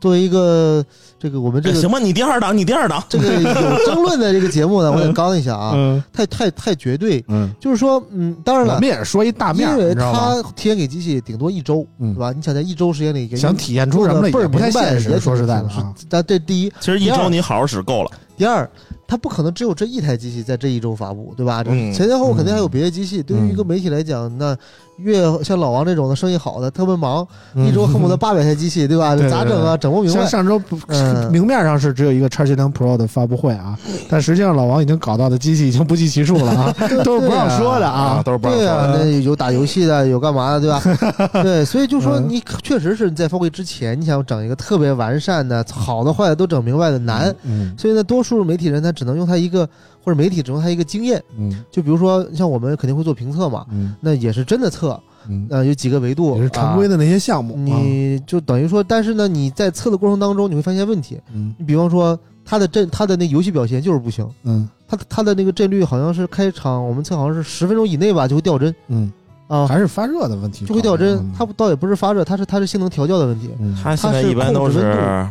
[SPEAKER 4] 作为一个这个我们这个
[SPEAKER 6] 哎行吧，你第二档，你第二档，
[SPEAKER 4] 这个有争论的这个节目呢，我得刚一下啊，
[SPEAKER 3] 嗯
[SPEAKER 4] 太太太绝对，
[SPEAKER 3] 嗯，
[SPEAKER 4] 就是说，嗯，当然
[SPEAKER 3] 我
[SPEAKER 4] 了
[SPEAKER 3] 们，也是说一大面儿，
[SPEAKER 4] 因
[SPEAKER 3] 你
[SPEAKER 4] 为
[SPEAKER 3] 知道吗？
[SPEAKER 4] 他体验给机器顶多一周，
[SPEAKER 3] 嗯
[SPEAKER 4] 对吧？你想在一周时间里给
[SPEAKER 3] 想体验出什么来
[SPEAKER 4] 倍
[SPEAKER 3] 也
[SPEAKER 4] 儿
[SPEAKER 3] 不太现
[SPEAKER 4] 明白
[SPEAKER 3] 实，说实在的啊，，
[SPEAKER 4] 但这第一，
[SPEAKER 6] 其实一周你好好使够了。
[SPEAKER 4] 第二，它不可能只有这一台机器在这一周发布，对吧？
[SPEAKER 6] 嗯
[SPEAKER 4] 前前后后肯定还有别的机器。对于一
[SPEAKER 3] 嗯
[SPEAKER 4] 个媒体来讲，那越像老王这种的生意好的，特别忙，一 周恨不得八百台机器，对吧？
[SPEAKER 3] 嗯对对
[SPEAKER 4] 咋整啊？整不明
[SPEAKER 3] 像
[SPEAKER 4] 白。
[SPEAKER 3] 上周不
[SPEAKER 4] 嗯
[SPEAKER 3] 明面上是只有一个叉七零 Pro 的发布会啊，但实际上老王已经搞到的机器已经不计其数了 啊，都是不让说的啊。
[SPEAKER 6] 都是不让
[SPEAKER 4] 对
[SPEAKER 6] 说
[SPEAKER 4] 啊，
[SPEAKER 6] 的
[SPEAKER 4] 那有打游戏的，有干嘛的，对吧？对，所以就说
[SPEAKER 3] 嗯
[SPEAKER 4] 你确实是你在发布会之前，你想整一个特别完善的，好的坏的都整明白的难。
[SPEAKER 3] 嗯
[SPEAKER 4] 所以呢，多数媒体人他只能用他一个，或者媒体只用他一个经验。
[SPEAKER 3] 嗯
[SPEAKER 4] 就比如说，像我们肯定会做评测嘛，
[SPEAKER 3] 嗯
[SPEAKER 4] 那也是真的测，
[SPEAKER 3] 嗯，
[SPEAKER 4] 呃，有几个维度，
[SPEAKER 3] 也是常规
[SPEAKER 4] 的。
[SPEAKER 3] 的那些项目。啊
[SPEAKER 4] 你就等于说，但是呢，你在测的过程当中，你会发现问题。
[SPEAKER 3] 嗯
[SPEAKER 4] 你比方说，他的阵，他的那游戏表现就是不行，
[SPEAKER 3] 嗯
[SPEAKER 4] 他他的那个帧率好像是开场我们测好像是十分钟以内吧就会掉帧
[SPEAKER 3] 嗯，
[SPEAKER 4] 啊，
[SPEAKER 3] 还是发热的问题，
[SPEAKER 4] 就会掉帧
[SPEAKER 3] 嗯。
[SPEAKER 4] 它不倒也不是发热，它是它是性能调教的问题。
[SPEAKER 3] 嗯
[SPEAKER 6] 他现在一般都
[SPEAKER 4] 它是控制
[SPEAKER 6] 是，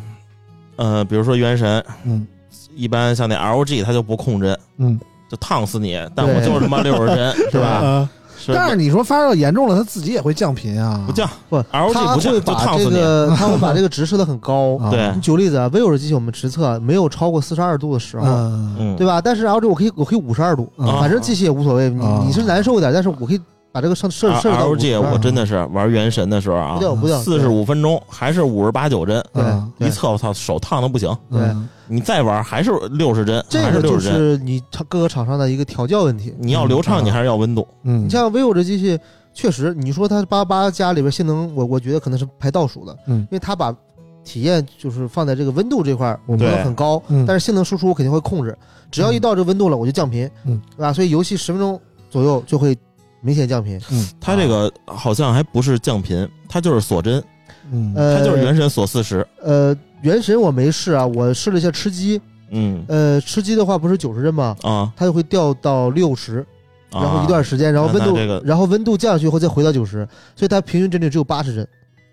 [SPEAKER 6] 呃，比如说《原神》，
[SPEAKER 3] 嗯
[SPEAKER 6] 一般像那 ROG，它就不控帧，
[SPEAKER 3] 嗯，
[SPEAKER 6] 就烫死你，但
[SPEAKER 4] 对
[SPEAKER 6] 我就是他妈六十帧，是吧？
[SPEAKER 3] 呃
[SPEAKER 6] 是
[SPEAKER 3] 但是你说发热严重了，它自己也会降频啊，
[SPEAKER 6] 不降
[SPEAKER 4] 不，
[SPEAKER 6] ，ROG
[SPEAKER 4] 它
[SPEAKER 6] 不降
[SPEAKER 4] 会
[SPEAKER 6] 就
[SPEAKER 4] 把
[SPEAKER 6] 烫
[SPEAKER 4] 这
[SPEAKER 6] 死你。
[SPEAKER 4] 个，它会把这个值设的很高。
[SPEAKER 3] 啊，
[SPEAKER 6] 对
[SPEAKER 4] 你举个例子啊，vivo 的机器我们实测没有超过四十二度的时候，
[SPEAKER 3] 嗯
[SPEAKER 6] 嗯，
[SPEAKER 4] 对吧？但是 LG 我可以我可以五十二度，
[SPEAKER 3] 啊
[SPEAKER 4] 反正机器也无所谓，你
[SPEAKER 3] 啊
[SPEAKER 4] 你是难受点，但是我可以把这个上设设
[SPEAKER 6] R
[SPEAKER 4] 到
[SPEAKER 6] O G，
[SPEAKER 4] 52
[SPEAKER 6] 啊我真的是玩《原神》的时候
[SPEAKER 4] 不
[SPEAKER 6] 啊，
[SPEAKER 4] 掉不掉
[SPEAKER 6] 四十五分钟还是五十八九帧，
[SPEAKER 4] 对
[SPEAKER 3] 啊
[SPEAKER 4] 对
[SPEAKER 6] 一测我操手烫的不行，
[SPEAKER 4] 对
[SPEAKER 3] 嗯
[SPEAKER 6] 你再玩还是六十帧，
[SPEAKER 4] 这
[SPEAKER 6] 还
[SPEAKER 4] 个
[SPEAKER 6] 六
[SPEAKER 4] 就
[SPEAKER 6] 十帧，
[SPEAKER 4] 是你厂各个厂商的一个调教问题。
[SPEAKER 6] 你要流畅你还是要温度，
[SPEAKER 3] 嗯，
[SPEAKER 4] 你像 vivo 这机器，确实你说它八八加里边性能，我我觉得可能是排倒数的，
[SPEAKER 3] 嗯
[SPEAKER 4] 因为它把体验就是放在这个温度这块儿，我们
[SPEAKER 6] 对
[SPEAKER 4] 很高，
[SPEAKER 3] 嗯
[SPEAKER 4] 但是性能输出我肯
[SPEAKER 6] 嗯
[SPEAKER 4] 定会控制，只要一到这温度了我就降频，
[SPEAKER 3] 嗯
[SPEAKER 4] 对吧？所以游戏十分钟左右就会明显降频。
[SPEAKER 3] 嗯
[SPEAKER 6] 他这个好像还不是降频，他就是锁针，
[SPEAKER 3] 嗯，
[SPEAKER 4] 呃，
[SPEAKER 6] 他就是原神锁四十。
[SPEAKER 4] 呃，原神我没试啊，我试了一下吃鸡，
[SPEAKER 6] 嗯
[SPEAKER 4] 呃，吃鸡的话不是九十帧吗？
[SPEAKER 6] 啊，
[SPEAKER 4] 它就会掉到六十，
[SPEAKER 6] 啊
[SPEAKER 4] 呃然后一段时间，然后
[SPEAKER 6] 那
[SPEAKER 4] 温度，
[SPEAKER 6] 那这个
[SPEAKER 4] 然后温度降下去以后再回到九十，所以它平均帧率只有八十帧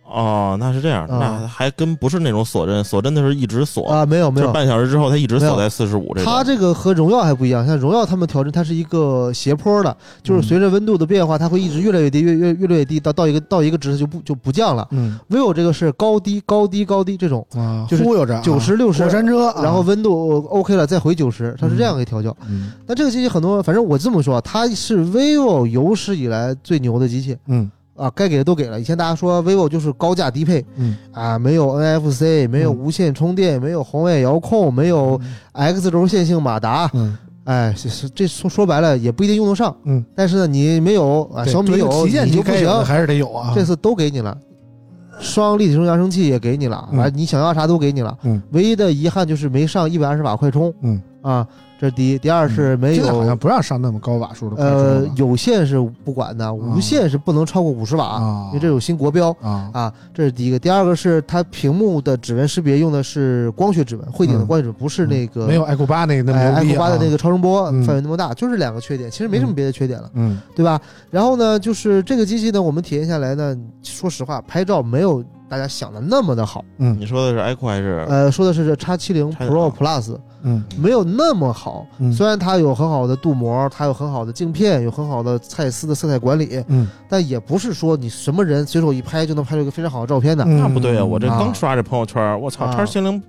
[SPEAKER 6] 哦，那是这样，
[SPEAKER 4] 啊
[SPEAKER 6] 那还跟不是那种锁针，锁针的是一直锁，
[SPEAKER 4] 啊，没有没
[SPEAKER 6] 就是
[SPEAKER 4] 有。
[SPEAKER 6] 半小时之后它一直
[SPEAKER 4] 没有
[SPEAKER 6] 锁在四十五这种。
[SPEAKER 4] 它这个和荣耀还不一样，像荣耀他们调整，它是一个斜坡的，
[SPEAKER 6] 嗯
[SPEAKER 4] 就是随着温度的变化，它会一直越来越低，越越越来越低，到到一个到一个值它就不就不降了。
[SPEAKER 3] 嗯
[SPEAKER 4] vivo 这个是高低高低高低这种，
[SPEAKER 3] 啊，
[SPEAKER 4] 就是
[SPEAKER 3] 忽悠着
[SPEAKER 4] 九十六十
[SPEAKER 3] 过，山车，啊
[SPEAKER 4] 然后温度 OK 了再回九十，它是这样给调教。
[SPEAKER 3] 嗯
[SPEAKER 4] 那这个机器很多，反正我这么说啊，它是 vivo 有史以来最牛的机器
[SPEAKER 3] 嗯
[SPEAKER 4] 啊，该给的都给了。以前大家说 vivo 就是高价低配
[SPEAKER 3] 嗯
[SPEAKER 4] 啊，没有 NFC，没有
[SPEAKER 3] 嗯
[SPEAKER 4] 无线充电，没有红外遥控，没有 X 轴线性马达，
[SPEAKER 3] 嗯
[SPEAKER 4] 哎，这是这说说白了也不一定用得上。
[SPEAKER 3] 嗯，
[SPEAKER 4] 但是呢，你没有啊，
[SPEAKER 3] 对
[SPEAKER 4] 小米
[SPEAKER 3] 追
[SPEAKER 4] 有
[SPEAKER 3] 旗舰
[SPEAKER 4] 你就
[SPEAKER 3] 你
[SPEAKER 4] 不
[SPEAKER 3] 该有的
[SPEAKER 4] 行。
[SPEAKER 3] 还是得有啊，
[SPEAKER 4] 这次都给你了，双立体声扬声器也给你了，
[SPEAKER 3] 嗯
[SPEAKER 4] 啊，你想要啥都给你了。
[SPEAKER 3] 嗯，
[SPEAKER 4] 唯一的遗憾就是没上一百二十瓦快充。
[SPEAKER 3] 嗯，
[SPEAKER 4] 啊，这是第一，第二是没
[SPEAKER 3] 现在嗯好像
[SPEAKER 4] 有。
[SPEAKER 3] 不让上那么高瓦数的快充了
[SPEAKER 4] 呃，有线是不管的，无线是不能超过五十瓦，
[SPEAKER 3] 啊，
[SPEAKER 4] 因为这有新国标
[SPEAKER 3] 啊
[SPEAKER 4] 啊。这是第一个，第二个是它屏幕的指纹识别用的是光学指纹，惠顶的
[SPEAKER 3] 嗯
[SPEAKER 4] 光学指纹，不是那个
[SPEAKER 3] 没有 i q 八那个那么
[SPEAKER 4] 哎
[SPEAKER 3] 牛逼
[SPEAKER 4] iPhone
[SPEAKER 3] 啊
[SPEAKER 4] 八的那个超声波
[SPEAKER 3] 嗯
[SPEAKER 4] 范围那么大，就是两个缺点，其实没什么别的缺点了，
[SPEAKER 3] 嗯
[SPEAKER 4] 对吧？然后呢，就是这个机器呢，我们体验下来呢，说实话，拍照没有大家想的那么的好。
[SPEAKER 6] 你
[SPEAKER 3] 嗯
[SPEAKER 6] 说的是 Echo 还是？
[SPEAKER 4] 呃，说的是这 x 七零
[SPEAKER 6] 差
[SPEAKER 4] Pro Plus
[SPEAKER 3] 嗯
[SPEAKER 4] 没有那么好，
[SPEAKER 3] 嗯
[SPEAKER 4] 虽然它有很好的镀膜，它有很好的镜片，有很好的蔡司的色彩管理，
[SPEAKER 3] 嗯，
[SPEAKER 4] 但也不是说你什么人随手一拍就能拍出一个非常好的照
[SPEAKER 3] 嗯
[SPEAKER 4] 片的。
[SPEAKER 6] 那不对啊！我这
[SPEAKER 4] 啊
[SPEAKER 6] 刚刷这朋友圈，我操，
[SPEAKER 4] 啊
[SPEAKER 6] 叉七零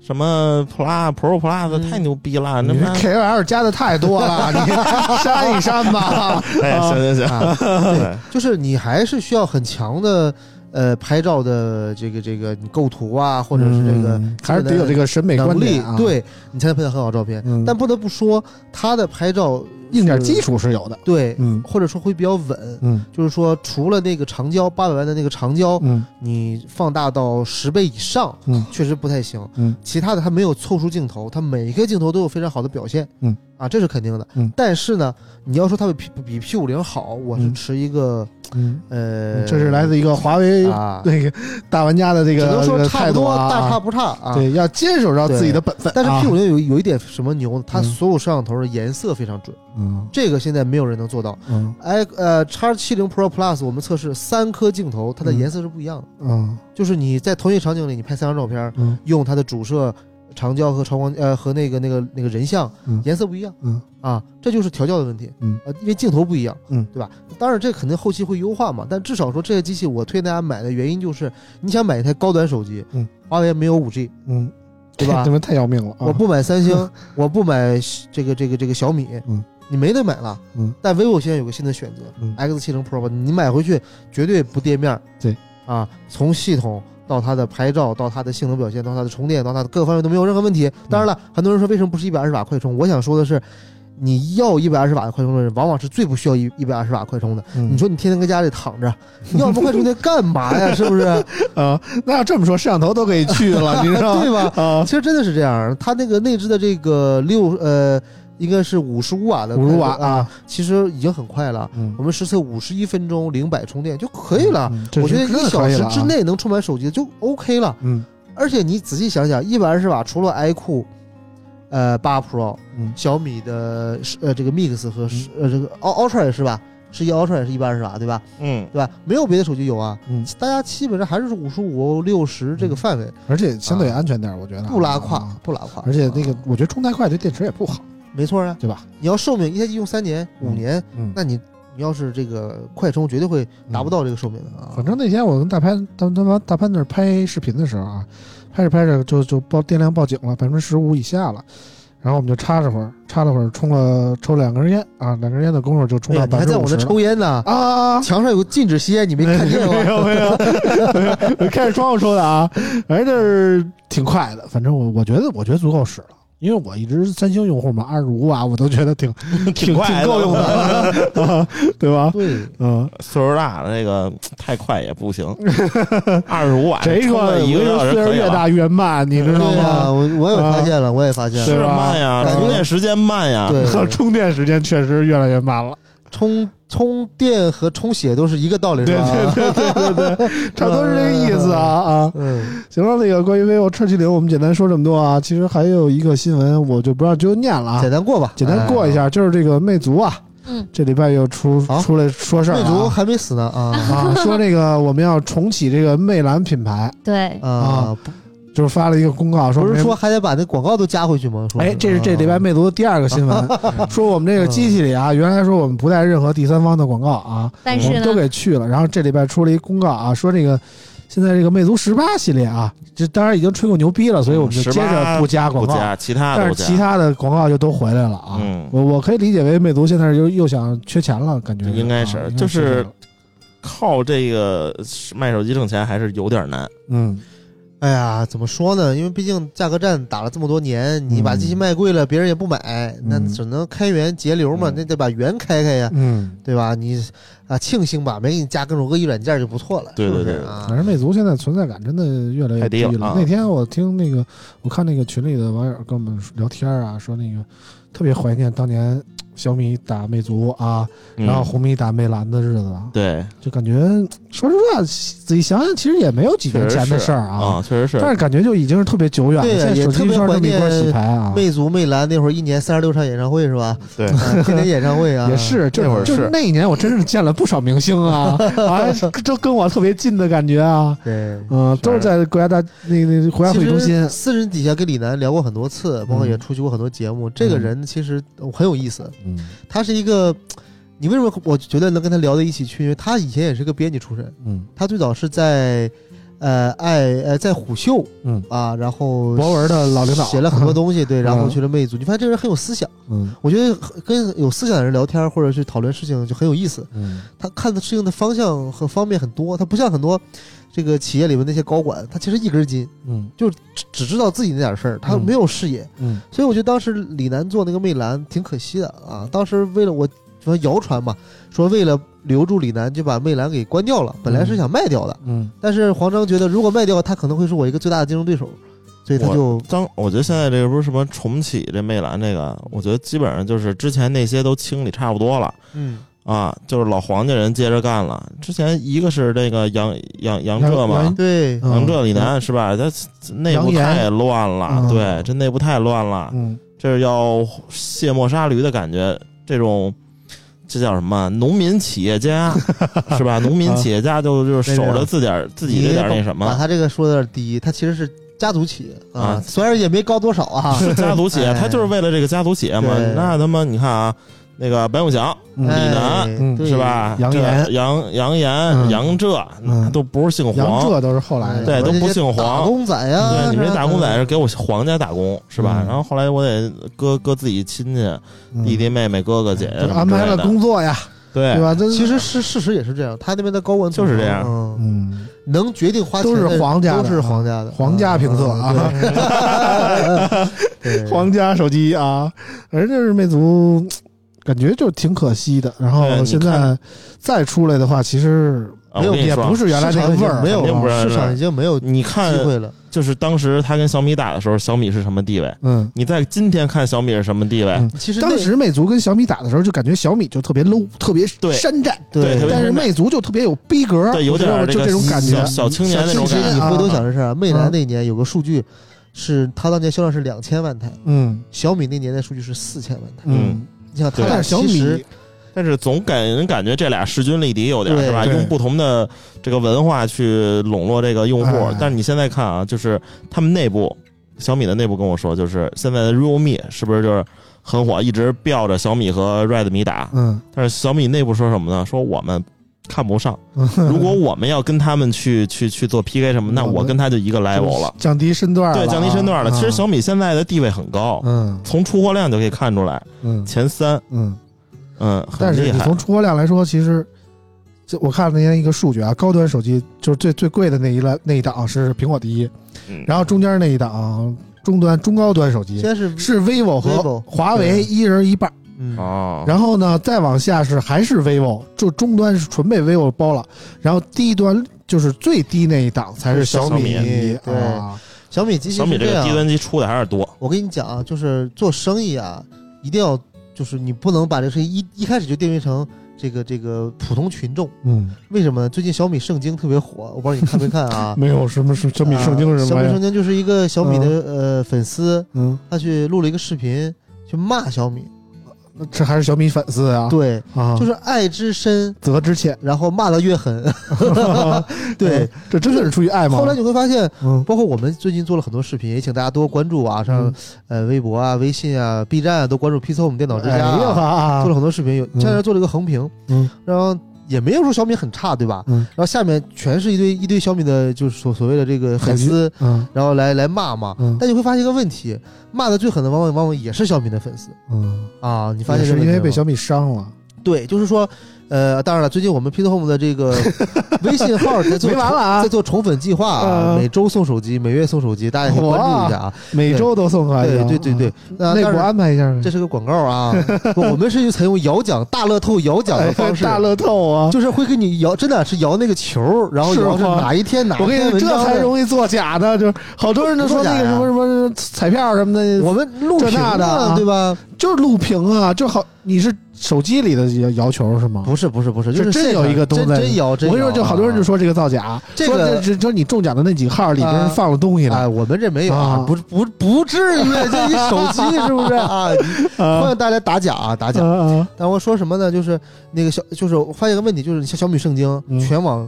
[SPEAKER 6] 什么 Plus Pro
[SPEAKER 4] 嗯
[SPEAKER 6] Plus 太牛逼了！那
[SPEAKER 3] 你
[SPEAKER 6] 妈
[SPEAKER 3] KOL 加的太多了，你 删一删吧。
[SPEAKER 6] 哎，行行行，
[SPEAKER 4] 啊，
[SPEAKER 6] 对，
[SPEAKER 4] 就是你还是需要很强的呃拍照的这个这个你构图啊，或者是这个、
[SPEAKER 3] 嗯还是得有这个审美观
[SPEAKER 4] 能力
[SPEAKER 3] 点啊，，
[SPEAKER 4] 对你才能拍到很好照片。
[SPEAKER 3] 嗯
[SPEAKER 4] 但不得不说，它的拍照
[SPEAKER 3] 硬件
[SPEAKER 4] 是
[SPEAKER 3] 基础是有的。
[SPEAKER 4] 对，
[SPEAKER 3] 嗯
[SPEAKER 4] 或者说会比较稳。
[SPEAKER 3] 嗯
[SPEAKER 4] 就是说，除了那个长焦八百万的那个长焦，
[SPEAKER 3] 嗯
[SPEAKER 4] 你放大到十倍以上，
[SPEAKER 3] 嗯
[SPEAKER 4] 确实不太行。
[SPEAKER 3] 嗯，
[SPEAKER 4] 其他的它没有凑出镜头，它每一个镜头都有非常好的表现。
[SPEAKER 3] 嗯，
[SPEAKER 4] 啊，这是肯定的。
[SPEAKER 3] 嗯
[SPEAKER 4] 但是呢，你要说它比比 P 五零好，我是
[SPEAKER 3] 嗯
[SPEAKER 4] 持一个、
[SPEAKER 3] 嗯，
[SPEAKER 4] 呃，
[SPEAKER 3] 这是来自一个华为
[SPEAKER 4] 啊，
[SPEAKER 3] 那个大玩家的这
[SPEAKER 4] 只
[SPEAKER 3] 个
[SPEAKER 4] 能
[SPEAKER 3] 这
[SPEAKER 4] 说
[SPEAKER 3] 个
[SPEAKER 4] 差
[SPEAKER 3] 态
[SPEAKER 4] 不
[SPEAKER 3] 度
[SPEAKER 4] 多，
[SPEAKER 3] 啊
[SPEAKER 4] 大差不差啊。
[SPEAKER 3] 对，要坚守着自己的本分。
[SPEAKER 4] 但是
[SPEAKER 3] 啊
[SPEAKER 4] P 五零有有一点什么牛呢？它
[SPEAKER 3] 嗯
[SPEAKER 4] 所有摄像头的颜色非常准，
[SPEAKER 3] 嗯
[SPEAKER 4] 这个现在没有人能做到。
[SPEAKER 3] 嗯
[SPEAKER 4] 哎，呃，x 七零 Pro Plus 我们测试三颗镜头，它的
[SPEAKER 3] 嗯
[SPEAKER 4] 颜色是不一样的。
[SPEAKER 3] 嗯
[SPEAKER 4] 就是你在同一场景里，你拍三张照片，
[SPEAKER 3] 嗯
[SPEAKER 4] 用它的主摄、长焦和超广呃和那个那个那个人像
[SPEAKER 3] 嗯
[SPEAKER 4] 颜色不一样
[SPEAKER 3] 嗯
[SPEAKER 4] 啊，这就是调教的问题。
[SPEAKER 3] 嗯，
[SPEAKER 4] 呃，因为镜头不一样，
[SPEAKER 3] 嗯，
[SPEAKER 4] 对吧？当然这肯定后期会优化嘛，但至少说这些机器我推荐大家买的原因就是你想买一台高端手机，
[SPEAKER 3] 嗯，
[SPEAKER 4] 华为没有五 G，
[SPEAKER 3] 嗯，
[SPEAKER 4] 对吧
[SPEAKER 3] 他？们太要命了啊！
[SPEAKER 4] 我不买三星， 我不买这个这个这个小米，
[SPEAKER 3] 嗯，
[SPEAKER 4] 你没得买了，
[SPEAKER 3] 嗯。
[SPEAKER 4] 但 vivo 现在有个新的选择、
[SPEAKER 3] 嗯
[SPEAKER 4] x 7 0 Pro 吧，你买回去绝对不跌面儿。
[SPEAKER 3] 对，
[SPEAKER 4] 啊，从系统到它的拍照，到它的性能表现，到它的充电，到它的各方面都没有任何问题。当然了，
[SPEAKER 3] 嗯
[SPEAKER 4] 很多人说为什么不是一百二十瓦快充？我想说的是，你要一百二十瓦的快充的人，往往是最不需要一一百二十瓦快充的。
[SPEAKER 3] 嗯
[SPEAKER 4] 你说你天天跟家里躺着，你要不快 充电干嘛呀？是不是？
[SPEAKER 3] 啊，那要这么说，摄像头都给去 了，你知道吗？
[SPEAKER 4] 对吧？
[SPEAKER 3] 啊，
[SPEAKER 4] 其实真的是这样，它那个内置的这个六呃，应该是五十五瓦的
[SPEAKER 3] 五十瓦
[SPEAKER 4] 快充
[SPEAKER 3] 啊，
[SPEAKER 4] 其实已经很快了。啊
[SPEAKER 3] 嗯
[SPEAKER 4] 我，们实测五十一分钟零百充电就可以了。
[SPEAKER 3] 嗯，这
[SPEAKER 4] 我觉得
[SPEAKER 3] 是真
[SPEAKER 4] 一
[SPEAKER 3] 的
[SPEAKER 4] 小
[SPEAKER 3] 可以
[SPEAKER 4] 时
[SPEAKER 3] 了啊
[SPEAKER 4] 之，内能充满手机就 OK 了。
[SPEAKER 3] 嗯
[SPEAKER 4] 而且你仔细想想，一百二十瓦除了 iQOO，呃，八 Pro、
[SPEAKER 3] 嗯
[SPEAKER 4] 小米的呃这个 Mix 和、呃这个 Ul- Ultra 也是吧，十一 Ultra 也是一百二十瓦对吧？
[SPEAKER 6] 嗯，
[SPEAKER 4] 对吧？没有别的手机有啊，
[SPEAKER 3] 嗯，
[SPEAKER 4] 大家基本上还是五十五、六十这个范围，
[SPEAKER 3] 而且相对安全点，我觉得啊
[SPEAKER 4] 不拉胯
[SPEAKER 3] 啊，
[SPEAKER 4] 不拉胯。
[SPEAKER 3] 而且那个
[SPEAKER 4] 啊，
[SPEAKER 3] 我觉得充太快对电池也不好，
[SPEAKER 4] 没错啊，
[SPEAKER 3] 对吧？
[SPEAKER 4] 你要寿命一台机用三年、五
[SPEAKER 3] 嗯
[SPEAKER 4] 年，
[SPEAKER 3] 嗯，
[SPEAKER 4] 那你你要是这个快充，绝对会达不到这个寿命的啊。
[SPEAKER 3] 反正那天我跟大潘、他他妈大潘那儿拍视频的时候啊，拍着拍着就就报电量报警了，百分之十五以下了。然后我们就插着会儿，插了会儿，充了抽了两根烟啊，两根烟的功夫就
[SPEAKER 4] 哎
[SPEAKER 3] 充到
[SPEAKER 4] 呀，你
[SPEAKER 3] 百
[SPEAKER 4] 还
[SPEAKER 3] 分之
[SPEAKER 4] 在
[SPEAKER 3] 五
[SPEAKER 4] 我
[SPEAKER 3] 十
[SPEAKER 4] 那抽烟呢，
[SPEAKER 3] 啊！
[SPEAKER 4] 墙上有个禁止吸烟，你没看见
[SPEAKER 3] 没
[SPEAKER 4] 吗？
[SPEAKER 3] 有没有，没有我开着窗户抽的啊，反正就是挺快的。反正我我觉得我觉得足够使了，因为我一直是三星用户嘛，二十五瓦我都觉得挺挺
[SPEAKER 6] 快的
[SPEAKER 3] 够用的，啊对吧？
[SPEAKER 4] 对，
[SPEAKER 3] 嗯，
[SPEAKER 6] 岁数大了，那个太快也 不行，二十五瓦
[SPEAKER 3] 这
[SPEAKER 6] 哎充
[SPEAKER 3] 个
[SPEAKER 6] 了一
[SPEAKER 3] 有
[SPEAKER 6] 个
[SPEAKER 3] 人
[SPEAKER 6] 小时
[SPEAKER 3] 岁
[SPEAKER 6] 可
[SPEAKER 3] 数
[SPEAKER 6] 以
[SPEAKER 3] 越
[SPEAKER 6] 了。
[SPEAKER 3] 大越慢，你知道
[SPEAKER 4] 对啊呀、
[SPEAKER 3] 吗？
[SPEAKER 4] 我我也发现了，我也发现
[SPEAKER 3] 是
[SPEAKER 4] 了。
[SPEAKER 6] 是
[SPEAKER 3] 吧
[SPEAKER 6] 慢呀，
[SPEAKER 4] 感 觉
[SPEAKER 6] 充电时间慢呀。
[SPEAKER 4] 对
[SPEAKER 3] 充电时间确实越来越慢了。
[SPEAKER 4] 充充电和充血都是一个道理，是吧？
[SPEAKER 3] 对对对对，差不多是这个意思啊啊！
[SPEAKER 4] 嗯，
[SPEAKER 3] 行了，那个关于 vivo X 七零，我们简单说这么多啊。其实还有一个新闻，我就不让就念了啊
[SPEAKER 4] 简，单过吧，
[SPEAKER 3] 简单过一
[SPEAKER 4] 哎。
[SPEAKER 3] 下，就是这个魅族啊，
[SPEAKER 2] 嗯，
[SPEAKER 3] 这礼拜又出
[SPEAKER 4] 啊
[SPEAKER 3] 出来说事儿
[SPEAKER 4] 魅族
[SPEAKER 3] 了
[SPEAKER 4] 还没死呢啊
[SPEAKER 3] 啊，啊说这个我们要重启这个魅蓝品牌，
[SPEAKER 2] 对，
[SPEAKER 4] 啊！
[SPEAKER 3] 就是发了一个公告，
[SPEAKER 4] 不
[SPEAKER 3] 说
[SPEAKER 4] 不是
[SPEAKER 3] 没
[SPEAKER 4] 说还得把那广告都加回去吗？说啊
[SPEAKER 3] 哎，这是这礼拜魅族的第二个新 闻，说我们这个机器里啊，原来说我们不带任何第三方的广告啊，
[SPEAKER 2] 但
[SPEAKER 3] 我
[SPEAKER 2] 是
[SPEAKER 3] 们都
[SPEAKER 2] 呢，
[SPEAKER 3] 给去了。然后这礼拜出了一公告啊，说这个现在这个魅族十八系列啊，这当然已经吹过牛逼了，所以我们就接着
[SPEAKER 6] 18
[SPEAKER 3] 不加广
[SPEAKER 6] 嗯不
[SPEAKER 3] 告，
[SPEAKER 6] 加，其他
[SPEAKER 3] 但
[SPEAKER 6] 的
[SPEAKER 3] 是
[SPEAKER 6] 不
[SPEAKER 3] 其
[SPEAKER 6] 加，
[SPEAKER 3] 他的广告就都回来了啊。
[SPEAKER 6] 嗯
[SPEAKER 3] 我我可以理解为魅族现在又又想缺钱了，感觉
[SPEAKER 6] 应该是
[SPEAKER 3] 是啊，应该
[SPEAKER 6] 就是
[SPEAKER 3] 这样
[SPEAKER 6] 靠这个卖手机挣钱还是有点难。
[SPEAKER 3] 嗯，
[SPEAKER 4] 哎呀，怎么说呢？因为毕竟价格战打了这么多年，你把
[SPEAKER 3] 嗯
[SPEAKER 4] 机器卖贵了，别人也不买，那
[SPEAKER 3] 嗯
[SPEAKER 4] 只能开源节流嘛，
[SPEAKER 6] 嗯
[SPEAKER 4] 那得把源开开呀，
[SPEAKER 3] 嗯，
[SPEAKER 4] 对吧？你啊，庆幸吧，没给你加各种恶意软件就不错了，
[SPEAKER 6] 对
[SPEAKER 4] 是不
[SPEAKER 6] 对
[SPEAKER 4] 是
[SPEAKER 6] 对
[SPEAKER 4] 啊？
[SPEAKER 3] 反正魅族现在存在感真的越来越
[SPEAKER 6] 太低
[SPEAKER 3] 低
[SPEAKER 6] 了啊
[SPEAKER 3] 那天我听那个，我看那个群里的网友跟我们聊天啊，说那个特别怀念当年小米打魅族啊，
[SPEAKER 6] 嗯
[SPEAKER 3] 然后红米打魅蓝的日子，啊
[SPEAKER 6] 对
[SPEAKER 3] 就感觉说实话，仔细想想，其实也没有几年前的事儿啊。
[SPEAKER 6] 啊，确实
[SPEAKER 3] 但
[SPEAKER 6] 是
[SPEAKER 3] 是感觉就已经是特别久远了，
[SPEAKER 4] 对啊
[SPEAKER 3] 现在
[SPEAKER 4] 也
[SPEAKER 3] 手机
[SPEAKER 4] 特别
[SPEAKER 3] 圈
[SPEAKER 4] 怀
[SPEAKER 3] 这么一块
[SPEAKER 4] 念
[SPEAKER 3] 洗牌啊，
[SPEAKER 4] 魅族、魅蓝那会儿一年三十六场演唱会是吧？
[SPEAKER 6] 对
[SPEAKER 4] 啊天天演唱会 啊，
[SPEAKER 3] 也是，就
[SPEAKER 6] 那会儿
[SPEAKER 3] 就是那一年我真是见了不少明星 啊，啊，都跟我特别近的感觉啊，
[SPEAKER 4] 对。
[SPEAKER 3] 嗯，都是在国家大那那国家会议中心，
[SPEAKER 4] 私人底下跟李楠聊过很多次，包括也
[SPEAKER 3] 嗯
[SPEAKER 4] 出席过很多节目。这个人其实很有意思，
[SPEAKER 3] 嗯
[SPEAKER 4] 他是一个，你为什么我觉得能跟他聊到一起去？因为他以前也是个编辑出身，
[SPEAKER 3] 嗯
[SPEAKER 4] 他最早是在，呃，爱呃在虎嗅，
[SPEAKER 3] 嗯
[SPEAKER 4] 啊，然后
[SPEAKER 3] 博文的老领导
[SPEAKER 4] 写了很多东西，对，然后
[SPEAKER 3] 嗯
[SPEAKER 4] 去了魅族，你发现这个人很有思想。
[SPEAKER 3] 嗯
[SPEAKER 4] 我觉得跟有思想的人聊天或者去讨论事情就很有意思。
[SPEAKER 3] 嗯
[SPEAKER 4] 他看的事情的方向和方面很多，他不像很多这个企业里面那些高管，他其实一根筋，
[SPEAKER 3] 嗯
[SPEAKER 4] 只只知道自己那点事儿，他
[SPEAKER 3] 嗯
[SPEAKER 4] 没有视野。
[SPEAKER 3] 嗯
[SPEAKER 4] 所以我觉得当时李楠做那个魅蓝挺可惜的啊。当时为了我说谣传嘛，说为了留住李楠就把魅蓝给关掉了，本来是想卖掉的，
[SPEAKER 3] 嗯
[SPEAKER 4] 但是黄章觉得如果卖掉，他可能会是我一个最大的竞争对手，所以他就
[SPEAKER 6] 当我觉得现在这个不是什么重启这魅蓝这个，我觉得基本上就是之前那些都清理差不多了。
[SPEAKER 4] 嗯
[SPEAKER 6] 啊，就是老黄家人接着干了。之前一个是这个杨杨杨浙嘛，
[SPEAKER 4] 对。
[SPEAKER 6] 杨浙李楠是吧？他内部
[SPEAKER 3] 杨岩
[SPEAKER 6] 太乱了
[SPEAKER 3] 嗯，
[SPEAKER 6] 对，这内部太乱了，
[SPEAKER 3] 嗯
[SPEAKER 6] 这是要卸磨杀驴的感觉。这种这叫什么？农民企 业家是吧？农民企业家就就是守着自点儿自己这点儿那什
[SPEAKER 3] 啊
[SPEAKER 4] 把
[SPEAKER 6] 么。
[SPEAKER 4] 他这个说的有点低，他其实是家族企业啊，
[SPEAKER 6] 啊
[SPEAKER 4] 虽然也没高多少啊，
[SPEAKER 6] 是家族企业，
[SPEAKER 4] 哎
[SPEAKER 6] 他就是为了这个家族企业嘛
[SPEAKER 4] 对。
[SPEAKER 6] 那他妈你看啊，那个白永祥
[SPEAKER 3] 嗯
[SPEAKER 4] 哎
[SPEAKER 6] 李楠
[SPEAKER 3] 嗯
[SPEAKER 4] 对
[SPEAKER 6] 是吧？
[SPEAKER 3] 杨
[SPEAKER 6] 这
[SPEAKER 3] 岩
[SPEAKER 6] 杨杨
[SPEAKER 3] 嗯
[SPEAKER 6] 岩、杨浙
[SPEAKER 3] 嗯
[SPEAKER 6] 都不是姓
[SPEAKER 3] 杨
[SPEAKER 6] 黄，
[SPEAKER 3] 浙都是后来
[SPEAKER 4] 哎
[SPEAKER 3] 的
[SPEAKER 6] 对都不姓黄
[SPEAKER 4] 打工仔啊呀，
[SPEAKER 3] 啊
[SPEAKER 6] 对，你
[SPEAKER 4] 是
[SPEAKER 6] 们
[SPEAKER 4] 吧
[SPEAKER 6] 这打工仔是给我皇家打工是吧？
[SPEAKER 3] 嗯
[SPEAKER 6] 然后后来我得搁搁自己亲戚、
[SPEAKER 3] 嗯
[SPEAKER 6] 弟弟、妹妹、哥哥、姐姐
[SPEAKER 3] 都
[SPEAKER 6] 什么
[SPEAKER 3] 安
[SPEAKER 6] 之
[SPEAKER 3] 排
[SPEAKER 6] 类
[SPEAKER 3] 了
[SPEAKER 6] 的
[SPEAKER 3] 工作呀，
[SPEAKER 6] 对
[SPEAKER 3] 对吧？这
[SPEAKER 4] 其实是事实也是这样，他那边的高管
[SPEAKER 6] 就是这样
[SPEAKER 4] 嗯
[SPEAKER 3] 嗯，
[SPEAKER 4] 能决定花钱
[SPEAKER 3] 都
[SPEAKER 4] 的
[SPEAKER 3] 是皇家的啊
[SPEAKER 4] 都是皇家的，
[SPEAKER 3] 皇家评测啊，
[SPEAKER 6] 嗯
[SPEAKER 4] 对，
[SPEAKER 3] 皇家手机啊，而这是魅族，感觉就挺可惜的。然后
[SPEAKER 6] 对
[SPEAKER 3] 现
[SPEAKER 6] 你看
[SPEAKER 3] 在再出来的话，其实
[SPEAKER 6] 啊我跟你
[SPEAKER 3] 也不
[SPEAKER 6] 说，
[SPEAKER 3] 是原来那个味儿，啊
[SPEAKER 4] 没有
[SPEAKER 6] 肯定不是
[SPEAKER 4] 了，市场已经没有机
[SPEAKER 6] 你看
[SPEAKER 4] 会了。
[SPEAKER 6] 就是当时他跟小米打的时候，小米是什么地位？
[SPEAKER 3] 嗯。
[SPEAKER 6] 你在今天看小米是什么地位？
[SPEAKER 3] 嗯
[SPEAKER 4] 其实那
[SPEAKER 3] 当时魅族跟小米打的时候，就感觉小米就特别 low，特别
[SPEAKER 6] 对
[SPEAKER 3] 山寨，
[SPEAKER 6] 对特别
[SPEAKER 3] 但是
[SPEAKER 6] 山寨
[SPEAKER 3] 魅族就特别有逼格，
[SPEAKER 6] 对有点
[SPEAKER 3] 我
[SPEAKER 6] 儿
[SPEAKER 3] 知
[SPEAKER 6] 这
[SPEAKER 3] 道吗就
[SPEAKER 6] 个
[SPEAKER 3] 这种感觉
[SPEAKER 6] 小。小青年那种
[SPEAKER 4] 其实
[SPEAKER 6] 感觉。
[SPEAKER 4] 你
[SPEAKER 3] 啊
[SPEAKER 4] 回头想这事儿啊，魅蓝那年有个数据，是它当年销量是两千万台，
[SPEAKER 3] 嗯
[SPEAKER 4] 小米那年的数据是四千万台。
[SPEAKER 3] 嗯
[SPEAKER 6] 嗯，
[SPEAKER 4] 你想它
[SPEAKER 6] 对
[SPEAKER 4] 俩
[SPEAKER 3] 但是小
[SPEAKER 4] 其实
[SPEAKER 3] 米，
[SPEAKER 6] 但是总给人感觉这俩势均力敌有点儿
[SPEAKER 4] 对
[SPEAKER 6] 是吧？
[SPEAKER 3] 对
[SPEAKER 6] 用不同的这个文化去笼络这个用户
[SPEAKER 3] 哎。
[SPEAKER 6] 但是你现在看啊，就是他们内部，小米的内部跟我说，就是现在的 realme 是不是就是很火，一直吊着小米和 redmi 打？
[SPEAKER 3] 嗯，
[SPEAKER 6] 但是小米内部说什么呢？说我们看 不上，如果我们要跟他们去去去做 PK 什么，那
[SPEAKER 3] 我们
[SPEAKER 6] 哎我跟他就一个 level 了，
[SPEAKER 3] 降低身段了啊，
[SPEAKER 6] 对，降低身段了。其实
[SPEAKER 3] 啊
[SPEAKER 6] 小米现在的地位很高，
[SPEAKER 3] 嗯
[SPEAKER 6] 从出货量就可以看出来，
[SPEAKER 3] 嗯
[SPEAKER 6] 前三，
[SPEAKER 3] 嗯，
[SPEAKER 6] 嗯，很
[SPEAKER 3] 但是
[SPEAKER 6] 厉
[SPEAKER 3] 你
[SPEAKER 6] 害
[SPEAKER 3] 从。出货量来说，其实这我看了那天一个数据啊，高端手机就是最最贵的那一栏那一档是苹果第一，
[SPEAKER 6] 嗯
[SPEAKER 3] 然后中间那一档中端中高端手
[SPEAKER 4] 现
[SPEAKER 3] 机
[SPEAKER 4] 在是
[SPEAKER 3] 是 vivo 和
[SPEAKER 4] vivo，
[SPEAKER 3] 华
[SPEAKER 4] 对
[SPEAKER 3] 为一人一半，
[SPEAKER 4] 嗯
[SPEAKER 6] 哦，
[SPEAKER 3] 然后呢再往下是还是 vivo，就中端是纯被 vivo 包了，然后低端就是最低那一档才是
[SPEAKER 4] 是小
[SPEAKER 3] 米
[SPEAKER 4] 米对
[SPEAKER 3] 啊，
[SPEAKER 4] 小米机器
[SPEAKER 6] 小米
[SPEAKER 4] 是
[SPEAKER 6] 这
[SPEAKER 4] 这
[SPEAKER 6] 个低
[SPEAKER 4] 样。
[SPEAKER 6] 端机出的还是多，
[SPEAKER 4] 我跟你讲啊，就是做生意啊，一定要就是你不能把这个事情一一开始就定义成这个这个普通群众。
[SPEAKER 3] 嗯，？
[SPEAKER 4] 为什么呢？最近小米圣经特别火，我不知道你看没看啊
[SPEAKER 3] 没有什么是小米圣经是
[SPEAKER 4] 啊
[SPEAKER 3] 什
[SPEAKER 4] 小
[SPEAKER 3] 么
[SPEAKER 4] 米
[SPEAKER 3] 呀
[SPEAKER 4] 圣？经就是一个小米的、呃粉丝，
[SPEAKER 3] 嗯，
[SPEAKER 4] 他去录了一个视频去骂小米，嗯
[SPEAKER 3] 那这还是小米粉丝啊？
[SPEAKER 4] 对，
[SPEAKER 3] 啊，
[SPEAKER 4] 就是爱之深，
[SPEAKER 3] 责之 切，
[SPEAKER 4] 然后骂的越狠。对，
[SPEAKER 3] 哎这真的是出于爱吗？
[SPEAKER 4] 后来你会发现，
[SPEAKER 3] 嗯
[SPEAKER 4] 包括我们最近做了很多视频，也请大家多关注啊，上
[SPEAKER 3] 嗯
[SPEAKER 4] 呃微博啊、微信啊、B 站啊，都关注 P 测我们电脑之
[SPEAKER 3] 哎
[SPEAKER 4] 家啊、
[SPEAKER 3] 呀
[SPEAKER 4] 做了
[SPEAKER 3] 哈，
[SPEAKER 4] 很多视频，有
[SPEAKER 3] 嗯
[SPEAKER 4] 前两天做了一个横评，
[SPEAKER 3] 嗯，
[SPEAKER 4] 然后也没有说小米很差，对吧？
[SPEAKER 3] 嗯
[SPEAKER 4] 然后下面全是一堆一堆小米的，就是所所谓的这个粉丝，
[SPEAKER 3] 嗯
[SPEAKER 4] 然后来来骂嘛。
[SPEAKER 3] 嗯
[SPEAKER 4] 但你会发现一个问题，骂的最狠的往往往往也是小米的粉丝
[SPEAKER 3] 嗯，
[SPEAKER 4] 啊！你
[SPEAKER 3] 你
[SPEAKER 4] 发现这
[SPEAKER 3] 是
[SPEAKER 4] 个
[SPEAKER 3] 因
[SPEAKER 4] 问题
[SPEAKER 3] 为
[SPEAKER 4] 了
[SPEAKER 3] 被
[SPEAKER 4] 吗
[SPEAKER 3] 小米伤了，
[SPEAKER 4] 对，就是说，呃，当然了，最近我们 P to Home 的这 个微信号在做
[SPEAKER 3] 没完了啊
[SPEAKER 4] 在做宠粉计划啊，
[SPEAKER 3] 嗯
[SPEAKER 4] 每周送手机，每月送手机，大家可以关注一下啊。
[SPEAKER 3] 每周都送快
[SPEAKER 4] 对
[SPEAKER 3] 递，
[SPEAKER 4] 对对对
[SPEAKER 3] 啊，，
[SPEAKER 4] 那
[SPEAKER 3] 内
[SPEAKER 4] 当
[SPEAKER 3] 部
[SPEAKER 4] 然
[SPEAKER 3] 安排一下呗，
[SPEAKER 4] 这是个广告啊，不我们是采用摇奖大乐透摇奖的
[SPEAKER 3] 哎
[SPEAKER 4] 方式。
[SPEAKER 3] 大乐透啊！
[SPEAKER 4] 就是会给你摇，真的是摇那个球儿，然后
[SPEAKER 3] 是
[SPEAKER 4] 摇是
[SPEAKER 3] 吗
[SPEAKER 4] 哪一天哪一
[SPEAKER 3] 我跟
[SPEAKER 4] 篇
[SPEAKER 3] 你说，
[SPEAKER 4] 文
[SPEAKER 3] 这
[SPEAKER 4] 章
[SPEAKER 3] 才
[SPEAKER 4] 的
[SPEAKER 3] 容易作假呢，就是好多人都说那个什么什么彩票什么的，
[SPEAKER 4] 我们录
[SPEAKER 3] 这
[SPEAKER 4] 屏
[SPEAKER 3] 那的
[SPEAKER 4] 嘛
[SPEAKER 3] 啊
[SPEAKER 4] 对吧？
[SPEAKER 3] 就是录屏啊，就好。你是手机里的摇摇球是吗？
[SPEAKER 4] 不是不是不是，就是是
[SPEAKER 3] 真
[SPEAKER 4] 现
[SPEAKER 3] 有
[SPEAKER 4] 场
[SPEAKER 3] 一个东
[SPEAKER 4] 真
[SPEAKER 3] 西在
[SPEAKER 4] 真摇真
[SPEAKER 3] 我
[SPEAKER 4] 摇
[SPEAKER 3] 跟
[SPEAKER 4] 啊。
[SPEAKER 3] 你说，就好多人就说这个造假，
[SPEAKER 4] 这
[SPEAKER 3] 说
[SPEAKER 4] 个
[SPEAKER 3] 这说你中奖的那几号里边
[SPEAKER 4] 啊
[SPEAKER 3] 放了东西
[SPEAKER 4] 哎，
[SPEAKER 3] 了，
[SPEAKER 4] 我们这没有 啊
[SPEAKER 3] 啊，
[SPEAKER 4] 不不不至于，啊这你手机是不是 啊？你欢
[SPEAKER 3] 啊
[SPEAKER 4] 迎大家打假啊，打
[SPEAKER 3] 啊
[SPEAKER 4] 假。
[SPEAKER 3] 啊
[SPEAKER 4] 但我说什么呢？就是那个小，就是我发现个问题，就是像小米圣经
[SPEAKER 3] 嗯
[SPEAKER 4] 全网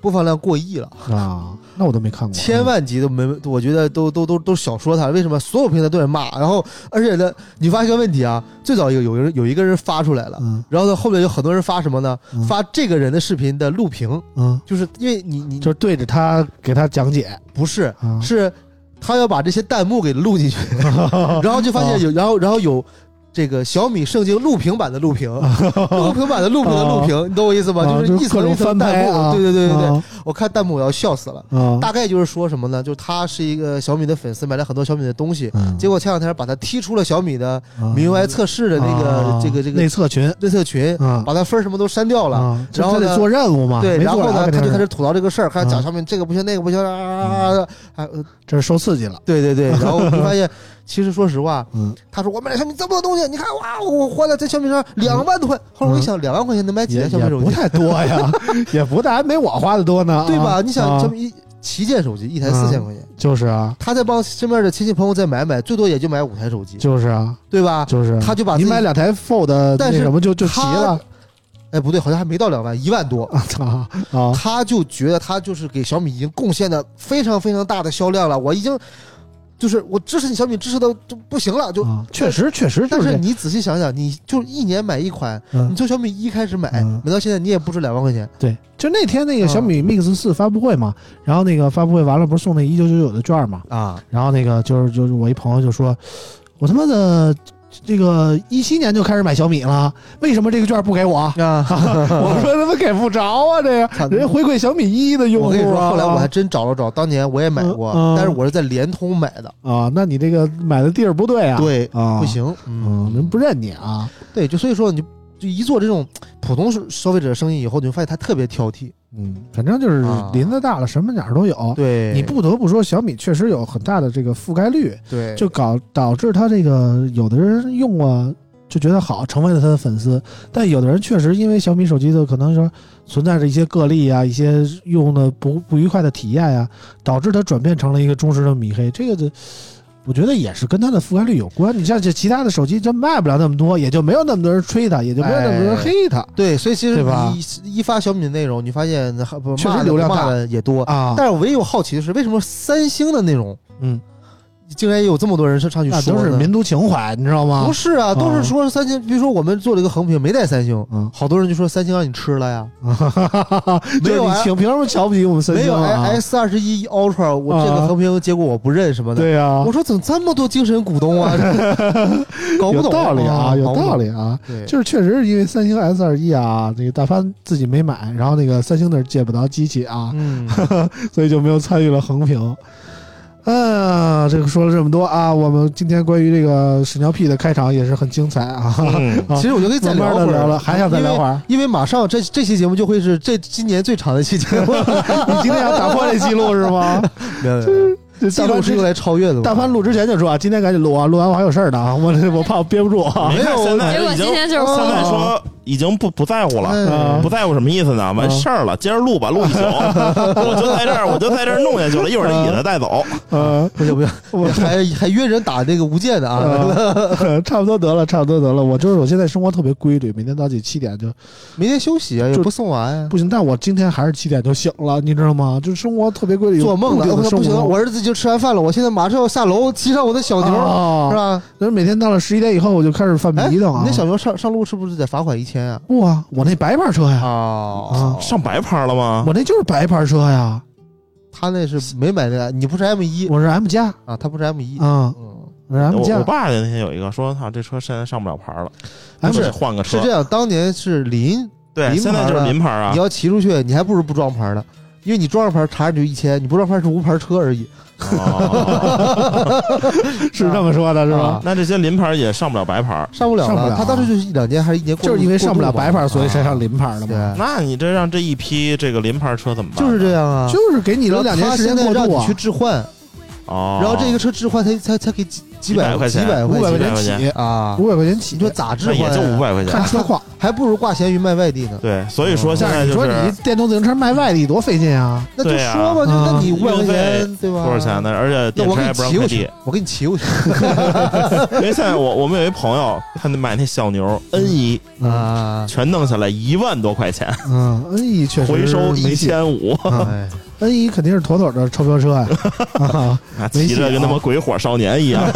[SPEAKER 4] 播放量过亿了，
[SPEAKER 3] 啊！那我都没看过，
[SPEAKER 4] 千万级都没，我觉得都都都都小说它。为什么所有平台都在骂？然后而且呢，你发现个问题啊，最早有有人有一个人发出来了。
[SPEAKER 3] 嗯
[SPEAKER 4] 然后呢，后面有很多人发什么呢？
[SPEAKER 3] 嗯
[SPEAKER 4] 发这个人的视频的录屏，
[SPEAKER 3] 嗯，
[SPEAKER 4] 就是因为你你
[SPEAKER 3] 就是对着他给他讲解
[SPEAKER 4] 不是
[SPEAKER 3] 啊，
[SPEAKER 4] 是他要把这些弹幕给录进去，然后就发现有，然后然后有。这个小米圣经录屏版的录屏，录屏版的录屏的录屏，你懂我意思吗？
[SPEAKER 3] 啊
[SPEAKER 4] 就是
[SPEAKER 3] 各
[SPEAKER 4] 一层一
[SPEAKER 3] 种
[SPEAKER 4] 层
[SPEAKER 3] 翻
[SPEAKER 4] 弹
[SPEAKER 3] 拍啊，
[SPEAKER 4] 幕，对对对对对，
[SPEAKER 3] 啊
[SPEAKER 4] 我看弹幕我要笑死了。
[SPEAKER 3] 啊，
[SPEAKER 4] 大概就是说什么呢？就是他是一个小米的粉丝，买了很多小米的东西，
[SPEAKER 3] 嗯
[SPEAKER 4] 结果前两天把他踢出了小米的
[SPEAKER 3] 啊
[SPEAKER 4] 米 UI 测试的那个
[SPEAKER 3] 啊
[SPEAKER 4] 这个这
[SPEAKER 3] 内
[SPEAKER 4] 个
[SPEAKER 3] 测群
[SPEAKER 4] 内测群，
[SPEAKER 3] 啊
[SPEAKER 4] 把他分儿什么都删掉了。
[SPEAKER 3] 啊，
[SPEAKER 4] 然后
[SPEAKER 3] 这
[SPEAKER 4] 呢
[SPEAKER 3] 得做任务嘛，
[SPEAKER 4] 对，
[SPEAKER 3] 没
[SPEAKER 4] 然后
[SPEAKER 3] 做
[SPEAKER 4] 呢，
[SPEAKER 3] 完肯
[SPEAKER 4] 他就
[SPEAKER 3] 定
[SPEAKER 4] 开
[SPEAKER 3] 是
[SPEAKER 4] 始吐槽这个事儿，开始讲上面这个不行，那个不行啊啊啊啊啊！啊呃
[SPEAKER 3] 这是受刺激了，
[SPEAKER 4] 对对 对，然后我就发现，其实说实话，
[SPEAKER 3] 嗯，
[SPEAKER 4] 他说我买了小米这么多东西，你看哇，我花了在小米上两万多块，后来我一想，两万块钱能买几
[SPEAKER 3] 嗯也
[SPEAKER 4] 台小米
[SPEAKER 3] 也
[SPEAKER 4] 手
[SPEAKER 3] 不
[SPEAKER 4] 机，
[SPEAKER 3] 太多呀， 也不大，还没我花的多呢，啊
[SPEAKER 4] 对吧？你想
[SPEAKER 3] 啊嗯
[SPEAKER 4] 小米一旗舰手机一台四千块钱，
[SPEAKER 3] 就是啊，
[SPEAKER 4] 他再帮身边的亲戚朋友再买买，最多也就买五台手机，
[SPEAKER 3] 就是啊，
[SPEAKER 4] 对吧？
[SPEAKER 3] 就是，
[SPEAKER 4] 他就把
[SPEAKER 3] 你
[SPEAKER 4] 自己
[SPEAKER 3] 买两台 Fold，
[SPEAKER 4] 但是
[SPEAKER 3] 那什么就就齐
[SPEAKER 4] 他
[SPEAKER 3] 了
[SPEAKER 4] 哎，不对，好像还没到两万，一万多。
[SPEAKER 3] 啊 操啊！
[SPEAKER 4] 他就觉得他就是给小米已经贡献的非常非常大的销量了，我已经就是我支持你小米支持的就不行了，就
[SPEAKER 3] 啊确实确实就
[SPEAKER 4] 但
[SPEAKER 3] 是
[SPEAKER 4] 是
[SPEAKER 3] 这
[SPEAKER 4] 你仔细想想，你就一年买一款，
[SPEAKER 3] 嗯
[SPEAKER 4] 你从小米一开始买，
[SPEAKER 3] 嗯
[SPEAKER 4] 买到现在你也不止两万块钱。
[SPEAKER 3] 对，就那天那个小
[SPEAKER 4] 嗯
[SPEAKER 3] 米 Mix 四发布会嘛，然后那个发布会完了不是送那一九九九的券儿嘛，
[SPEAKER 4] 啊，
[SPEAKER 3] 然后那个就是就是我一朋友就说，我他妈的这个一七年就开始买小米了，为什么这个券不给我？
[SPEAKER 4] 啊！
[SPEAKER 3] 我说他妈给不着啊，这
[SPEAKER 4] 操
[SPEAKER 3] 个人家回馈小米一的用户、
[SPEAKER 4] 我
[SPEAKER 3] 啊。
[SPEAKER 4] 跟你说，后来我还真找了找，当年我也买过，
[SPEAKER 3] 嗯嗯
[SPEAKER 4] 但是我是在联通买的，
[SPEAKER 3] 啊，那你这个买的地儿不对啊，
[SPEAKER 4] 对，
[SPEAKER 3] 啊，
[SPEAKER 4] 不，行，
[SPEAKER 3] 嗯，人不认你啊，
[SPEAKER 4] 对，就所以说你就一做这种普通消费者生意以后，你会发现他特别挑剔，
[SPEAKER 3] 嗯，反正就是
[SPEAKER 4] 啊
[SPEAKER 3] 林子大了，什么哪儿都有。
[SPEAKER 4] 对，
[SPEAKER 3] 你不得不说，小米确实有很大的这个覆盖率，
[SPEAKER 4] 对，
[SPEAKER 3] 就搞导致他这个有的人用啊就觉得好，成为了他的粉丝，但有的人确实因为小米手机的可能说存在着一些个例啊，一些用的不不愉快的体验啊，导致他转变成了一个忠实的米黑，这个的。我觉得也是跟它的覆盖率有关。你像这其他的手机，真卖不了那么多，也就没有那么多人吹它，也就没有那么多人
[SPEAKER 4] 哎
[SPEAKER 3] 黑它、
[SPEAKER 4] 对，所以其实
[SPEAKER 3] 对吧
[SPEAKER 4] 你一一发小米的内容，你发现还不
[SPEAKER 3] 确实
[SPEAKER 4] 骂的
[SPEAKER 3] 流量
[SPEAKER 4] 骂
[SPEAKER 3] 大
[SPEAKER 4] 的也多。
[SPEAKER 3] 啊。
[SPEAKER 4] 但是我唯一有好奇的是，为什么三星的内容
[SPEAKER 3] 嗯，
[SPEAKER 4] 竟然也有这么多人上上去
[SPEAKER 3] 那
[SPEAKER 4] 说
[SPEAKER 3] 都是
[SPEAKER 4] 呢
[SPEAKER 3] 民族情怀，你知道吗？
[SPEAKER 4] 不是啊，都是说三星，比如说我们做了一个横屏，没带三星，
[SPEAKER 3] 嗯
[SPEAKER 4] 好多人就说三星让你吃了 呀，
[SPEAKER 3] 没
[SPEAKER 4] 没
[SPEAKER 3] 有
[SPEAKER 4] 有啊
[SPEAKER 3] 你请凭什么瞧不起我们三
[SPEAKER 4] 没
[SPEAKER 3] 星
[SPEAKER 4] 有哎
[SPEAKER 3] 啊？
[SPEAKER 4] i S 二十一 Ultra，我这个
[SPEAKER 3] 啊
[SPEAKER 4] 横屏结果我不认什么的。
[SPEAKER 3] 对呀、
[SPEAKER 4] 我说怎么这么多精神股东啊？ 搞不
[SPEAKER 3] 有
[SPEAKER 4] 懂，哦
[SPEAKER 3] 道理啊，有道
[SPEAKER 4] 理。
[SPEAKER 3] 理啊。
[SPEAKER 4] 对，
[SPEAKER 3] 就是确实是因为三星 S 二一啊，那个大潘自己没买，然后那个三星那儿借不着机器啊，
[SPEAKER 4] 嗯，
[SPEAKER 3] 所以就没有参与了横屏。啊，这个说了这么多啊，我们今天关于这个屎尿屁的开场也是很精彩啊，
[SPEAKER 6] 嗯，
[SPEAKER 4] 其实我觉得 可以再
[SPEAKER 3] 慢慢
[SPEAKER 4] 会
[SPEAKER 3] 的
[SPEAKER 4] 儿，
[SPEAKER 3] 聊了，还想再聊会儿。
[SPEAKER 4] 因为，因为马上这这期节目就会 是这今年最长的一期节目。
[SPEAKER 3] 你今天要打破这记录是吗？
[SPEAKER 4] 没有没有，没有记录是用来超越的吗？
[SPEAKER 3] 大潘录之前就说啊，今天赶紧录啊，录完我还有事儿呢啊，我我怕我憋不住啊。
[SPEAKER 6] 没看现
[SPEAKER 2] 结
[SPEAKER 6] 在
[SPEAKER 2] 果
[SPEAKER 6] 已经
[SPEAKER 2] 今天就是
[SPEAKER 3] 哦
[SPEAKER 6] 现在
[SPEAKER 2] 疯
[SPEAKER 4] 哦
[SPEAKER 2] 了，
[SPEAKER 6] 说已经不不在乎了。嗯
[SPEAKER 4] 哎
[SPEAKER 6] 不在乎什么意思呢？
[SPEAKER 4] 嗯
[SPEAKER 6] 完事儿了，接着录吧， 录一宿。我就在这儿，我就在这儿弄下去了，一会儿这椅子
[SPEAKER 4] 嗯
[SPEAKER 6] 带
[SPEAKER 4] 哦
[SPEAKER 6] 走。
[SPEAKER 3] 呃，
[SPEAKER 4] 不 行不行，还还约人打那个无间的 啊！
[SPEAKER 3] 呃 差不多得了，差不多得了。我就是我现在生活特别规律，每天早起七点就
[SPEAKER 4] 明天休息啊，也
[SPEAKER 3] 就
[SPEAKER 4] 不送完呀。
[SPEAKER 3] 不行，但我今天还是七点就醒了，你知道吗？就是生活特别规律，有
[SPEAKER 4] 做梦
[SPEAKER 3] 固
[SPEAKER 4] 了，
[SPEAKER 3] 定
[SPEAKER 4] 我
[SPEAKER 3] 的
[SPEAKER 4] 说
[SPEAKER 3] 生
[SPEAKER 4] 不行，
[SPEAKER 3] 活
[SPEAKER 4] 我儿子已经吃完饭了，我现在马上要下楼骑上我的小牛，
[SPEAKER 3] 啊
[SPEAKER 4] 是吧？
[SPEAKER 3] 就是每天到了十一点以后，我就开始犯
[SPEAKER 4] 哎，
[SPEAKER 3] 迷
[SPEAKER 4] 你
[SPEAKER 3] 瞪啊。
[SPEAKER 4] 那小牛上上路是不是得罚款一千啊？
[SPEAKER 3] 不啊，我那白牌车呀，
[SPEAKER 4] 哦，
[SPEAKER 6] 上白牌了
[SPEAKER 4] 啊
[SPEAKER 6] 吗？
[SPEAKER 3] 我那就是白牌车呀，
[SPEAKER 4] 他那是没买那个，你不是 M 一
[SPEAKER 3] 我是 M 加
[SPEAKER 4] 啊？他不是 M 一，
[SPEAKER 3] 啊，
[SPEAKER 4] 嗯，
[SPEAKER 3] 我是 M
[SPEAKER 6] 我我
[SPEAKER 3] 加，
[SPEAKER 6] 爸那天有一个说，操，这车现在上不了牌了，
[SPEAKER 3] 不
[SPEAKER 6] 得
[SPEAKER 3] 是
[SPEAKER 6] 换个车
[SPEAKER 4] 是。这样，当年是临，
[SPEAKER 6] 对，
[SPEAKER 4] 临
[SPEAKER 6] 现在
[SPEAKER 4] 牌
[SPEAKER 6] 就是
[SPEAKER 4] 了
[SPEAKER 6] 临牌啊
[SPEAKER 4] 你。要骑出去，你还不如不装牌呢，因为你装上牌查你就一千，你不装牌是无牌车而已，
[SPEAKER 6] 哦
[SPEAKER 3] 是这么说的，是吧
[SPEAKER 4] 啊？
[SPEAKER 6] 那这些临牌也上不了白牌。
[SPEAKER 4] 上不了
[SPEAKER 3] 上不了啊
[SPEAKER 4] 了。他当时就是一两年还是一年过渡，啊
[SPEAKER 3] 就是因为上不了白牌，所以才上
[SPEAKER 4] 临。
[SPEAKER 3] 零牌的嘛。
[SPEAKER 4] 对，
[SPEAKER 6] 那你这让这一批这个临牌车怎么办？
[SPEAKER 4] 就是这。样啊。
[SPEAKER 3] 就是给你了两年时间过
[SPEAKER 4] 然后他现在
[SPEAKER 3] 渡
[SPEAKER 4] 让你
[SPEAKER 3] 啊
[SPEAKER 4] 去，置换，
[SPEAKER 6] 哦，
[SPEAKER 4] 然后这个车置换才才才给几几
[SPEAKER 6] 几百
[SPEAKER 4] 百
[SPEAKER 6] 块钱
[SPEAKER 4] 几百
[SPEAKER 3] 五百
[SPEAKER 4] 块
[SPEAKER 3] 块
[SPEAKER 4] 钱
[SPEAKER 3] 钱起，
[SPEAKER 4] 啊！
[SPEAKER 3] 五百块钱
[SPEAKER 4] 你
[SPEAKER 3] 起，
[SPEAKER 4] 说咋置
[SPEAKER 6] 那
[SPEAKER 4] 换
[SPEAKER 6] 也
[SPEAKER 4] 呀？
[SPEAKER 6] 就五百块钱。
[SPEAKER 3] 看车况。
[SPEAKER 4] 还不如挂闲鱼卖外地呢。
[SPEAKER 6] 对，所以嗯
[SPEAKER 4] 哦
[SPEAKER 6] 说现
[SPEAKER 3] 但
[SPEAKER 6] 在
[SPEAKER 3] 是你
[SPEAKER 6] 就
[SPEAKER 3] 说
[SPEAKER 6] 是
[SPEAKER 3] 你电动自行车卖外地多费劲 啊！
[SPEAKER 4] 那就
[SPEAKER 6] 对啊
[SPEAKER 4] 说吧，就那你
[SPEAKER 6] 嗯
[SPEAKER 4] 五百块钱对吧？
[SPEAKER 6] 多少钱？呢？而且
[SPEAKER 4] 那
[SPEAKER 6] 电
[SPEAKER 4] 我
[SPEAKER 6] 池
[SPEAKER 4] 给
[SPEAKER 6] 还
[SPEAKER 4] 你
[SPEAKER 6] 不让快
[SPEAKER 4] 骑过
[SPEAKER 6] 递
[SPEAKER 4] 去。，我给你骑过去
[SPEAKER 6] 因为现在我我们有一朋友，他那买那小牛
[SPEAKER 4] 嗯
[SPEAKER 6] N 一，
[SPEAKER 4] 啊！
[SPEAKER 6] 全弄下来一万多块钱，
[SPEAKER 3] 嗯，N 一确实
[SPEAKER 6] 回收
[SPEAKER 3] 没
[SPEAKER 6] 一
[SPEAKER 3] 戏
[SPEAKER 6] 千五，
[SPEAKER 4] 哎，
[SPEAKER 3] ，N 一肯定是妥妥的超标车 呀，啊
[SPEAKER 6] 啊
[SPEAKER 3] 没戏
[SPEAKER 6] 骑着跟他妈
[SPEAKER 3] 啊
[SPEAKER 6] 鬼火少年一 样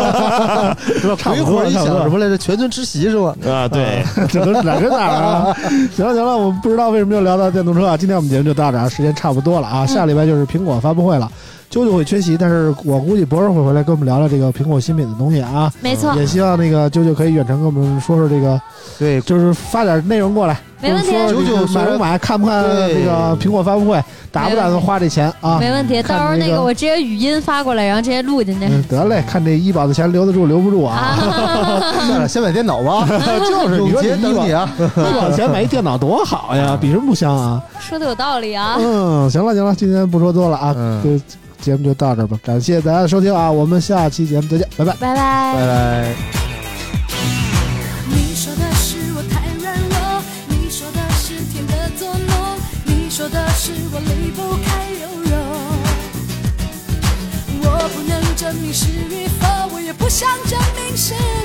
[SPEAKER 3] 差
[SPEAKER 4] 鬼
[SPEAKER 3] 不
[SPEAKER 4] 火
[SPEAKER 3] 多
[SPEAKER 4] 你
[SPEAKER 3] 差
[SPEAKER 4] 想
[SPEAKER 3] 不多
[SPEAKER 4] 什么来着？全村吃席是吧？
[SPEAKER 6] 啊！对，
[SPEAKER 3] 这都哪跟哪儿 啊？行了行了，我们不知道为什么又聊到电动车啊。今天我们节目就到这儿啊，时间差不多了啊。
[SPEAKER 6] 嗯
[SPEAKER 3] 下礼拜就是苹果发布会了，啾啾会缺席，但是我估计博士会回来跟我们聊聊这个苹果新品的东西啊。
[SPEAKER 2] 没错，
[SPEAKER 6] 嗯
[SPEAKER 3] 也希望那个啾啾可以远程跟我们说说这个，
[SPEAKER 4] 对
[SPEAKER 3] 就是发点内容过来，
[SPEAKER 2] 没问题啊
[SPEAKER 3] 就是说这个
[SPEAKER 4] 啾啾
[SPEAKER 3] 买不买，看不看这个苹果发布会，打不打算花这钱啊？
[SPEAKER 2] 没问题。
[SPEAKER 3] 看
[SPEAKER 2] 到时候
[SPEAKER 3] 这
[SPEAKER 2] 那
[SPEAKER 3] 个
[SPEAKER 2] 个我直接语音发过来，然后直接录进去。
[SPEAKER 3] 嗯，得嘞，看这医保的钱留得住留不住啊。
[SPEAKER 2] 啊，
[SPEAKER 4] 算了，先买电脑吧。
[SPEAKER 3] 就是你
[SPEAKER 4] 永
[SPEAKER 3] 说
[SPEAKER 4] 杰
[SPEAKER 3] 你医
[SPEAKER 4] 等
[SPEAKER 3] 保
[SPEAKER 4] 你啊！
[SPEAKER 3] 医保钱买一电脑多好 呀，比什么不香啊？
[SPEAKER 2] 说的有道理啊。
[SPEAKER 3] 嗯，行了行了，今天不说多了啊，
[SPEAKER 4] 嗯
[SPEAKER 3] 就节目就到这儿吧，感谢大家的收听啊，我们下期节目再见，拜拜。
[SPEAKER 2] 拜拜。
[SPEAKER 4] 拜拜。
[SPEAKER 1] 你说的是我太软弱，你说的是天的作弄，你说的是我离不开柔容。我不能证明是与否，我也不想证明是哦